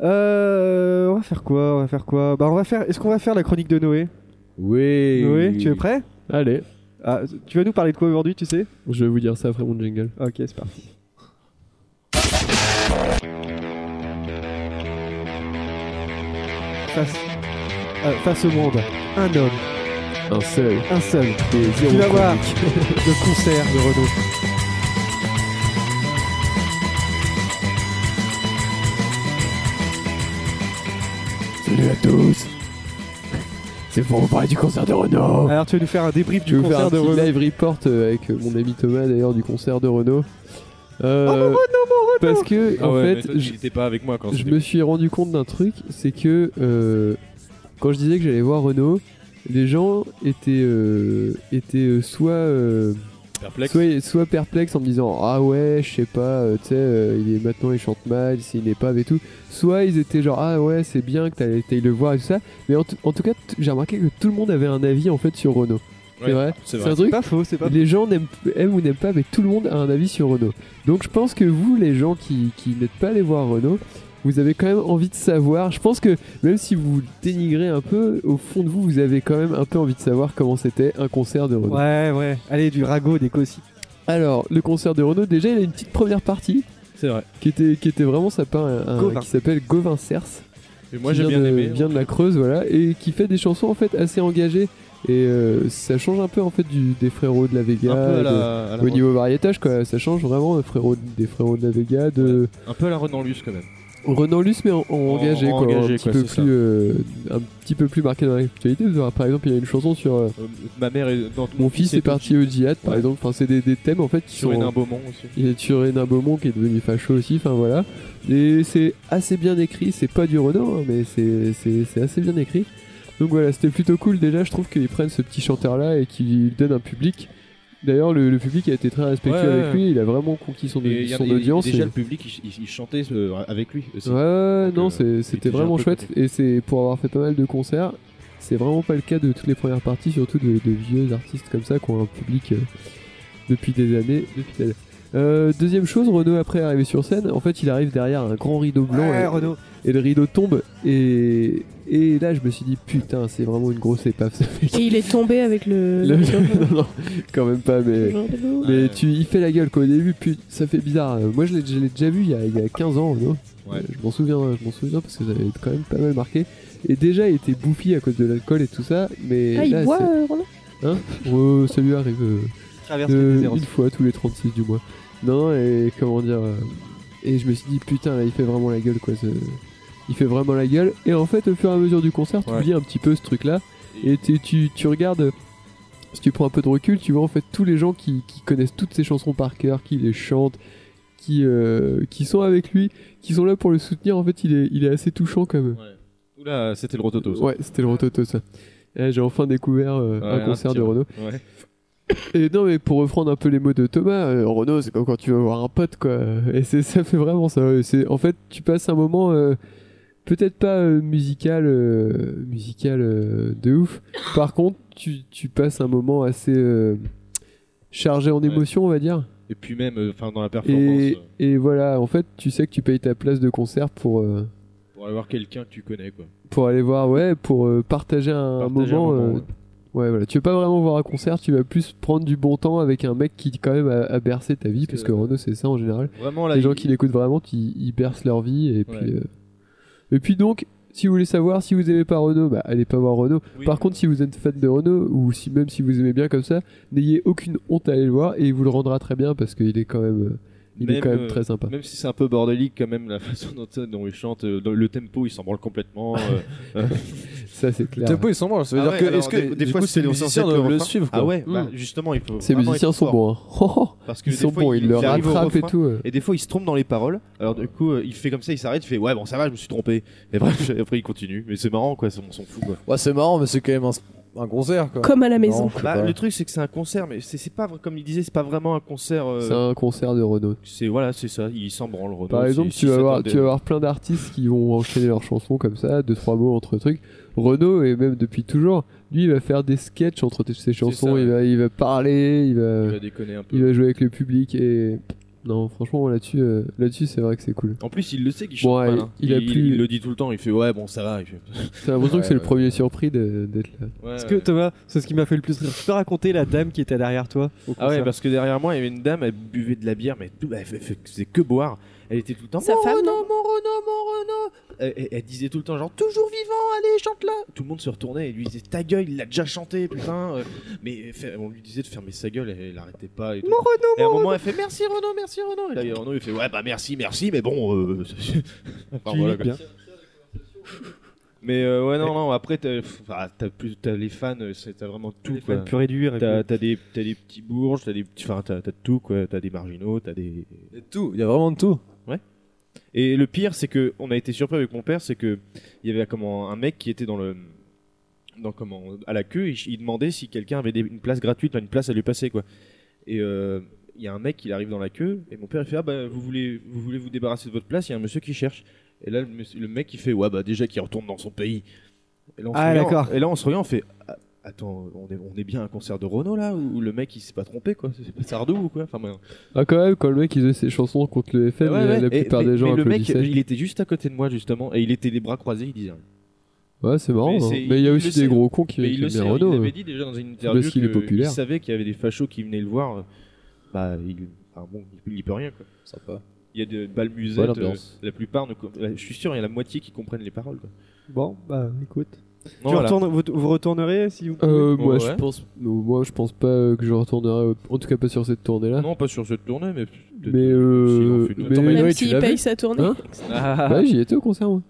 Speaker 2: Euh, on va faire quoi On va faire quoi Bah, on va faire. Est-ce qu'on va faire la chronique de Noé
Speaker 4: Oui.
Speaker 2: Noé, tu es prêt
Speaker 3: Allez.
Speaker 2: Ah, Tu vas nous parler de quoi aujourd'hui, tu sais
Speaker 3: Je vais vous dire ça après mon jingle.
Speaker 2: Ok, c'est parti. face, euh, face au monde un homme.
Speaker 15: Un seul.
Speaker 2: Un seul. Tu vas voir le concert de Renaud.
Speaker 3: Salut à tous. C'est pour vous parler du concert de Renault.
Speaker 2: Alors tu vas nous faire un débrief
Speaker 3: Je
Speaker 2: du
Speaker 3: vais vous Oh. faire
Speaker 2: concert
Speaker 3: un
Speaker 2: de
Speaker 3: petit
Speaker 2: Renaud.
Speaker 3: live report euh, avec euh, mon ami Thomas d'ailleurs du concert de Renault.
Speaker 2: Oh,
Speaker 3: Euh, Parce que
Speaker 4: Ah
Speaker 3: en
Speaker 4: ouais, mais
Speaker 3: fait,
Speaker 4: toi,
Speaker 3: je-
Speaker 4: tu n'étais pas avec moi quand
Speaker 3: je
Speaker 4: c'était-
Speaker 3: me suis rendu compte d'un truc, c'est que euh, quand je disais que j'allais voir Renault, les gens étaient euh, étaient euh, soit euh,
Speaker 4: Perplexes.
Speaker 3: soit soit perplexes en me disant ah ouais je sais pas euh, tu sais euh, il est maintenant il chante mal s'il n'est pas et tout soit ils étaient genre ah ouais c'est bien que t'allais t'ailles le voir et tout ça mais en, tout- en tout cas t- j'ai remarqué que tout le monde avait un avis en fait sur Renault c'est
Speaker 4: Ouais,
Speaker 3: vrai
Speaker 4: c'est vrai.
Speaker 3: un truc
Speaker 4: C'est pas faux, c'est pas
Speaker 3: les gens n'aiment- aiment ou n'aiment pas, mais tout le monde a un avis sur Renault. Donc je pense que vous, les gens qui, qui n'êtes pas allés voir Renault, vous avez quand même envie de savoir. Je pense que même si vous le dénigrez un peu, au fond de vous, vous avez quand même un peu envie de savoir comment c'était un concert de Renault.
Speaker 2: Ouais, ouais. Allez, du ragot, des aussi.
Speaker 3: Alors, le concert de Renault, déjà, il a une petite première partie.
Speaker 4: C'est vrai.
Speaker 3: Qui était, qui était vraiment sympa, un- un-
Speaker 4: Gauvin.
Speaker 3: qui s'appelle Gauvin Cerce.
Speaker 4: Et moi,
Speaker 3: qui
Speaker 4: j'ai
Speaker 3: vient
Speaker 4: bien
Speaker 3: de-
Speaker 4: aimé.
Speaker 3: Vient de la Creuse, voilà, et qui fait des chansons en fait assez engagées. Et euh, ça change un peu en fait du, des frérots de la Vega,
Speaker 4: Un peu
Speaker 3: de-
Speaker 4: à la- à la
Speaker 3: au
Speaker 4: Renaud.
Speaker 3: niveau variétage quoi. Ça change vraiment des frérots, des frérots de la Vega, de
Speaker 4: Un peu à la Renan Luce quand même.
Speaker 3: Renan Luce mais en, en
Speaker 4: En-
Speaker 3: engagé
Speaker 4: en
Speaker 3: quoi,
Speaker 4: engagé,
Speaker 3: un petit
Speaker 4: quoi,
Speaker 3: peu
Speaker 4: c'est ça.
Speaker 3: plus, euh, un petit peu plus marqué dans l'actualité. Vous aurez, Par exemple, il y a une chanson sur euh,
Speaker 4: Ma mère est dans
Speaker 3: mon fils est parti au djihad par
Speaker 4: Ouais.
Speaker 3: exemple. Enfin, c'est des, des thèmes en fait qui
Speaker 4: Sur
Speaker 3: sont
Speaker 4: Hénin Beaumont aussi.
Speaker 3: il est sur Hénin Beaumont qui est devenu facho aussi, enfin voilà. Et c'est assez bien écrit, c'est pas du Renault, hein, mais c'est- c'est c'est assez bien écrit. Donc voilà, c'était plutôt cool déjà, je trouve qu'ils prennent ce petit chanteur-là et qu'ils donnent un public. D'ailleurs, le, le public a été très respectueux
Speaker 4: Ouais, ouais.
Speaker 3: avec lui, il a vraiment conquis son,
Speaker 4: Et il y a-
Speaker 3: son
Speaker 4: et
Speaker 3: audience.
Speaker 4: Déjà,
Speaker 3: et-
Speaker 4: le public, il, il- il chantait euh, avec lui aussi.
Speaker 3: Ouais, ouais, non, c'est-
Speaker 4: était
Speaker 3: c'était
Speaker 4: déjà un
Speaker 3: vraiment
Speaker 4: peu
Speaker 3: chouette. Et c'est pour avoir fait pas mal de concerts, c'est vraiment pas le cas de toutes les premières parties, surtout de, de vieux artistes comme ça qui ont un public euh, depuis des années. Depuis des années. Euh, deuxième chose, Renaud après arrivé sur scène, en fait il arrive derrière un grand rideau blanc
Speaker 2: Ouais,
Speaker 3: et,
Speaker 2: Renaud.
Speaker 3: et le rideau tombe et, et là je me suis dit putain c'est vraiment une grosse épave ce mec.
Speaker 6: Et il est tombé avec le.
Speaker 3: Le- non, non, quand même pas, mais,
Speaker 6: Genre de l'eau.
Speaker 3: mais tu y fais la gueule quoi. Au début, pu- ça fait bizarre. Euh, Moi, je l'ai je l'ai déjà vu il y a, il y a 15 ans, non Euh,
Speaker 4: Ouais.
Speaker 3: Je m'en souviens, je m'en souviens parce que ça avait quand même pas mal marqué. Et déjà, il était bouffi à cause de l'alcool et tout ça, mais
Speaker 6: Ah, il
Speaker 3: là,
Speaker 6: boit,
Speaker 3: c'est-
Speaker 6: euh, Roland
Speaker 3: Hein Oh, ça lui arrive. euh,
Speaker 2: Traverse
Speaker 3: de-
Speaker 2: le désert
Speaker 3: une fois tous les 36 du mois. Non, et comment dire. euh, Et je me suis dit, putain, là, il fait vraiment la gueule, quoi. ce- Il fait vraiment la gueule. Et en fait, au fur et à mesure du concert, tu oublies un petit peu ce truc-là. Et tu, tu, tu regardes. euh, Si tu prends un peu de recul, tu vois en fait tous les gens qui, qui connaissent toutes ces chansons par cœur, qui les chantent, qui, euh, qui sont avec lui, qui sont là pour le soutenir. En fait, il est, il est assez touchant comme.
Speaker 4: Oula, c'était le rototo. ça.
Speaker 3: Ouais, c'était le Rototo ça. Eh, J'ai enfin découvert euh,
Speaker 4: Ouais,
Speaker 3: un concert
Speaker 4: petit-
Speaker 3: de Renault.
Speaker 4: Ouais.
Speaker 3: Et non, mais pour reprendre un peu les mots de Thomas, euh, Renault, c'est comme quand tu vas voir un pote, quoi. Et c'est ça fait vraiment ça. Et c'est- En fait, tu passes un moment euh, peut-être pas euh, musical, euh, musical euh, de ouf. Par contre, tu, tu passes un moment assez euh, chargé en émotions, on va dire.
Speaker 4: Et puis même, euh, enfin, dans la performance, euh,
Speaker 3: Et, et voilà, en fait, tu sais que tu payes ta place de concert pour. euh,
Speaker 4: pour aller voir quelqu'un que tu connais, quoi.
Speaker 3: pour aller voir, ouais, pour euh, partager un
Speaker 4: Partager un
Speaker 3: moment.
Speaker 4: moment,
Speaker 3: euh, ouais. voilà. Tu veux pas vraiment voir un concert, tu vas plus prendre du bon temps avec un mec qui, quand même, a, a bercé ta vie, parce que Renault, c'est ça en général.
Speaker 4: Vraiment, là,
Speaker 3: Les gens
Speaker 4: il-
Speaker 3: qui l'écoutent vraiment, tu- ils, bercent leur vie. Et puis,
Speaker 4: Ouais.
Speaker 3: euh, et puis donc, si vous voulez savoir si vous aimez pas Renault, bah, allez pas voir Renault. Par contre, si vous êtes fan de Renault, ou si même si vous aimez bien comme ça, n'ayez aucune honte à aller le voir, et il vous le rendra très bien, parce qu'il est quand même. euh, Il est
Speaker 4: Même,
Speaker 3: quand même
Speaker 4: euh,
Speaker 3: très sympa.
Speaker 4: Même si c'est un peu bordélique, quand même, la façon dont, dont il chante, euh, dans le tempo, il s'en branle complètement. euh.
Speaker 3: ça, c'est clair.
Speaker 1: Le tempo, il s'en branle, ça veut dire que- est-ce que,
Speaker 4: Ah des, des
Speaker 1: du
Speaker 4: fois,
Speaker 1: coup,
Speaker 4: c'est
Speaker 1: les
Speaker 4: censé
Speaker 1: musiciens
Speaker 4: être
Speaker 1: doivent le
Speaker 4: refrain.
Speaker 1: suivre, quoi.
Speaker 4: Ah ouais,
Speaker 1: Hmm.
Speaker 4: bah, justement, il faut.
Speaker 3: Ces
Speaker 4: vraiment
Speaker 3: musiciens
Speaker 4: être
Speaker 3: sont
Speaker 4: fort.
Speaker 3: bons. hein. Oh, oh.
Speaker 4: Parce que
Speaker 3: ils
Speaker 4: des
Speaker 3: sont
Speaker 4: fois,
Speaker 3: bons, ils le
Speaker 4: il arrive au
Speaker 3: rattrapent et
Speaker 4: refrain,
Speaker 3: tout. euh.
Speaker 4: Et des fois, il se trompe dans les paroles. Alors, du coup, euh, il fait comme ça, il s'arrête, il fait Ouais, bon, ça va, je me suis trompé. Et bref, après, il continue. Mais c'est marrant, quoi, on s'en fout, quoi.
Speaker 1: Ouais, c'est marrant, mais c'est quand même un, un concert, quoi. Non, je sais
Speaker 4: Bah,
Speaker 1: pas.
Speaker 4: le truc, c'est que c'est un concert, mais c'est c'est pas, vr- comme il disait, c'est pas vraiment un concert. euh,
Speaker 3: C'est un concert de Renault.
Speaker 4: C'est voilà, c'est ça. Il s'en branle. Renaud,
Speaker 3: Par
Speaker 4: si-
Speaker 3: exemple,
Speaker 4: si
Speaker 3: tu vas,
Speaker 4: ça
Speaker 3: avoir,
Speaker 4: t'intéresse.
Speaker 3: tu vas avoir plein d'artistes qui vont enchaîner leurs chansons comme ça, deux trois mots entre trucs. Renaud, et même depuis toujours, lui, il va faire des sketchs entre t- ses chansons,
Speaker 4: ça, ouais.
Speaker 3: il, va, il va parler, il va,
Speaker 4: Il va déconner un peu.
Speaker 3: euh, il va jouer avec le public et. Non, franchement, là-dessus, euh, là-dessus c'est vrai que c'est cool.
Speaker 4: En plus, il le sait qu'il chante
Speaker 3: Bon,
Speaker 4: mal,
Speaker 3: ouais,
Speaker 4: hein.
Speaker 3: il a plus-
Speaker 4: le dit tout le temps. Il fait ouais, bon, ça va. Il fait-
Speaker 3: J'ai l'impression que c'est
Speaker 4: Ouais,
Speaker 3: le premier surpris de- d'être là.
Speaker 4: ouais.
Speaker 2: Est-ce que Thomas, c'est ce qui m'a fait le plus rire. Tu peux raconter la dame qui était derrière toi au
Speaker 4: Ah ouais,
Speaker 2: concert
Speaker 4: parce que derrière moi, il y avait une dame, elle buvait de la bière, mais tout, elle f- f- faisait que boire. Elle était tout le temps.
Speaker 6: Sa
Speaker 4: Mon
Speaker 6: femme,
Speaker 4: Renaud,
Speaker 6: non
Speaker 4: mon Renaud, mon Renaud. Elle, elle- elle disait tout le temps genre toujours vivant, allez, chante-la Tout le monde se retournait et lui disait Ta gueule, il l'a déjà chanté, putain euh, Mais fait- on lui disait de fermer sa gueule, elle, elle arrêtait pas. Et tout.
Speaker 16: Mon Renaud,
Speaker 4: Et à un
Speaker 16: mon
Speaker 4: moment,
Speaker 16: Renaud.
Speaker 4: elle fait Merci Renaud, merci Renaud Et là, Renaud, il fait Ouais, bah merci, merci, mais bon. euh, Enfin,
Speaker 16: Tu
Speaker 4: voilà,
Speaker 16: imites
Speaker 4: quoi.
Speaker 16: bien.
Speaker 4: Mais euh, ouais, non, non, après, t'as pff, ah, t'as plus- t'as les fans, euh, c'est- t'as vraiment tout. quoi.
Speaker 2: fans purs et durs, et
Speaker 4: T'as
Speaker 2: puis-
Speaker 4: t'as des, t'as des petits bourges, t'as des petits. Enfin, t'as t'as de tout, quoi. T'as des marginaux, t'as des.
Speaker 1: tout, il y a vraiment de tout.
Speaker 4: Ouais. Et le pire, c'est que on a été surpris avec mon père, c'est que il y avait comment un mec qui était dans le dans comment à la queue, il, ch- il demandait si quelqu'un avait des- une place gratuite, enfin, une place à lui passer quoi. Et euh, il y a un mec qui arrive dans la queue et mon père il fait ah bah vous voulez vous voulez vous débarrasser de votre place, il y a un monsieur qui cherche. Et là le, monsieur- le mec il fait ouais bah déjà qui retourne dans son pays. Et là, on se
Speaker 2: Ah,
Speaker 4: regarde-
Speaker 2: d'accord.
Speaker 4: Et là on se regarde on fait Ah, attends on est, on est bien à un concert de Renault là où le mec il s'est pas trompé quoi, c'est pas Sardou ou quoi. Enfin, moi,
Speaker 3: Ah, quand même, quand le mec il faisait ses chansons contre le FM,
Speaker 4: Ouais,
Speaker 3: la-
Speaker 4: ouais.
Speaker 3: la
Speaker 4: Et-
Speaker 3: plupart
Speaker 4: mais-
Speaker 3: des gens
Speaker 4: mais le mec,
Speaker 3: applaudissaient.
Speaker 4: il était juste à côté de moi justement, et il était les bras croisés, il disait. rien.
Speaker 3: Ouais, c'est marrant. hein.
Speaker 4: Mais
Speaker 3: Mais,
Speaker 4: c'est-
Speaker 3: il y a
Speaker 4: il
Speaker 3: aussi
Speaker 4: le
Speaker 3: des
Speaker 4: sait.
Speaker 3: gros cons qui
Speaker 4: Mais
Speaker 3: aiment
Speaker 4: il le sait, hein,
Speaker 3: bien hein.
Speaker 4: il
Speaker 3: Renaud.
Speaker 4: l'avait dit déjà dans une interview
Speaker 3: Parce qu'il est
Speaker 4: que
Speaker 3: populaire.
Speaker 4: Il savait qu'il y avait des fachos qui venaient le voir. Bah, il, enfin bon, il n'y peut rien quoi. Sympa. Il y a des balles musettes.
Speaker 3: Bonne ambiance.
Speaker 4: euh, la plupart, ne com- je suis sûr, il y a la moitié qui comprennent les paroles. Quoi.
Speaker 2: Bon, bah écoute.
Speaker 4: Non,
Speaker 2: Tu
Speaker 4: voilà.
Speaker 2: retournes- vous, vous retournerez si vous pouvez
Speaker 3: Euh, moi,
Speaker 4: Ouais.
Speaker 3: je pense, moi, je pense pas euh, que je retournerai, euh, en tout cas pas sur cette tournée-là.
Speaker 4: Non, pas sur cette tournée, mais.
Speaker 3: Mais, euh,
Speaker 4: si, on fait une
Speaker 3: mais
Speaker 4: autre.
Speaker 6: Même
Speaker 3: Noé, tu
Speaker 6: s'il
Speaker 3: l'as
Speaker 6: paye
Speaker 3: vu
Speaker 6: sa tournée.
Speaker 3: Hein Ouais, j'y étais au concert, moi.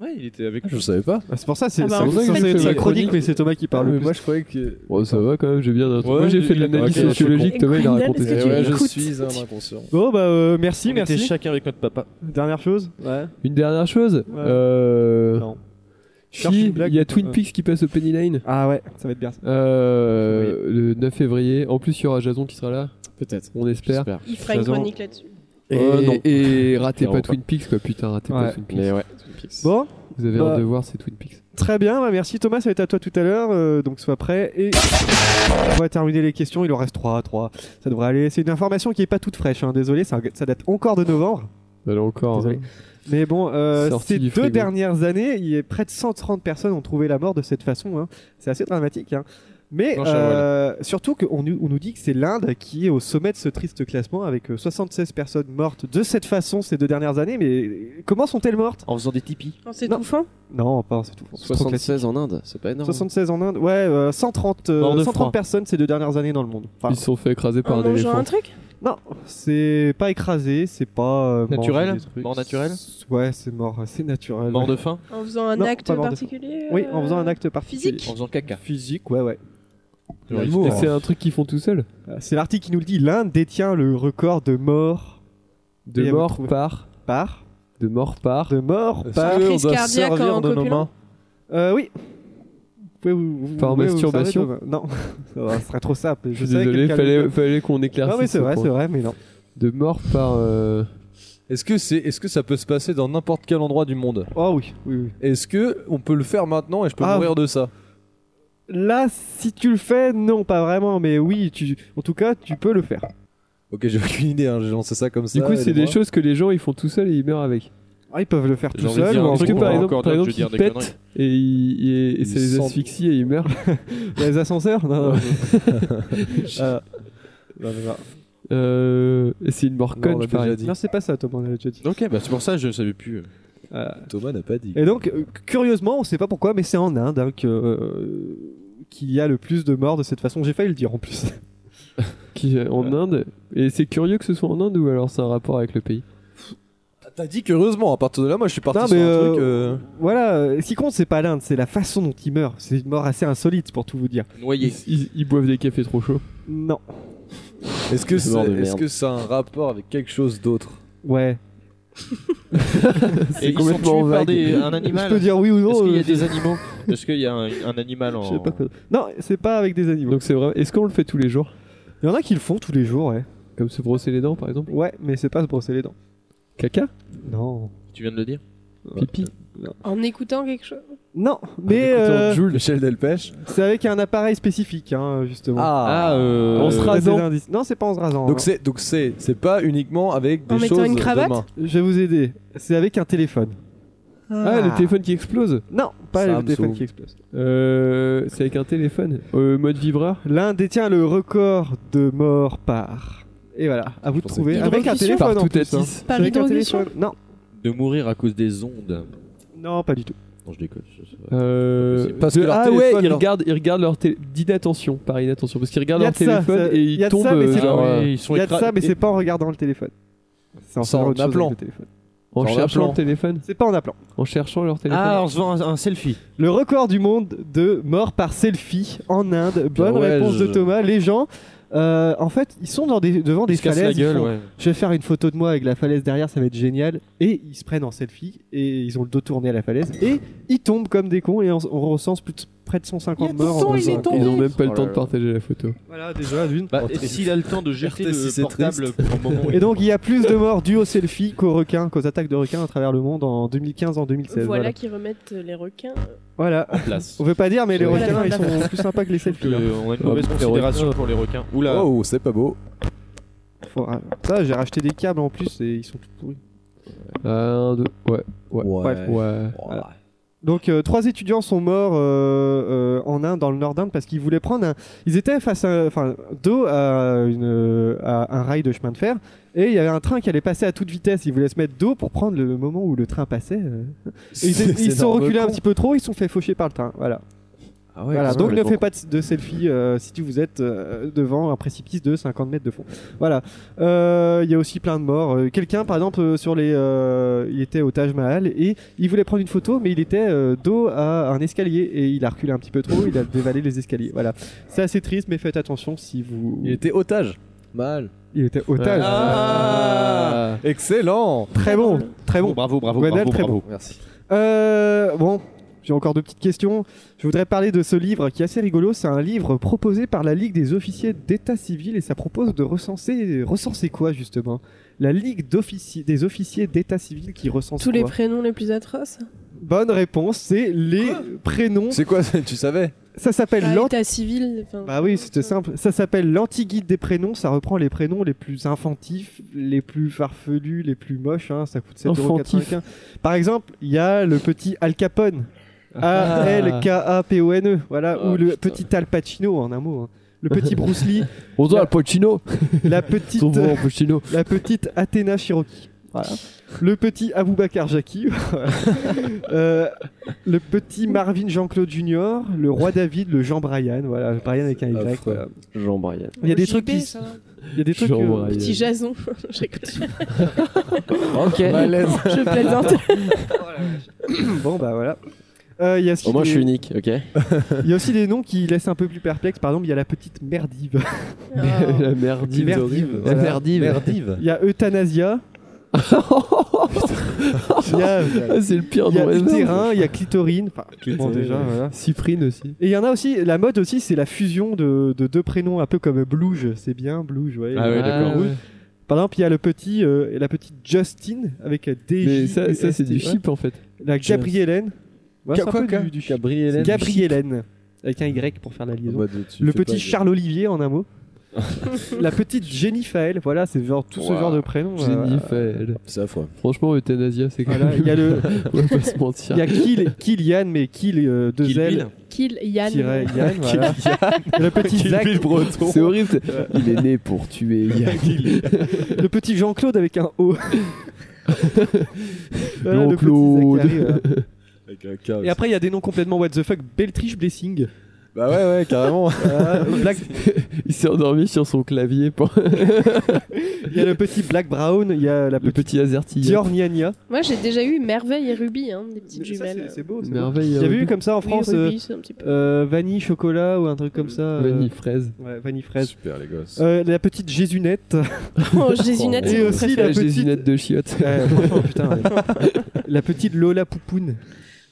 Speaker 4: Ouais, il était avec.
Speaker 1: Ah, Je savais pas.
Speaker 2: C'est pour ça, c'est
Speaker 4: Ah bah,
Speaker 2: c'est
Speaker 4: en
Speaker 2: censé
Speaker 4: fait,
Speaker 2: être
Speaker 4: il-
Speaker 2: sa chronique, mais c'est Thomas qui parle.
Speaker 3: Ah,
Speaker 2: le
Speaker 3: mais
Speaker 2: plus.
Speaker 3: moi,
Speaker 1: je croyais que.
Speaker 3: Bon, ça va quand même, j'ai bien.
Speaker 2: Ouais,
Speaker 3: moi, j'ai
Speaker 2: j'ai-
Speaker 3: fait de l'analyse
Speaker 2: ok, je
Speaker 3: sociologique.
Speaker 2: comprends.
Speaker 3: Thomas, il a raconté
Speaker 2: Est-ce que
Speaker 3: ses
Speaker 2: tu
Speaker 3: trucs.
Speaker 1: Eh Ouais, je
Speaker 2: Écoute.
Speaker 1: suis un inconscient.
Speaker 2: Bon, bah euh, merci,
Speaker 4: On
Speaker 2: merci.
Speaker 4: était chacun avec notre papa.
Speaker 2: Dernière chose Ouais.
Speaker 3: Une dernière chose.
Speaker 2: Ouais.
Speaker 3: Euh...
Speaker 2: Non.
Speaker 3: si,
Speaker 2: Cherche une blague.
Speaker 3: il y a Twin
Speaker 2: Ouais.
Speaker 3: Peaks qui passe au Penny Lane.
Speaker 2: Ah ouais, ça va être bien. ça.
Speaker 3: Euh, le 9 février. En plus, il y aura Jason qui sera là.
Speaker 17: Peut-être.
Speaker 3: On espère.
Speaker 6: Il fera une
Speaker 3: Jason.
Speaker 6: chronique là-dessus.
Speaker 3: Et,
Speaker 17: Euh, non.
Speaker 3: et ratez
Speaker 17: Clairement
Speaker 3: pas
Speaker 17: pas.
Speaker 3: Twin Peaks, quoi. Putain, ratez
Speaker 2: Ouais.
Speaker 3: pas Twin Peaks.
Speaker 17: Mais
Speaker 1: euh,
Speaker 17: ouais.
Speaker 2: Bon,
Speaker 3: Vous avez
Speaker 2: Bah.
Speaker 3: hâte de voir, c'est Twin Peaks.
Speaker 2: très bien, bah, merci Thomas, ça va être à toi tout à l'heure, euh, donc sois prêt. Et on va terminer les questions, il en reste 3, 3. Ça devrait aller. C'est une information qui est pas toute fraîche, hein, désolé, ça, ça date encore de novembre.
Speaker 3: Elle est Bah, encore. hein.
Speaker 2: Désolé. Mais bon, euh,
Speaker 3: Sorti
Speaker 2: ces
Speaker 3: du
Speaker 2: deux
Speaker 3: frigo.
Speaker 2: dernières années, il y a près de 130 personnes ont trouvé la mort de cette façon. hein. C'est assez dramatique. hein. Mais
Speaker 4: Non,
Speaker 2: euh, surtout qu'on nous, on nous dit que c'est l'Inde qui est au sommet de ce triste classement avec euh, 76 personnes mortes de cette façon ces deux dernières années. Mais comment sont-elles mortes
Speaker 4: En faisant des tipis.
Speaker 6: En s'étouffant
Speaker 2: Non, pas c'est tout. c'est trop classique.
Speaker 17: 76 en Inde, c'est pas énorme.
Speaker 2: 76 en Inde, ouais, euh, 130, euh,
Speaker 17: Mort de
Speaker 2: 130
Speaker 17: froid.
Speaker 2: personnes ces deux dernières années dans le monde. Enfin,
Speaker 3: Ils se sont fait écraser par
Speaker 6: En
Speaker 3: un
Speaker 6: mangeant
Speaker 3: éléphant.
Speaker 6: un truc
Speaker 2: Non, c'est pas écrasé, c'est pas. euh,
Speaker 4: Naturel
Speaker 2: manger des trucs.
Speaker 4: Mort naturel
Speaker 2: Ouais, c'est mort, c'est naturel.
Speaker 4: Mort
Speaker 2: ouais.
Speaker 4: de faim
Speaker 6: En faisant un
Speaker 2: Non,
Speaker 6: acte
Speaker 2: pas mort de-
Speaker 6: particulier
Speaker 2: Oui,
Speaker 6: euh,
Speaker 2: en faisant un acte particulier.
Speaker 6: Physique
Speaker 4: En faisant caca.
Speaker 2: Physique, ouais, ouais.
Speaker 3: Et c'est un truc qu'ils font tout seuls.
Speaker 2: Euh, C'est l'article qui nous le dit. L'Inde détient le record de morts Et
Speaker 3: De
Speaker 2: à vous
Speaker 3: mort
Speaker 2: trouver.
Speaker 3: par.
Speaker 2: par.
Speaker 3: De mort par.
Speaker 2: De morts
Speaker 1: Est-ce
Speaker 2: par.
Speaker 1: que on
Speaker 6: Crise
Speaker 1: doit
Speaker 6: cardiaque en
Speaker 1: servir de nos
Speaker 6: copulant
Speaker 1: mains
Speaker 2: Euh, oui. Vous pouvez vous- vous-
Speaker 3: Par
Speaker 2: vous pouvez vous
Speaker 3: masturbation
Speaker 2: servir de- Non, ça va, ce serait trop simple.
Speaker 3: Je
Speaker 2: Je
Speaker 3: suis
Speaker 2: savais que
Speaker 3: désolé,
Speaker 2: quelqu'un allait le
Speaker 3: fallait,
Speaker 2: faire.
Speaker 3: fallait qu'on éclaircisse.
Speaker 2: Non, mais c'est
Speaker 3: ce
Speaker 2: vrai,
Speaker 3: point.
Speaker 2: c'est vrai, mais non.
Speaker 3: De mort par. euh,
Speaker 1: Est-ce que, c'est, est-ce que ça peut se passer dans n'importe quel endroit du monde
Speaker 2: Oh oui, oui, oui.
Speaker 1: Est-ce que on peut le faire maintenant et je peux
Speaker 2: Ah.
Speaker 1: mourir de ça
Speaker 2: Là, si tu le fais, non, pas vraiment, mais oui, tu... en tout cas, tu peux le faire.
Speaker 1: Ok, j'ai aucune idée, hein, j'ai lancé ça comme ça.
Speaker 3: Du coup, c'est des
Speaker 1: aidez-moi.
Speaker 3: choses que les gens ils font tout seuls et ils meurent avec.
Speaker 2: Ah, ils peuvent le faire tout
Speaker 4: envie de
Speaker 2: seuls.
Speaker 4: dire
Speaker 2: ou en
Speaker 4: un
Speaker 3: Est-ce
Speaker 4: truc
Speaker 3: que
Speaker 2: groupe.
Speaker 3: par
Speaker 4: on va
Speaker 3: exemple,
Speaker 4: encore
Speaker 3: par
Speaker 4: dire que
Speaker 3: exemple
Speaker 4: je veux
Speaker 3: ils
Speaker 4: dire des conneries.
Speaker 3: pètent et, ils- et- et ça
Speaker 1: Ils
Speaker 3: les
Speaker 1: sentent-
Speaker 3: asphyxie et ils meurent
Speaker 2: Les ascenseurs Non, non. je- Euh, non, non, non.
Speaker 3: euh, et C'est une
Speaker 1: Non,
Speaker 3: mort
Speaker 1: on
Speaker 3: conne,
Speaker 1: l'a
Speaker 3: je parie.
Speaker 1: déjà dit.
Speaker 2: Non, c'est pas ça, Thomas, on l'a déjà dit.
Speaker 4: Ok, bah c'est pour ça que je savais plus. euh.
Speaker 1: Thomas n'a pas dit.
Speaker 2: Et donc, euh, curieusement, on sait pas pourquoi, mais c'est en Inde hein, que, euh, qu'il y a le plus de morts de cette façon. J'ai failli le dire en plus.
Speaker 3: Qui, euh, en Inde. Et c'est curieux que ce soit en Inde ou alors c'est un rapport avec le pays
Speaker 1: Ah, T'as dit curieusement, à partir de là, moi je suis parti
Speaker 2: Non,
Speaker 1: sur
Speaker 2: mais,
Speaker 1: un
Speaker 2: euh,
Speaker 1: truc. euh,
Speaker 2: Voilà, euh, ce qui compte, c'est pas l'Inde, c'est la façon dont ils meurent. C'est une mort assez insolite pour tout vous dire.
Speaker 4: Noyé.
Speaker 3: ils, ils boivent des cafés trop chauds.
Speaker 2: Non.
Speaker 1: Est-ce que,
Speaker 17: Des morts
Speaker 1: c'est,
Speaker 17: de
Speaker 1: est-ce
Speaker 17: merde.
Speaker 1: que ça a un rapport avec quelque chose d'autre
Speaker 2: Ouais.
Speaker 4: Et ils sont tués par des- un
Speaker 2: Je peux
Speaker 4: animal.
Speaker 2: dire oui ou non.
Speaker 4: Est-ce qu'il y
Speaker 2: euh,
Speaker 4: a des animaux Oh, Est-ce qu'il y a un, un animal en.
Speaker 2: je sais pas quoi. Non, c'est pas avec des animaux.
Speaker 3: Donc c'est vrai. Est-ce qu'on le fait tous les jours
Speaker 2: Il y en a qui le font tous les jours, ouais.
Speaker 3: Comme se brosser les dents par exemple
Speaker 2: Ouais, mais c'est pas se brosser les dents.
Speaker 3: Caca
Speaker 2: Non.
Speaker 4: Tu viens de le dire
Speaker 3: Pipi
Speaker 6: En écoutant quelque chose
Speaker 2: Non, mais euh,
Speaker 1: Jules, Michel Delpech.
Speaker 2: c'est avec un appareil spécifique, hein, justement.
Speaker 1: Ah,
Speaker 4: euh,
Speaker 1: On
Speaker 2: On
Speaker 1: se
Speaker 2: se
Speaker 1: rase
Speaker 2: rasant.
Speaker 1: en-
Speaker 2: Non, c'est pas en se rasant.
Speaker 1: Donc
Speaker 2: hein.
Speaker 1: c'est donc c'est c'est pas uniquement avec des
Speaker 6: En mettant
Speaker 1: choses
Speaker 6: une
Speaker 1: de
Speaker 6: cravate
Speaker 1: main.
Speaker 2: Je vais vous aider. C'est avec un téléphone.
Speaker 3: Ah, le téléphone qui explose
Speaker 2: Non, pas
Speaker 1: Ça
Speaker 2: le
Speaker 1: me
Speaker 2: téléphone
Speaker 1: saoule.
Speaker 2: qui explose.
Speaker 3: euh, C'est avec un téléphone Euh, Mode vibreur
Speaker 2: L'un détient le record de morts par. Et voilà, à vous de
Speaker 1: pensais
Speaker 2: trouver.
Speaker 6: que-
Speaker 2: Avec un
Speaker 6: Hydrocution
Speaker 2: téléphone
Speaker 3: Par
Speaker 2: en
Speaker 3: tout à
Speaker 2: plus. hein.
Speaker 3: tisse
Speaker 6: Par
Speaker 2: Avec un
Speaker 6: l'hydrocution
Speaker 2: téléphone. Non,
Speaker 4: De mourir à cause des ondes.
Speaker 2: non, pas du tout.
Speaker 10: Non, je déconne. je- c'est vrai.
Speaker 3: Euh,
Speaker 4: Parce que
Speaker 3: de-
Speaker 4: leur
Speaker 3: ah ouais,
Speaker 4: téléphone,
Speaker 3: ils
Speaker 4: leur-
Speaker 3: regardent, ils regardent leur télé- d'inattention, par inattention, parce qu'ils regardent
Speaker 2: Y a
Speaker 3: leur
Speaker 2: de ça,
Speaker 3: téléphone
Speaker 2: ça-
Speaker 3: et
Speaker 2: y
Speaker 3: ils
Speaker 2: a de
Speaker 3: tombent.
Speaker 2: ça, mais
Speaker 3: euh,
Speaker 2: c'est
Speaker 3: genre,
Speaker 2: pas-
Speaker 3: euh,
Speaker 2: y a de ça, mais c'est pas en regardant le téléphone. C'est en,
Speaker 3: C'est en
Speaker 2: faisant autre chose
Speaker 3: appelant.
Speaker 2: avec le téléphone. C'est
Speaker 3: en
Speaker 2: en
Speaker 3: cherchant
Speaker 2: appelant.
Speaker 3: leur téléphone.
Speaker 2: C'est pas en appelant.
Speaker 3: En cherchant leur téléphone.
Speaker 2: Ah,
Speaker 10: on se vend un, un selfie.
Speaker 2: Le record du monde de morts par selfie en Inde. Bonne
Speaker 10: Ah ouais,
Speaker 2: réponse
Speaker 10: je-
Speaker 2: de Thomas. Les gens, euh, en fait, ils sont dans des- devant des
Speaker 10: se cassent la
Speaker 2: falaises. ils
Speaker 10: gueule,
Speaker 2: font,
Speaker 10: ouais.
Speaker 2: Je vais faire une photo de moi avec la falaise derrière, ça va être génial. Et ils se prennent en selfie et ils ont le dos tourné à la falaise et ils tombent comme des cons et on, on recense plus de, près de 150 morts. en faisant-
Speaker 3: Ils ont même pas le temps de partager la photo.
Speaker 2: Voilà, déjà d'une.
Speaker 10: Bah, et s'il a le temps de jeter
Speaker 4: si
Speaker 10: le
Speaker 4: c'est
Speaker 10: portable
Speaker 4: triste.
Speaker 10: pour le moment. où
Speaker 2: Et donc il y a plus de morts dues aux selfies qu'aux requins, qu'aux attaques de requins à travers le monde en 2015 en 2016.
Speaker 6: Voilà
Speaker 2: Voilà.
Speaker 6: qui remettent les requins.
Speaker 2: Voilà.
Speaker 10: En place.
Speaker 2: On veut pas dire mais les
Speaker 6: Ouais.
Speaker 2: requins ils
Speaker 6: Voilà.
Speaker 2: sont plus sympas que les selfies.
Speaker 10: Que
Speaker 2: hein.
Speaker 10: on a une mauvaise
Speaker 4: Ouais,
Speaker 10: considération
Speaker 4: requins.
Speaker 10: pour les requins. Oula.
Speaker 4: Oh, c'est pas beau.
Speaker 2: Faut- ah, Ça j'ai racheté des câbles en plus et ils sont tout pourris.
Speaker 3: Un, deux, ouais, ouais,
Speaker 4: Ouais.
Speaker 2: Bref.
Speaker 3: ouais.
Speaker 2: Voilà. Donc euh, trois étudiants sont morts euh, euh, en Inde, dans le nord d'Inde, parce qu'ils voulaient prendre. Un... Ils étaient face à, enfin, dos à, une, euh, à un rail de chemin de fer, et il y avait un train qui allait passer à toute vitesse. Ils voulaient se mettre dos pour prendre le moment où le train passait. euh. Et ils
Speaker 4: C'est-
Speaker 2: ils
Speaker 4: c'est
Speaker 2: se sont
Speaker 4: énorme
Speaker 2: reculés un
Speaker 4: con.
Speaker 2: petit peu trop, ils se sont fait faucher par le train. Voilà.
Speaker 4: Ah ouais,
Speaker 2: Voilà,
Speaker 4: parce
Speaker 2: donc ne
Speaker 4: que les
Speaker 2: fais pas de, de selfie euh, si tu vous êtes euh, devant un précipice de 50 mètres de fond. Voilà. Euh, Il y a aussi plein de morts. Euh, Quelqu'un, par exemple, euh, sur les, euh, il était au Taj Mahal et il voulait prendre une photo, mais il était euh, dos à un escalier et il a reculé un petit peu trop. il a dévalé les escaliers. Voilà. C'est assez triste, mais faites attention si vous.
Speaker 4: Il était otage. Mal.
Speaker 2: Il était otage.
Speaker 4: Ah, Excellent.
Speaker 2: Très bon, très bon.
Speaker 10: Bravo, bravo,
Speaker 2: Gwenaël,
Speaker 10: bravo,
Speaker 2: très
Speaker 10: bravo.
Speaker 2: bon.
Speaker 4: Merci.
Speaker 2: Euh, bon, j'ai encore deux petites questions. Je voudrais parler de ce livre qui est assez rigolo. C'est un livre proposé par la Ligue des officiers d'état civil et ça propose de recenser. Recenser quoi justement La Ligue d'officiers des officiers d'état civil qui recense
Speaker 6: Tous les
Speaker 2: quoi
Speaker 6: prénoms les plus atroces.
Speaker 2: Bonne réponse, c'est les prénoms.
Speaker 4: C'est quoi ça, Tu savais
Speaker 2: Ça s'appelle
Speaker 6: Ah,
Speaker 2: l'ant-
Speaker 6: État civil. enfin,
Speaker 2: Bah oui, c'était simple. Ça s'appelle l'anti-guide des prénoms. Ça reprend les prénoms les plus infantifs, les plus farfelus, les plus moches. hein. Ça coûte 7,95€.
Speaker 3: Infantif.
Speaker 2: Par exemple, il y a le petit Al Capone.
Speaker 3: Ah.
Speaker 2: A-L-K-A-P-O-N-E. E. Voilà.
Speaker 3: Oh,
Speaker 2: ou le
Speaker 3: putain.
Speaker 2: petit Al Pacino, en un mot. hein. Le petit Bruce Lee.
Speaker 3: Bonjour,
Speaker 2: La-
Speaker 3: Al Pacino.
Speaker 2: la petite,
Speaker 3: Son bon, Al Pacino.
Speaker 2: la petite Athéna Shiroki. Voilà. Le petit Aboubacar Jackie. Euh, le petit Marvin Jean-Claude Junior. Le roi David, le Jean Brian. Voilà. Brian avec un Y.
Speaker 4: Affreux.
Speaker 2: voilà.
Speaker 1: Jean Brian.
Speaker 2: Il y a des
Speaker 6: JB,
Speaker 2: trucs qui.
Speaker 6: ça.
Speaker 2: Il y a des trucs.
Speaker 3: Jean
Speaker 2: euh,
Speaker 3: Brian.
Speaker 6: Petit Jason. Je rigole.
Speaker 1: Ok.
Speaker 4: Malaise.
Speaker 6: Je plaisante.
Speaker 2: Bon bah voilà. Euh, Il y a aussi
Speaker 1: Au moins,
Speaker 2: des-
Speaker 1: je suis unique, ok
Speaker 2: Il y a aussi des noms qui laissent un peu plus perplexe. Par exemple, il y a la petite merdive. euh,
Speaker 6: Ah.
Speaker 3: La merdive.
Speaker 2: Merdive,
Speaker 3: d'horrible.
Speaker 2: voilà.
Speaker 3: La merdive.
Speaker 4: Merdive.
Speaker 2: Il y a euthanasia. Il y a,
Speaker 3: Ah, c'est le pire
Speaker 2: il y a
Speaker 3: nom ever.
Speaker 2: utérin, il y a clitorine. Enfin, bon, déjà, voilà.
Speaker 3: Cyprine aussi.
Speaker 2: Et il y en a aussi, la mode aussi, c'est la fusion de, de deux prénoms, un peu comme Blouge, c'est bien, Blouge, ouais.
Speaker 10: Ah ouais, d'accord.
Speaker 3: ouais.
Speaker 2: Par exemple, il y a le petit, euh, la petite Justine avec D.
Speaker 3: Mais ça, ça c'est du chip en fait.
Speaker 2: La Gabriellen. Ouais, c'est un peu du- du chip.
Speaker 4: Gabriel
Speaker 2: Gabriellen. Avec un Y pour faire la liaison.
Speaker 4: Le
Speaker 2: Le petit Charles Olivier en un mot. la petite Jennifer, voilà, c'est genre tout ce
Speaker 4: Ouah,
Speaker 2: genre de prénom. euh,
Speaker 3: Jennifer.
Speaker 4: C'est affreux.
Speaker 3: Franchement, euthanasia, c'est quand
Speaker 2: Voilà, il y a le,
Speaker 3: On va pas se mentir.
Speaker 2: il y a Kill, Kylian, mais Kill euh, deux
Speaker 10: Kill
Speaker 2: L,
Speaker 6: Kill
Speaker 2: tiret
Speaker 6: Yann.
Speaker 2: Yann, voilà. Le petit Zach,
Speaker 3: C'est horrible. c'est- Il est né pour tuer. il y a-
Speaker 2: le petit Jean-Claude avec un O. Voilà, le petit
Speaker 3: Jean-Claude.
Speaker 2: Zachary, voilà.
Speaker 4: Avec un K.
Speaker 2: Et après, il y a des noms complètement what the fuck. Beltrich Blessing.
Speaker 4: Bah ouais, ouais, carrément.
Speaker 2: Voilà, Black-
Speaker 3: Il s'est endormi sur son clavier. Pour...
Speaker 2: Il y a le petit Black Brown, il y a la
Speaker 3: Le
Speaker 2: petite
Speaker 3: petit azerty.
Speaker 2: Dior Nia
Speaker 6: Moi, j'ai déjà eu Merveille et Ruby, hein, des petites jumelles.
Speaker 2: C'est beau. c'est beau.
Speaker 3: Merveille.
Speaker 2: Il y avait eu comme ça en
Speaker 6: Oui,
Speaker 2: France euh,
Speaker 6: Ruby, c'est un petit peu.
Speaker 2: euh, vanille, chocolat ou un truc comme ça. euh,
Speaker 3: Vanille fraise.
Speaker 2: Ouais, vanille fraise.
Speaker 4: Super, les gosses.
Speaker 2: Euh, la petite Jésunette.
Speaker 6: Oh, Jésunette,
Speaker 4: Et
Speaker 6: c'est mon
Speaker 2: aussi
Speaker 6: préféré.
Speaker 2: la
Speaker 3: La
Speaker 2: petite-
Speaker 3: gésinette de chiottes.
Speaker 2: Ouais, franchement, putain, ouais. La petite Lola Poupoune.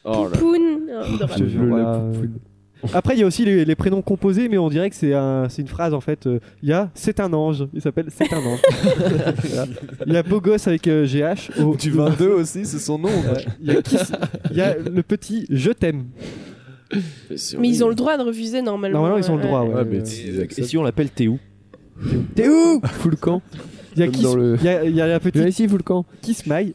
Speaker 1: Oh là.
Speaker 6: Poun. Oh,
Speaker 3: Je
Speaker 6: adorable.
Speaker 3: te jure,
Speaker 2: Voilà.
Speaker 3: la poupoune.
Speaker 2: Après, il y a aussi les, les prénoms composés, mais on dirait que c'est un- c'est une phrase en fait. euh, Il y a C'est un ange. Il s'appelle C'est un ange. Voilà. Il y a Beau Gosse avec euh, GH. Oh,
Speaker 4: Du 22 aussi, c'est son nom.
Speaker 2: Il y a Kiss- il y a le petit Je t'aime.
Speaker 6: Mais ils ont le droit de refuser normalement.
Speaker 2: Normalement, ils ont le droit. ouais.
Speaker 4: Ouais, Ah, mais
Speaker 10: Et,
Speaker 4: s'ils
Speaker 10: euh, et
Speaker 4: acceptent.
Speaker 10: si on l'appelle Théo
Speaker 3: T'es où Fous le camp.
Speaker 2: Il y a
Speaker 3: Comme
Speaker 2: Kiss-
Speaker 3: dans le-
Speaker 2: il y a- il y a la
Speaker 3: Viens
Speaker 2: petite
Speaker 3: ici, fous le camp.
Speaker 2: Kiss My.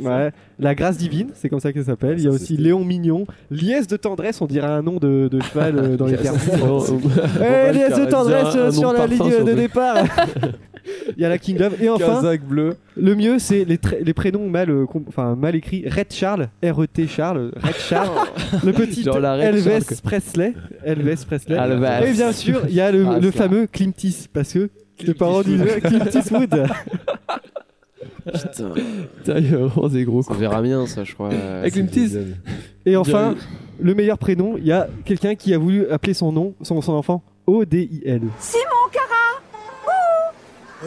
Speaker 2: Ouais. La grâce divine, c'est comme ça qu'elle s'appelle.
Speaker 4: Ah,
Speaker 2: Il y a
Speaker 4: ça,
Speaker 2: aussi
Speaker 4: c'était-
Speaker 2: Léon Mignon. Liesse de tendresse, on dirait un nom de, de cheval euh, dans les termes.
Speaker 3: Oh, oh.
Speaker 2: Eh,
Speaker 3: va le
Speaker 2: liesse
Speaker 3: faire,
Speaker 2: de
Speaker 3: elle dira
Speaker 2: tendresse
Speaker 3: un
Speaker 2: euh,
Speaker 3: nom
Speaker 2: sur la
Speaker 3: parfum
Speaker 2: ligne
Speaker 3: sur
Speaker 2: de
Speaker 3: deux.
Speaker 2: départ. il y a la King Love. Et enfin,
Speaker 4: Kazakh bleu.
Speaker 2: le mieux, c'est les, tra- les prénoms mal, euh, com- enfin, mal écrits. Red Charles, R-E-T Charles, Red Charles. le petit
Speaker 13: Genre la Red
Speaker 2: Elvis
Speaker 13: Charles, quoi.
Speaker 2: Presley. Elvis Presley.
Speaker 13: Elvis.
Speaker 2: Et bien sûr, il y a le,
Speaker 13: Ah,
Speaker 2: le
Speaker 13: c'est là.
Speaker 2: fameux Clint Eastwood, parce que les parents disent
Speaker 13: Eastwood.
Speaker 2: Clint Eastwood.
Speaker 1: Putain.
Speaker 3: Putain, il y a vraiment des gros
Speaker 1: On verra bien, ça, je crois.
Speaker 2: Avec une petite- Et enfin, le meilleur prénom, il y a quelqu'un qui a voulu appeler son nom, son, son enfant O-D-I-L.
Speaker 9: Simon Cara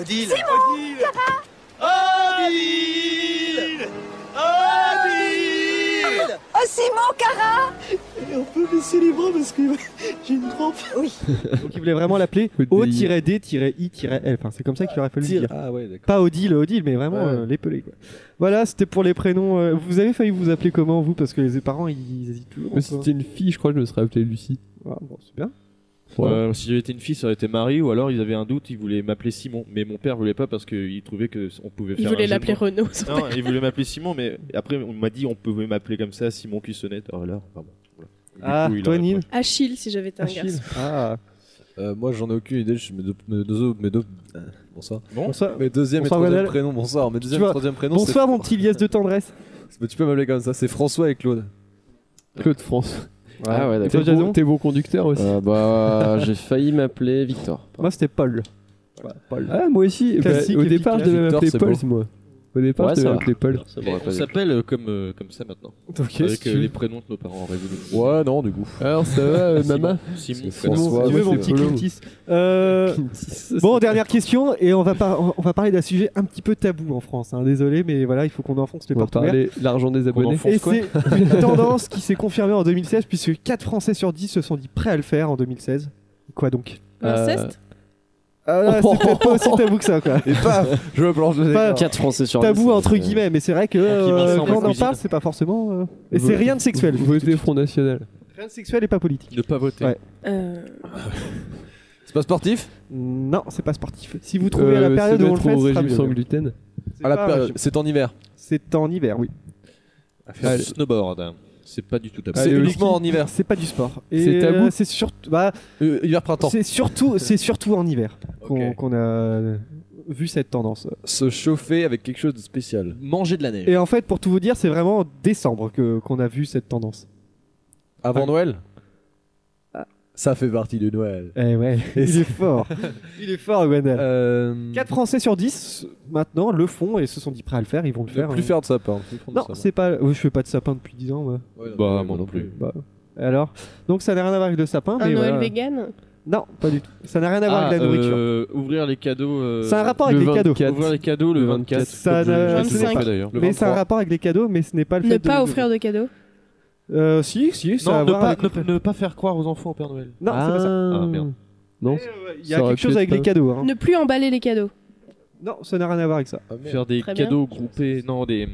Speaker 9: Odile Simon Cara Odile Odile Oh Simon Cara Et on peut baisser les bras parce que j'ai une trompe Oui
Speaker 2: Donc il voulait vraiment l'appeler O-D-I-L. Enfin, c'est comme ça qu'il aurait fallu le
Speaker 4: Tire-
Speaker 2: dire.
Speaker 4: Ah ouais, d'accord.
Speaker 2: Pas Odile, Odile, mais vraiment
Speaker 4: Ouais.
Speaker 2: euh, les pelés. Quoi. Voilà, c'était pour les prénoms. euh, vous avez failli vous appeler comment, vous Parce que les parents, ils, ils hésitent toujours.
Speaker 3: Mais si c'était une fille, je crois que je me serais appelé Lucie.
Speaker 2: Ah, bon, c'est bien.
Speaker 10: Euh, si j'avais été une fille, ça aurait été Marie, ou alors ils avaient un doute, ils voulaient m'appeler Simon. Mais mon père voulait pas parce qu'il trouvait que on pouvait
Speaker 6: Il
Speaker 10: faire.
Speaker 6: voulait
Speaker 10: un jeu de
Speaker 6: l'appeler
Speaker 10: mots.
Speaker 6: Renaud, son
Speaker 10: Non,
Speaker 6: père.
Speaker 10: il voulait m'appeler Simon, mais après on m'a dit on pouvait m'appeler comme ça, Simon Cuissonnette. Oh là, enfin bon, voilà. Du
Speaker 2: Ah,
Speaker 10: coup, il
Speaker 2: toi,
Speaker 10: aurait-
Speaker 2: Nîmes
Speaker 6: Achille, si j'avais été un
Speaker 2: Achille.
Speaker 6: garçon.
Speaker 2: Ah.
Speaker 4: Euh, moi j'en ai aucune idée, je suis mes deux, mes deux, mes deux- euh, bonsoir.
Speaker 2: Bonsoir.
Speaker 4: Mes deuxième
Speaker 2: Bonsoir,
Speaker 4: et troisième
Speaker 2: Wadal.
Speaker 4: prénoms, bonsoir. Mes deuxième
Speaker 2: Tu
Speaker 4: et
Speaker 2: vois,
Speaker 4: troisième prénoms, c'est-
Speaker 2: Bonsoir, mon petit liesse de tendresse.
Speaker 4: Mais tu peux m'appeler comme ça, c'est François et Claude.
Speaker 3: euh, Claude France.
Speaker 1: Ah ouais,
Speaker 3: T'es
Speaker 1: d'accord.
Speaker 3: bon- T'es bon conducteur aussi.
Speaker 1: Euh, bah, j'ai failli m'appeler Victor.
Speaker 2: Moi, c'était Paul. Paul.
Speaker 3: Ah, moi aussi. bah,
Speaker 2: Classique
Speaker 3: au
Speaker 2: et
Speaker 3: départ, je
Speaker 2: efficace.
Speaker 3: devais
Speaker 2: Victor,
Speaker 3: m'appeler
Speaker 2: c'est
Speaker 3: Paul,
Speaker 2: beau.
Speaker 3: c'est moi. Au départ,
Speaker 1: Ouais,
Speaker 3: je
Speaker 1: ça
Speaker 3: devais
Speaker 1: va.
Speaker 3: m'appeler Paul.
Speaker 10: Mais on s'appelle euh, comme, euh, comme ça maintenant.
Speaker 3: Ok, si
Speaker 10: Avec
Speaker 3: tu
Speaker 10: euh,
Speaker 3: veux.
Speaker 10: les prénoms de nos parents résolus.
Speaker 4: Ouais, non, du coup.
Speaker 3: Alors, ça va, euh,
Speaker 10: Simon.
Speaker 3: maman
Speaker 10: Simon,
Speaker 4: C'est
Speaker 10: Fred.
Speaker 4: François.
Speaker 2: Tu veux,
Speaker 4: moi,
Speaker 2: mon
Speaker 4: c'est
Speaker 2: petit
Speaker 4: Polo.
Speaker 2: Clint East. Euh, Bon, dernière question, et on va, par- on va parler d'un sujet un petit peu tabou en France. hein. Désolé, mais voilà, il faut qu'on enfonce les
Speaker 3: On va
Speaker 2: portes ouvertes.
Speaker 3: parler l'argent des abonnés.
Speaker 2: Et c'est une tendance qui s'est confirmée en 2016, puisque 4 Français sur 10 se sont dit prêts à le faire en 2016. Quoi donc
Speaker 6: L'inceste
Speaker 2: Ah, là, C'est peut-être pas aussi tabou que ça, quoi.
Speaker 4: Et paf, je me plonge le
Speaker 2: Pas
Speaker 4: décor.
Speaker 1: Quatre Français sur
Speaker 2: Tabou
Speaker 1: dix,
Speaker 2: entre
Speaker 1: euh,
Speaker 2: guillemets, mais c'est vrai que euh,
Speaker 10: Vincent,
Speaker 2: quand on en
Speaker 10: Marcuse.
Speaker 2: parle, c'est pas forcément. euh, Et c'est rien de sexuel.
Speaker 3: Votez Front National.
Speaker 2: Rien de sexuel et pas politique.
Speaker 10: Ne pas voter.
Speaker 2: Ouais.
Speaker 6: Euh,
Speaker 4: C'est pas sportif
Speaker 2: Non, c'est pas sportif. Si vous trouvez à la
Speaker 3: Euh,
Speaker 2: période
Speaker 3: se
Speaker 2: où on le
Speaker 3: mettre
Speaker 2: fait,
Speaker 3: au
Speaker 2: ce sera
Speaker 3: régime
Speaker 2: mieux.
Speaker 3: sans gluten.
Speaker 2: C'est
Speaker 4: À la
Speaker 2: pas un
Speaker 4: période-
Speaker 2: régime.
Speaker 4: C'est en hiver.
Speaker 2: C'est en hiver, oui.
Speaker 10: À faire du snowboard. hein. C'est pas du tout tabou.
Speaker 4: C'est
Speaker 3: Allez,
Speaker 4: uniquement en hiver.
Speaker 2: C'est pas du sport. Et,
Speaker 3: C'est tabou
Speaker 2: euh, C'est surtout. bah,
Speaker 4: Euh, Hiver-printemps.
Speaker 2: C'est surtout, c'est surtout en hiver qu'on
Speaker 4: Ok.
Speaker 2: qu'on a euh, vu cette tendance.
Speaker 4: Se chauffer avec quelque chose de spécial.
Speaker 12: Manger de la neige.
Speaker 2: Et en fait, pour tout vous dire, c'est vraiment en décembre que- qu'on a vu cette tendance.
Speaker 4: Avant Noël Ah. Ça fait partie de Noël.
Speaker 2: Eh ouais,
Speaker 4: Et
Speaker 2: il
Speaker 4: c'est-
Speaker 2: est fort. il est fort, Gwendal.
Speaker 4: Euh,
Speaker 2: 4 Français sur 10 maintenant le font et se sont dit prêts à le faire, ils vont le
Speaker 4: Ne
Speaker 2: faire.
Speaker 4: plus
Speaker 2: hein.
Speaker 4: faire de sapin. plus prendre
Speaker 2: Non,
Speaker 4: de sapin.
Speaker 2: c'est pas. oh, je fais pas de sapin depuis 10 ans. moi.
Speaker 4: Ouais, non,
Speaker 10: Bah,
Speaker 4: mais
Speaker 10: moi non plus.
Speaker 2: Bah, Alors, donc ça n'a rien à voir avec le sapin.
Speaker 6: Un
Speaker 2: Ah, mais
Speaker 6: Noël
Speaker 2: voilà.
Speaker 6: vegan
Speaker 2: Non, pas du tout. Ça n'a rien à voir
Speaker 10: Ah,
Speaker 2: avec la nourriture.
Speaker 10: euh, ouvrir les cadeaux. euh,
Speaker 2: C'est un rapport avec
Speaker 3: le
Speaker 2: les cadeaux.
Speaker 3: 24.
Speaker 10: Ouvrir les cadeaux le
Speaker 3: Le
Speaker 10: 24.
Speaker 2: Ça
Speaker 10: Je l'ai
Speaker 2: n'a-
Speaker 10: toujours
Speaker 6: 25.
Speaker 10: fait, d'ailleurs.
Speaker 4: Le
Speaker 2: Mais c'est un
Speaker 4: 23.
Speaker 2: rapport avec les cadeaux, mais ce n'est pas le
Speaker 6: Ne
Speaker 2: fait de-
Speaker 6: pas offrir de cadeaux
Speaker 2: Euh, si, si, ça a à
Speaker 10: Non, ne
Speaker 2: voir
Speaker 10: pas,
Speaker 2: avec le fait-
Speaker 10: ne- ne pas faire croire aux enfants au Père Noël.
Speaker 2: Non, c'est pas ça.
Speaker 10: Ah, merde.
Speaker 3: Non,
Speaker 2: Il y a
Speaker 3: Ça aurait
Speaker 2: quelque
Speaker 3: pu
Speaker 2: chose
Speaker 3: être
Speaker 2: avec
Speaker 3: pas-
Speaker 2: les cadeaux. hein.
Speaker 6: Ne plus emballer les cadeaux.
Speaker 2: Non, ça n'a rien à voir avec ça.
Speaker 4: Ah, merde.
Speaker 10: Faire des
Speaker 6: Très bien.
Speaker 10: cadeaux groupés. Non, des.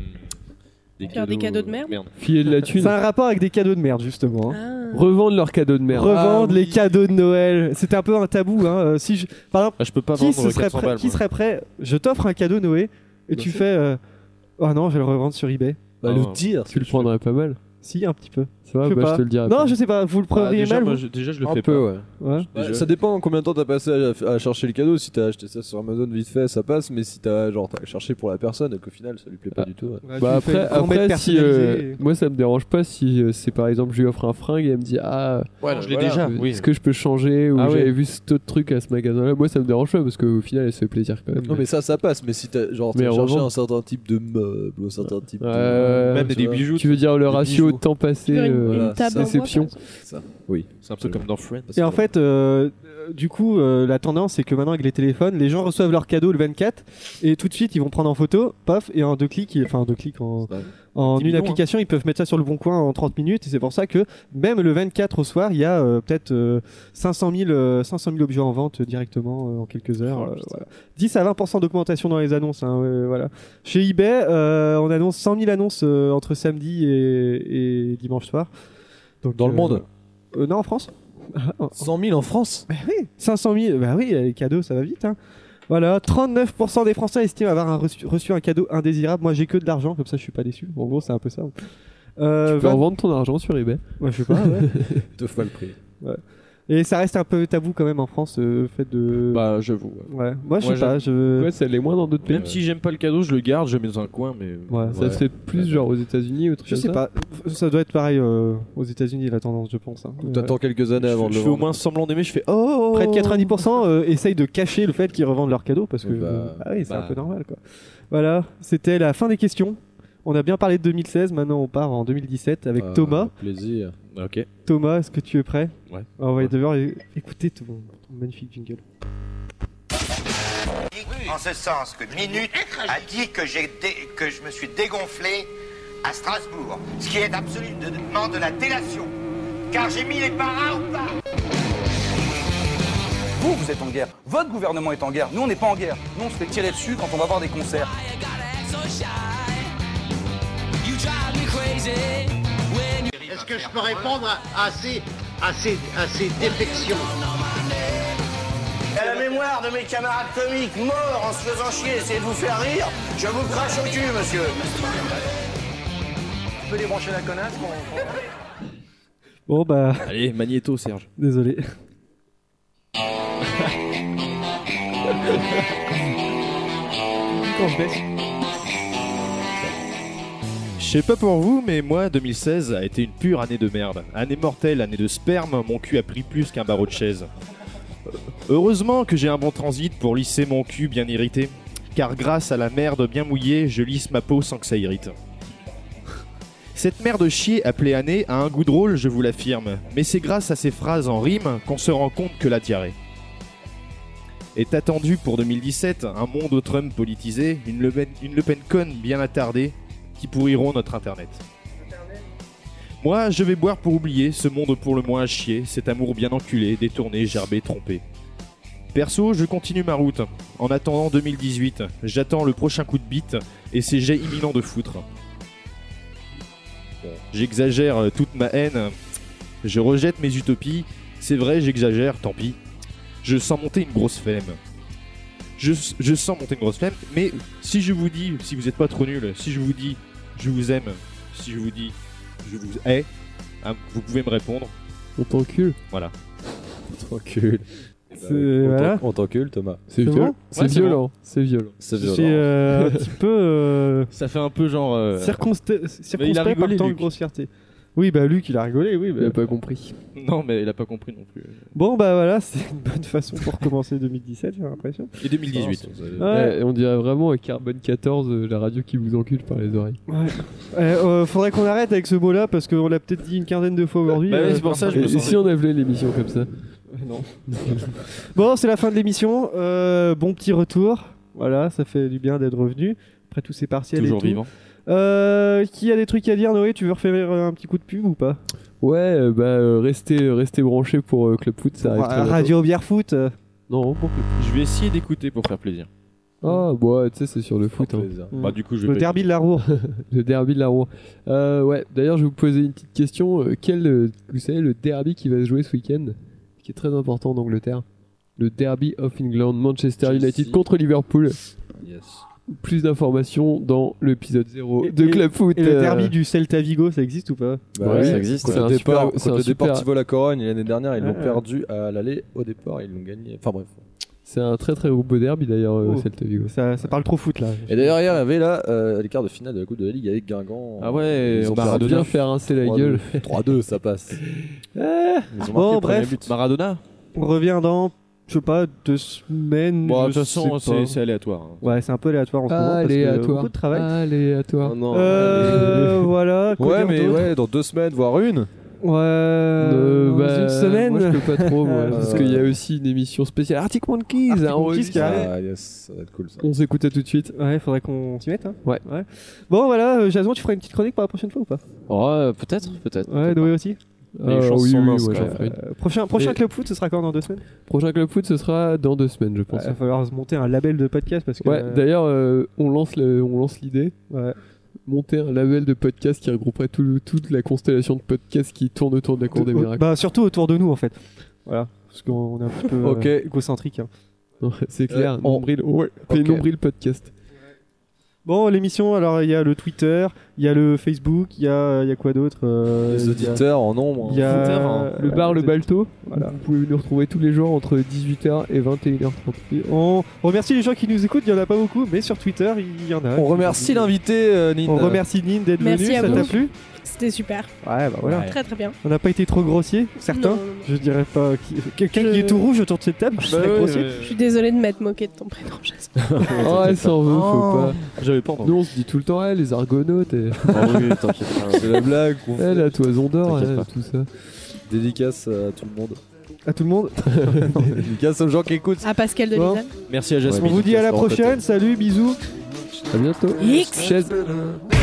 Speaker 10: des
Speaker 6: Faire des cadeaux de
Speaker 10: euh,
Speaker 6: merde.
Speaker 3: filer de la thune.
Speaker 2: C'est un rapport avec des cadeaux de merde, justement. hein.
Speaker 6: Ah.
Speaker 3: Revendre leurs cadeaux de merde.
Speaker 2: Revendre
Speaker 4: Ah,
Speaker 2: les
Speaker 4: oui.
Speaker 2: cadeaux de Noël, c'était un peu un tabou. Hein. Euh, Si je... Par exemple,
Speaker 10: Ah, je peux pas
Speaker 2: qui,
Speaker 10: vendre
Speaker 2: se serait
Speaker 10: 400
Speaker 2: prêt,
Speaker 10: balles.
Speaker 2: qui
Speaker 10: moi.
Speaker 2: serait prêt Je t'offre un cadeau, Noé, et
Speaker 4: Bien
Speaker 2: tu
Speaker 4: sûr.
Speaker 2: fais. euh, Oh non, je vais le revendre sur eBay.
Speaker 4: Bah,
Speaker 10: Ah,
Speaker 4: le
Speaker 10: ouais.
Speaker 4: dire.
Speaker 3: Tu le prendrais pas mal.
Speaker 2: Si, un petit peu.
Speaker 3: Ça va,
Speaker 2: Je sais
Speaker 3: bah,
Speaker 2: pas.
Speaker 3: je te le dirai.
Speaker 2: Non,
Speaker 3: après.
Speaker 2: je sais pas, vous le
Speaker 10: Ah,
Speaker 2: prendriez
Speaker 10: déjà,
Speaker 2: mal
Speaker 10: moi,
Speaker 2: vous
Speaker 10: je- déjà, je le
Speaker 4: Un
Speaker 10: fais
Speaker 4: peu,
Speaker 10: pas.
Speaker 4: ouais.
Speaker 2: Ouais.
Speaker 4: Bah,
Speaker 10: Déjà.
Speaker 4: ça dépend combien de temps t'as passé à, à chercher le cadeau. Si t'as acheté ça sur Amazon vite fait, ça passe. Mais si t'as genre t'as cherché pour la personne et qu'au final ça lui plaît pas
Speaker 3: Ah.
Speaker 4: du tout. ouais.
Speaker 3: Bah
Speaker 2: Tu fais une
Speaker 3: après,
Speaker 2: cornette
Speaker 3: après si
Speaker 2: personnalisée.
Speaker 3: euh, moi ça me dérange pas si euh, c'est par exemple je lui offre un fringue et elle me dit ah
Speaker 10: Ouais, je l'ai déjà.
Speaker 3: euh,
Speaker 10: Oui.
Speaker 3: est-ce que je peux changer ou
Speaker 10: Ah
Speaker 3: j'avais
Speaker 10: ouais.
Speaker 3: vu cet autre truc à ce magasin là moi ça me dérange pas parce qu'au final elle se fait plaisir quand même.
Speaker 4: Non, mais ça, ça passe. Mais si t'as genre t'as
Speaker 3: Mais en
Speaker 4: cherché
Speaker 3: revanche-
Speaker 4: un certain type de meuble ou un certain type
Speaker 3: Ouais,
Speaker 4: de.
Speaker 3: ouais,
Speaker 10: Même
Speaker 4: tu
Speaker 10: des
Speaker 4: vois.
Speaker 10: bijoux.
Speaker 3: Euh, Tu veux dire le
Speaker 4: Des
Speaker 3: ratio
Speaker 4: bijoux.
Speaker 3: de temps passé
Speaker 6: Faire une,
Speaker 3: euh,
Speaker 4: voilà,
Speaker 6: une table en bois,
Speaker 3: déception.
Speaker 6: par exemple.
Speaker 10: C'est un peu comme dans Friends.
Speaker 2: Et en fait, euh, euh, du coup, euh, la tendance, c'est que maintenant, avec les téléphones, les gens reçoivent leur cadeau le 24 et tout de suite, ils vont prendre en photo, paf, et en deux clics, ils- enfin, en deux clics, en,
Speaker 4: Ouais.
Speaker 2: en
Speaker 10: Dix
Speaker 2: une
Speaker 10: millions, hein.
Speaker 2: application, ils peuvent mettre ça sur le bon coin en 30 minutes. Et c'est pour ça que même le 24 au soir, il y a euh, peut-être euh, 500, 000, euh, 500 000 objets en vente euh, directement euh, en quelques heures.
Speaker 4: Oh,
Speaker 2: euh, voilà. 10 à 20% d'augmentation dans les annonces. hein, ouais, voilà. Chez eBay, euh, on annonce 100 000 annonces euh, entre samedi et, et dimanche soir. Donc,
Speaker 4: Dans le
Speaker 2: euh,
Speaker 4: monde
Speaker 2: euh, Non, en France
Speaker 4: 100 000 en France
Speaker 2: bah oui, 500 000, bah oui, les cadeaux, ça va vite. Hein. Voilà, 39% des Français estiment avoir un reçu, reçu un cadeau indésirable. Moi, j'ai que de l'argent, comme ça, je suis pas déçu. En gros, c'est un peu ça. Euh,
Speaker 3: Tu peux
Speaker 2: 20
Speaker 3: revendre ton argent sur eBay.
Speaker 2: Ouais, je sais pas, ouais.
Speaker 4: Deux fois le prix.
Speaker 2: Et ça reste un peu tabou quand même en France, euh, le fait de.
Speaker 3: Bah, j'avoue.
Speaker 2: Ouais, moi je
Speaker 4: Moi,
Speaker 2: sais pas, je.
Speaker 3: Ouais, ça l'est moins dans d'autres pays.
Speaker 4: Même si j'aime pas le cadeau, je le garde, je le mets dans un coin, mais.
Speaker 2: Euh, Ouais.
Speaker 3: Ça se fait plus genre aux États-Unis ou trucs
Speaker 2: Je sais pas, ça doit être pareil euh, aux États-Unis la tendance, je pense. hein.
Speaker 18: T'attends quelques années avant de
Speaker 4: Je
Speaker 18: le
Speaker 4: fais au
Speaker 18: vendre.
Speaker 4: moins semblant d'aimer, je fais
Speaker 2: Oh
Speaker 4: oh
Speaker 2: Près de 90% euh, essayent de cacher le fait qu'ils revendent leurs cadeaux parce que.
Speaker 18: Bah,
Speaker 2: euh, ah oui, c'est
Speaker 18: bah.
Speaker 2: un peu normal quoi. Voilà, c'était la fin des questions. On a bien parlé de 2016, maintenant on part en 2017 avec
Speaker 18: Ah,
Speaker 2: Thomas.
Speaker 18: Plaisir.
Speaker 4: Ok.
Speaker 2: Thomas, est-ce que tu es prêt
Speaker 4: Ouais.
Speaker 2: On va devoir é- écouter ton, ton magnifique jingle.
Speaker 19: En ce sens que Minute a dit que, j'ai dé- que je me suis dégonflé à Strasbourg, ce qui est absolument de la délation, car j'ai mis les paras au pas.
Speaker 20: Vous, vous êtes en guerre. Votre gouvernement est en guerre. Nous, on n'est pas en guerre. Nous, on se fait tirer dessus quand on va voir des concerts.
Speaker 19: Est-ce que je peux répondre à, à ces, à, ces, à ces défections
Speaker 8: À la mémoire de mes camarades comiques morts en se faisant chier, essayez de vous faire rire, je vous crache au cul, monsieur.
Speaker 19: Je peux débrancher la connasse mon- mon-
Speaker 2: Bon bah,
Speaker 4: Allez, magnéto, Serge.
Speaker 2: désolé.
Speaker 4: Je sais pas pour vous, mais moi, 2016 a été une pure année de merde. Année mortelle, année de sperme, mon cul a pris plus qu'un barreau de chaise. Euh, Heureusement que j'ai un bon transit pour lisser mon cul bien irrité, car grâce à la merde bien mouillée, je lisse ma peau sans que ça irrite. Cette merde chier appelée année a un goût drôle, je vous l'affirme, mais c'est grâce à ces phrases en rime qu'on se rend compte que la diarrhée est attendu pour 2017 un monde au Trump politisé, une Le Pen, une Le Pen conne bien attardée qui pourriront notre internet. Moi, je vais boire pour oublier ce monde pour le moins à chier, cet amour bien enculé, détourné, gerbé, trompé. Perso, je continue ma route. En attendant 2018, j'attends le prochain coup de bite et ses jets imminents de foutre. Bon, J'exagère euh, toute ma haine. Je rejette mes utopies. C'est vrai, j'exagère, tant pis. Je sens monter une grosse flemme. Je, je sens monter une grosse flemme, mais si je vous dis, si vous n'êtes pas trop nul, si je vous dis, je vous aime, si je vous dis, je vous hais, ah, vous pouvez me répondre.
Speaker 3: On t'encule.
Speaker 4: Voilà.
Speaker 18: Tranquille.
Speaker 4: Eh ben,
Speaker 2: C'est- voilà.
Speaker 18: On t'encule, Thomas.
Speaker 3: C'est
Speaker 2: C'est
Speaker 3: viol-
Speaker 2: bon
Speaker 3: c'est
Speaker 2: Ouais, c'est
Speaker 3: violent. C'est violent.
Speaker 18: C'est
Speaker 2: Je suis euh, un petit peu. euh,
Speaker 4: Ça fait un peu genre. euh,
Speaker 2: circonsta-
Speaker 4: Mais il a
Speaker 2: circonspect par
Speaker 4: rigolé,
Speaker 2: tant de
Speaker 4: Luc.
Speaker 2: grosse fierté. Oui, bah Luc il a rigolé, oui. bah.
Speaker 3: Il a pas compris.
Speaker 4: Non, mais il a pas compris non plus.
Speaker 2: Bon bah voilà, c'est une bonne façon pour commencer 2017, j'ai l'impression.
Speaker 4: Et 2018.
Speaker 2: Ouais.
Speaker 3: Ouais, on dirait vraiment à Carbone 14, euh, la radio qui vous encule par les oreilles.
Speaker 2: Ouais. Eh, euh, faudrait qu'on arrête avec ce mot-là parce qu'on l'a peut-être dit une quinzaine de fois aujourd'hui.
Speaker 3: Bah ouais,
Speaker 2: Euh,
Speaker 3: c'est pour ça, je
Speaker 2: et-
Speaker 3: me
Speaker 2: et
Speaker 3: sens-
Speaker 2: si on-
Speaker 3: on avait l'émission comme ça.
Speaker 2: Non. bon, c'est la fin de l'émission. Euh, bon petit retour. Voilà, ça fait du bien d'être revenu après tous ces partiels. et
Speaker 4: Toujours
Speaker 2: tout.
Speaker 4: vivant.
Speaker 2: Euh, qui a des trucs à dire, Noé Tu veux refaire un petit coup de pub ou pas
Speaker 3: Ouais, euh, bah euh, restez, restez branchés pour euh, Club Foot, ça arrive. très bientôt. Oh.
Speaker 2: Radio Bière Foot. euh.
Speaker 3: Non, pour Club
Speaker 4: Je vais essayer d'écouter pour faire plaisir.
Speaker 3: Ah, bah tu sais, c'est sur le foot. hein.
Speaker 18: Mm.
Speaker 4: Bah, du coup, je vais
Speaker 2: Le
Speaker 4: pas
Speaker 2: derby de la Roure.
Speaker 3: le derby de la Roue. Euh, ouais, d'ailleurs, je vais vous poser une petite question. Euh, Quel, euh, vous savez, le derby qui va se jouer ce week-end, qui est très important en Angleterre Le derby of England, Manchester United contre Liverpool. Plus d'informations dans l'épisode 0 de
Speaker 2: Et-
Speaker 3: Club Foot.
Speaker 2: Et le
Speaker 3: euh,
Speaker 2: derby du Celta Vigo, ça existe ou pas
Speaker 3: Bah oui, ça existe.
Speaker 18: C'est
Speaker 3: C'est un
Speaker 18: un
Speaker 3: super-
Speaker 18: départ.
Speaker 3: c'est
Speaker 18: Contre
Speaker 3: un
Speaker 18: le
Speaker 3: super-
Speaker 18: Deportivo La Corogne l'année dernière, ils l'ont
Speaker 2: Ouais.
Speaker 18: perdu à l'aller au départ, ils l'ont gagné. Enfin bref.
Speaker 3: C'est un très très beau derby d'ailleurs, euh,
Speaker 2: Oh.
Speaker 3: Celta Vigo.
Speaker 2: ça, ça parle trop foot là.
Speaker 18: Et d'ailleurs, hier, il y avait là euh, les quarts de finale de la Coupe de la Ligue avec Guingamp.
Speaker 4: Ah ouais,
Speaker 18: ils ont
Speaker 3: Maradona.
Speaker 18: perdu.
Speaker 3: Bien faire rincer la
Speaker 18: 3-2.
Speaker 3: gueule.
Speaker 18: 3-2, ça passe.
Speaker 4: Ah,
Speaker 18: Ils ont
Speaker 2: Bon,
Speaker 18: marqué le premier
Speaker 2: bref.
Speaker 18: but.
Speaker 4: Maradona
Speaker 2: On revient dans, je sais pas, deux semaines.
Speaker 4: Bon, de
Speaker 2: je
Speaker 4: toute façon,
Speaker 2: sais pas.
Speaker 4: c'est c'est aléatoire. hein.
Speaker 2: Ouais, c'est un peu aléatoire en ce moment. parce
Speaker 3: Allez
Speaker 2: que
Speaker 3: à toi. Ah.
Speaker 2: Beaucoup de travail.
Speaker 3: Allez à toi.
Speaker 1: Oh
Speaker 18: non,
Speaker 2: Euh, voilà. quoi
Speaker 18: Ouais,
Speaker 2: dire
Speaker 18: mais
Speaker 2: d'autre
Speaker 18: ouais, dans deux semaines, voire une.
Speaker 2: Ouais,
Speaker 3: Euh,
Speaker 2: dans
Speaker 3: bah,
Speaker 2: une semaine.
Speaker 3: Moi, je peux pas trop, moi,
Speaker 2: Euh,
Speaker 3: parce qu'il y a aussi une émission spéciale Arctic Monkeys. hein,
Speaker 2: Arctic
Speaker 3: à
Speaker 2: Monkeys qui arrive.
Speaker 3: enregistrer.
Speaker 18: Ah, yes, ça va être cool ça.
Speaker 3: On s'écoute à tout de suite.
Speaker 2: Ouais, faudrait qu'on s'y mette. hein.
Speaker 3: Ouais.
Speaker 2: Bon, voilà, euh, Jason, tu feras une petite chronique pour la prochaine fois ou pas
Speaker 1: Oh, euh, peut-être, peut-être.
Speaker 2: Ouais, Noé aussi.
Speaker 1: Les
Speaker 3: Euh,
Speaker 1: chances
Speaker 3: oui,
Speaker 1: sont
Speaker 3: oui,
Speaker 1: minces,
Speaker 3: ouais,
Speaker 1: quand
Speaker 3: j'en
Speaker 1: même.
Speaker 3: ferai une.
Speaker 2: Euh, prochain prochain
Speaker 3: Et-
Speaker 2: club foot, ce sera quand dans deux semaines
Speaker 3: Prochain Club Foot, ce sera dans deux semaines, je
Speaker 2: Il
Speaker 3: pense.
Speaker 2: va falloir se monter un label de podcast parce que.
Speaker 3: ouais, d'ailleurs, euh, on lance le- on lance l'idée.
Speaker 2: Ouais.
Speaker 3: Monter un label de podcast qui regrouperait tout le- toute la constellation de podcasts qui tourne autour de la Cour des
Speaker 2: au-
Speaker 3: miracles.
Speaker 2: bah, surtout autour de nous en fait. Voilà, parce qu'on est un petit peu euh,
Speaker 18: Ok.
Speaker 2: égocentrique. hein.
Speaker 3: Non, C'est clair,
Speaker 18: Euh, on-
Speaker 3: nombril, ouais,
Speaker 18: Ok.
Speaker 3: nombril podcast.
Speaker 2: Bon, l'émission, alors il y a le Twitter, Il y a le Facebook, il y a, il y a quoi d'autre euh, il
Speaker 4: Les
Speaker 2: y a-
Speaker 4: auditeurs en nombre.
Speaker 2: Il y a
Speaker 3: hein. le bar, le balto.
Speaker 2: Euh, Voilà.
Speaker 3: Vous pouvez nous retrouver tous les jours entre 18h et 21h30.
Speaker 2: Et On on remercie les gens qui nous écoutent, il n'y en a pas beaucoup, mais sur Twitter, il y en a.
Speaker 4: On remercie l'invité, euh, Nin.
Speaker 2: On remercie Nin d'être venu,
Speaker 6: Merci à
Speaker 2: ça
Speaker 6: vous.
Speaker 2: t'a plu
Speaker 6: C'était super.
Speaker 2: Ouais, bah voilà.
Speaker 6: Très très bien.
Speaker 2: On n'a pas été trop grossier, certains.
Speaker 6: Non, non, non.
Speaker 2: Je dirais pas. qui- Quelqu'un qui est tout rouge autour de cette table, je serais grossier.
Speaker 6: Je suis désolée de m'être moquée de ton prénom, Jasper.
Speaker 3: oh, elle s'en veut, faut
Speaker 4: Oh.
Speaker 3: pas.
Speaker 4: J'avais pas entendu.
Speaker 3: Nous, on se dit tout le temps, eh, les argonautes. eh.
Speaker 4: C'est la blague. qu'on
Speaker 3: Eh,
Speaker 4: fait.
Speaker 3: la toison d'or,
Speaker 4: T'inquiète
Speaker 3: eh,
Speaker 4: pas.
Speaker 3: tout ça.
Speaker 4: Dédicace à tout le monde.
Speaker 2: À tout le monde.
Speaker 4: Dédicace aux gens qui écoutent.
Speaker 6: À Ah, Pascal de
Speaker 2: Bon.
Speaker 6: Luzanne.
Speaker 4: Merci à
Speaker 2: On vous dit à la prochaine, salut, bisous.
Speaker 3: À bientôt.
Speaker 6: X.
Speaker 3: Chaise.
Speaker 6: X.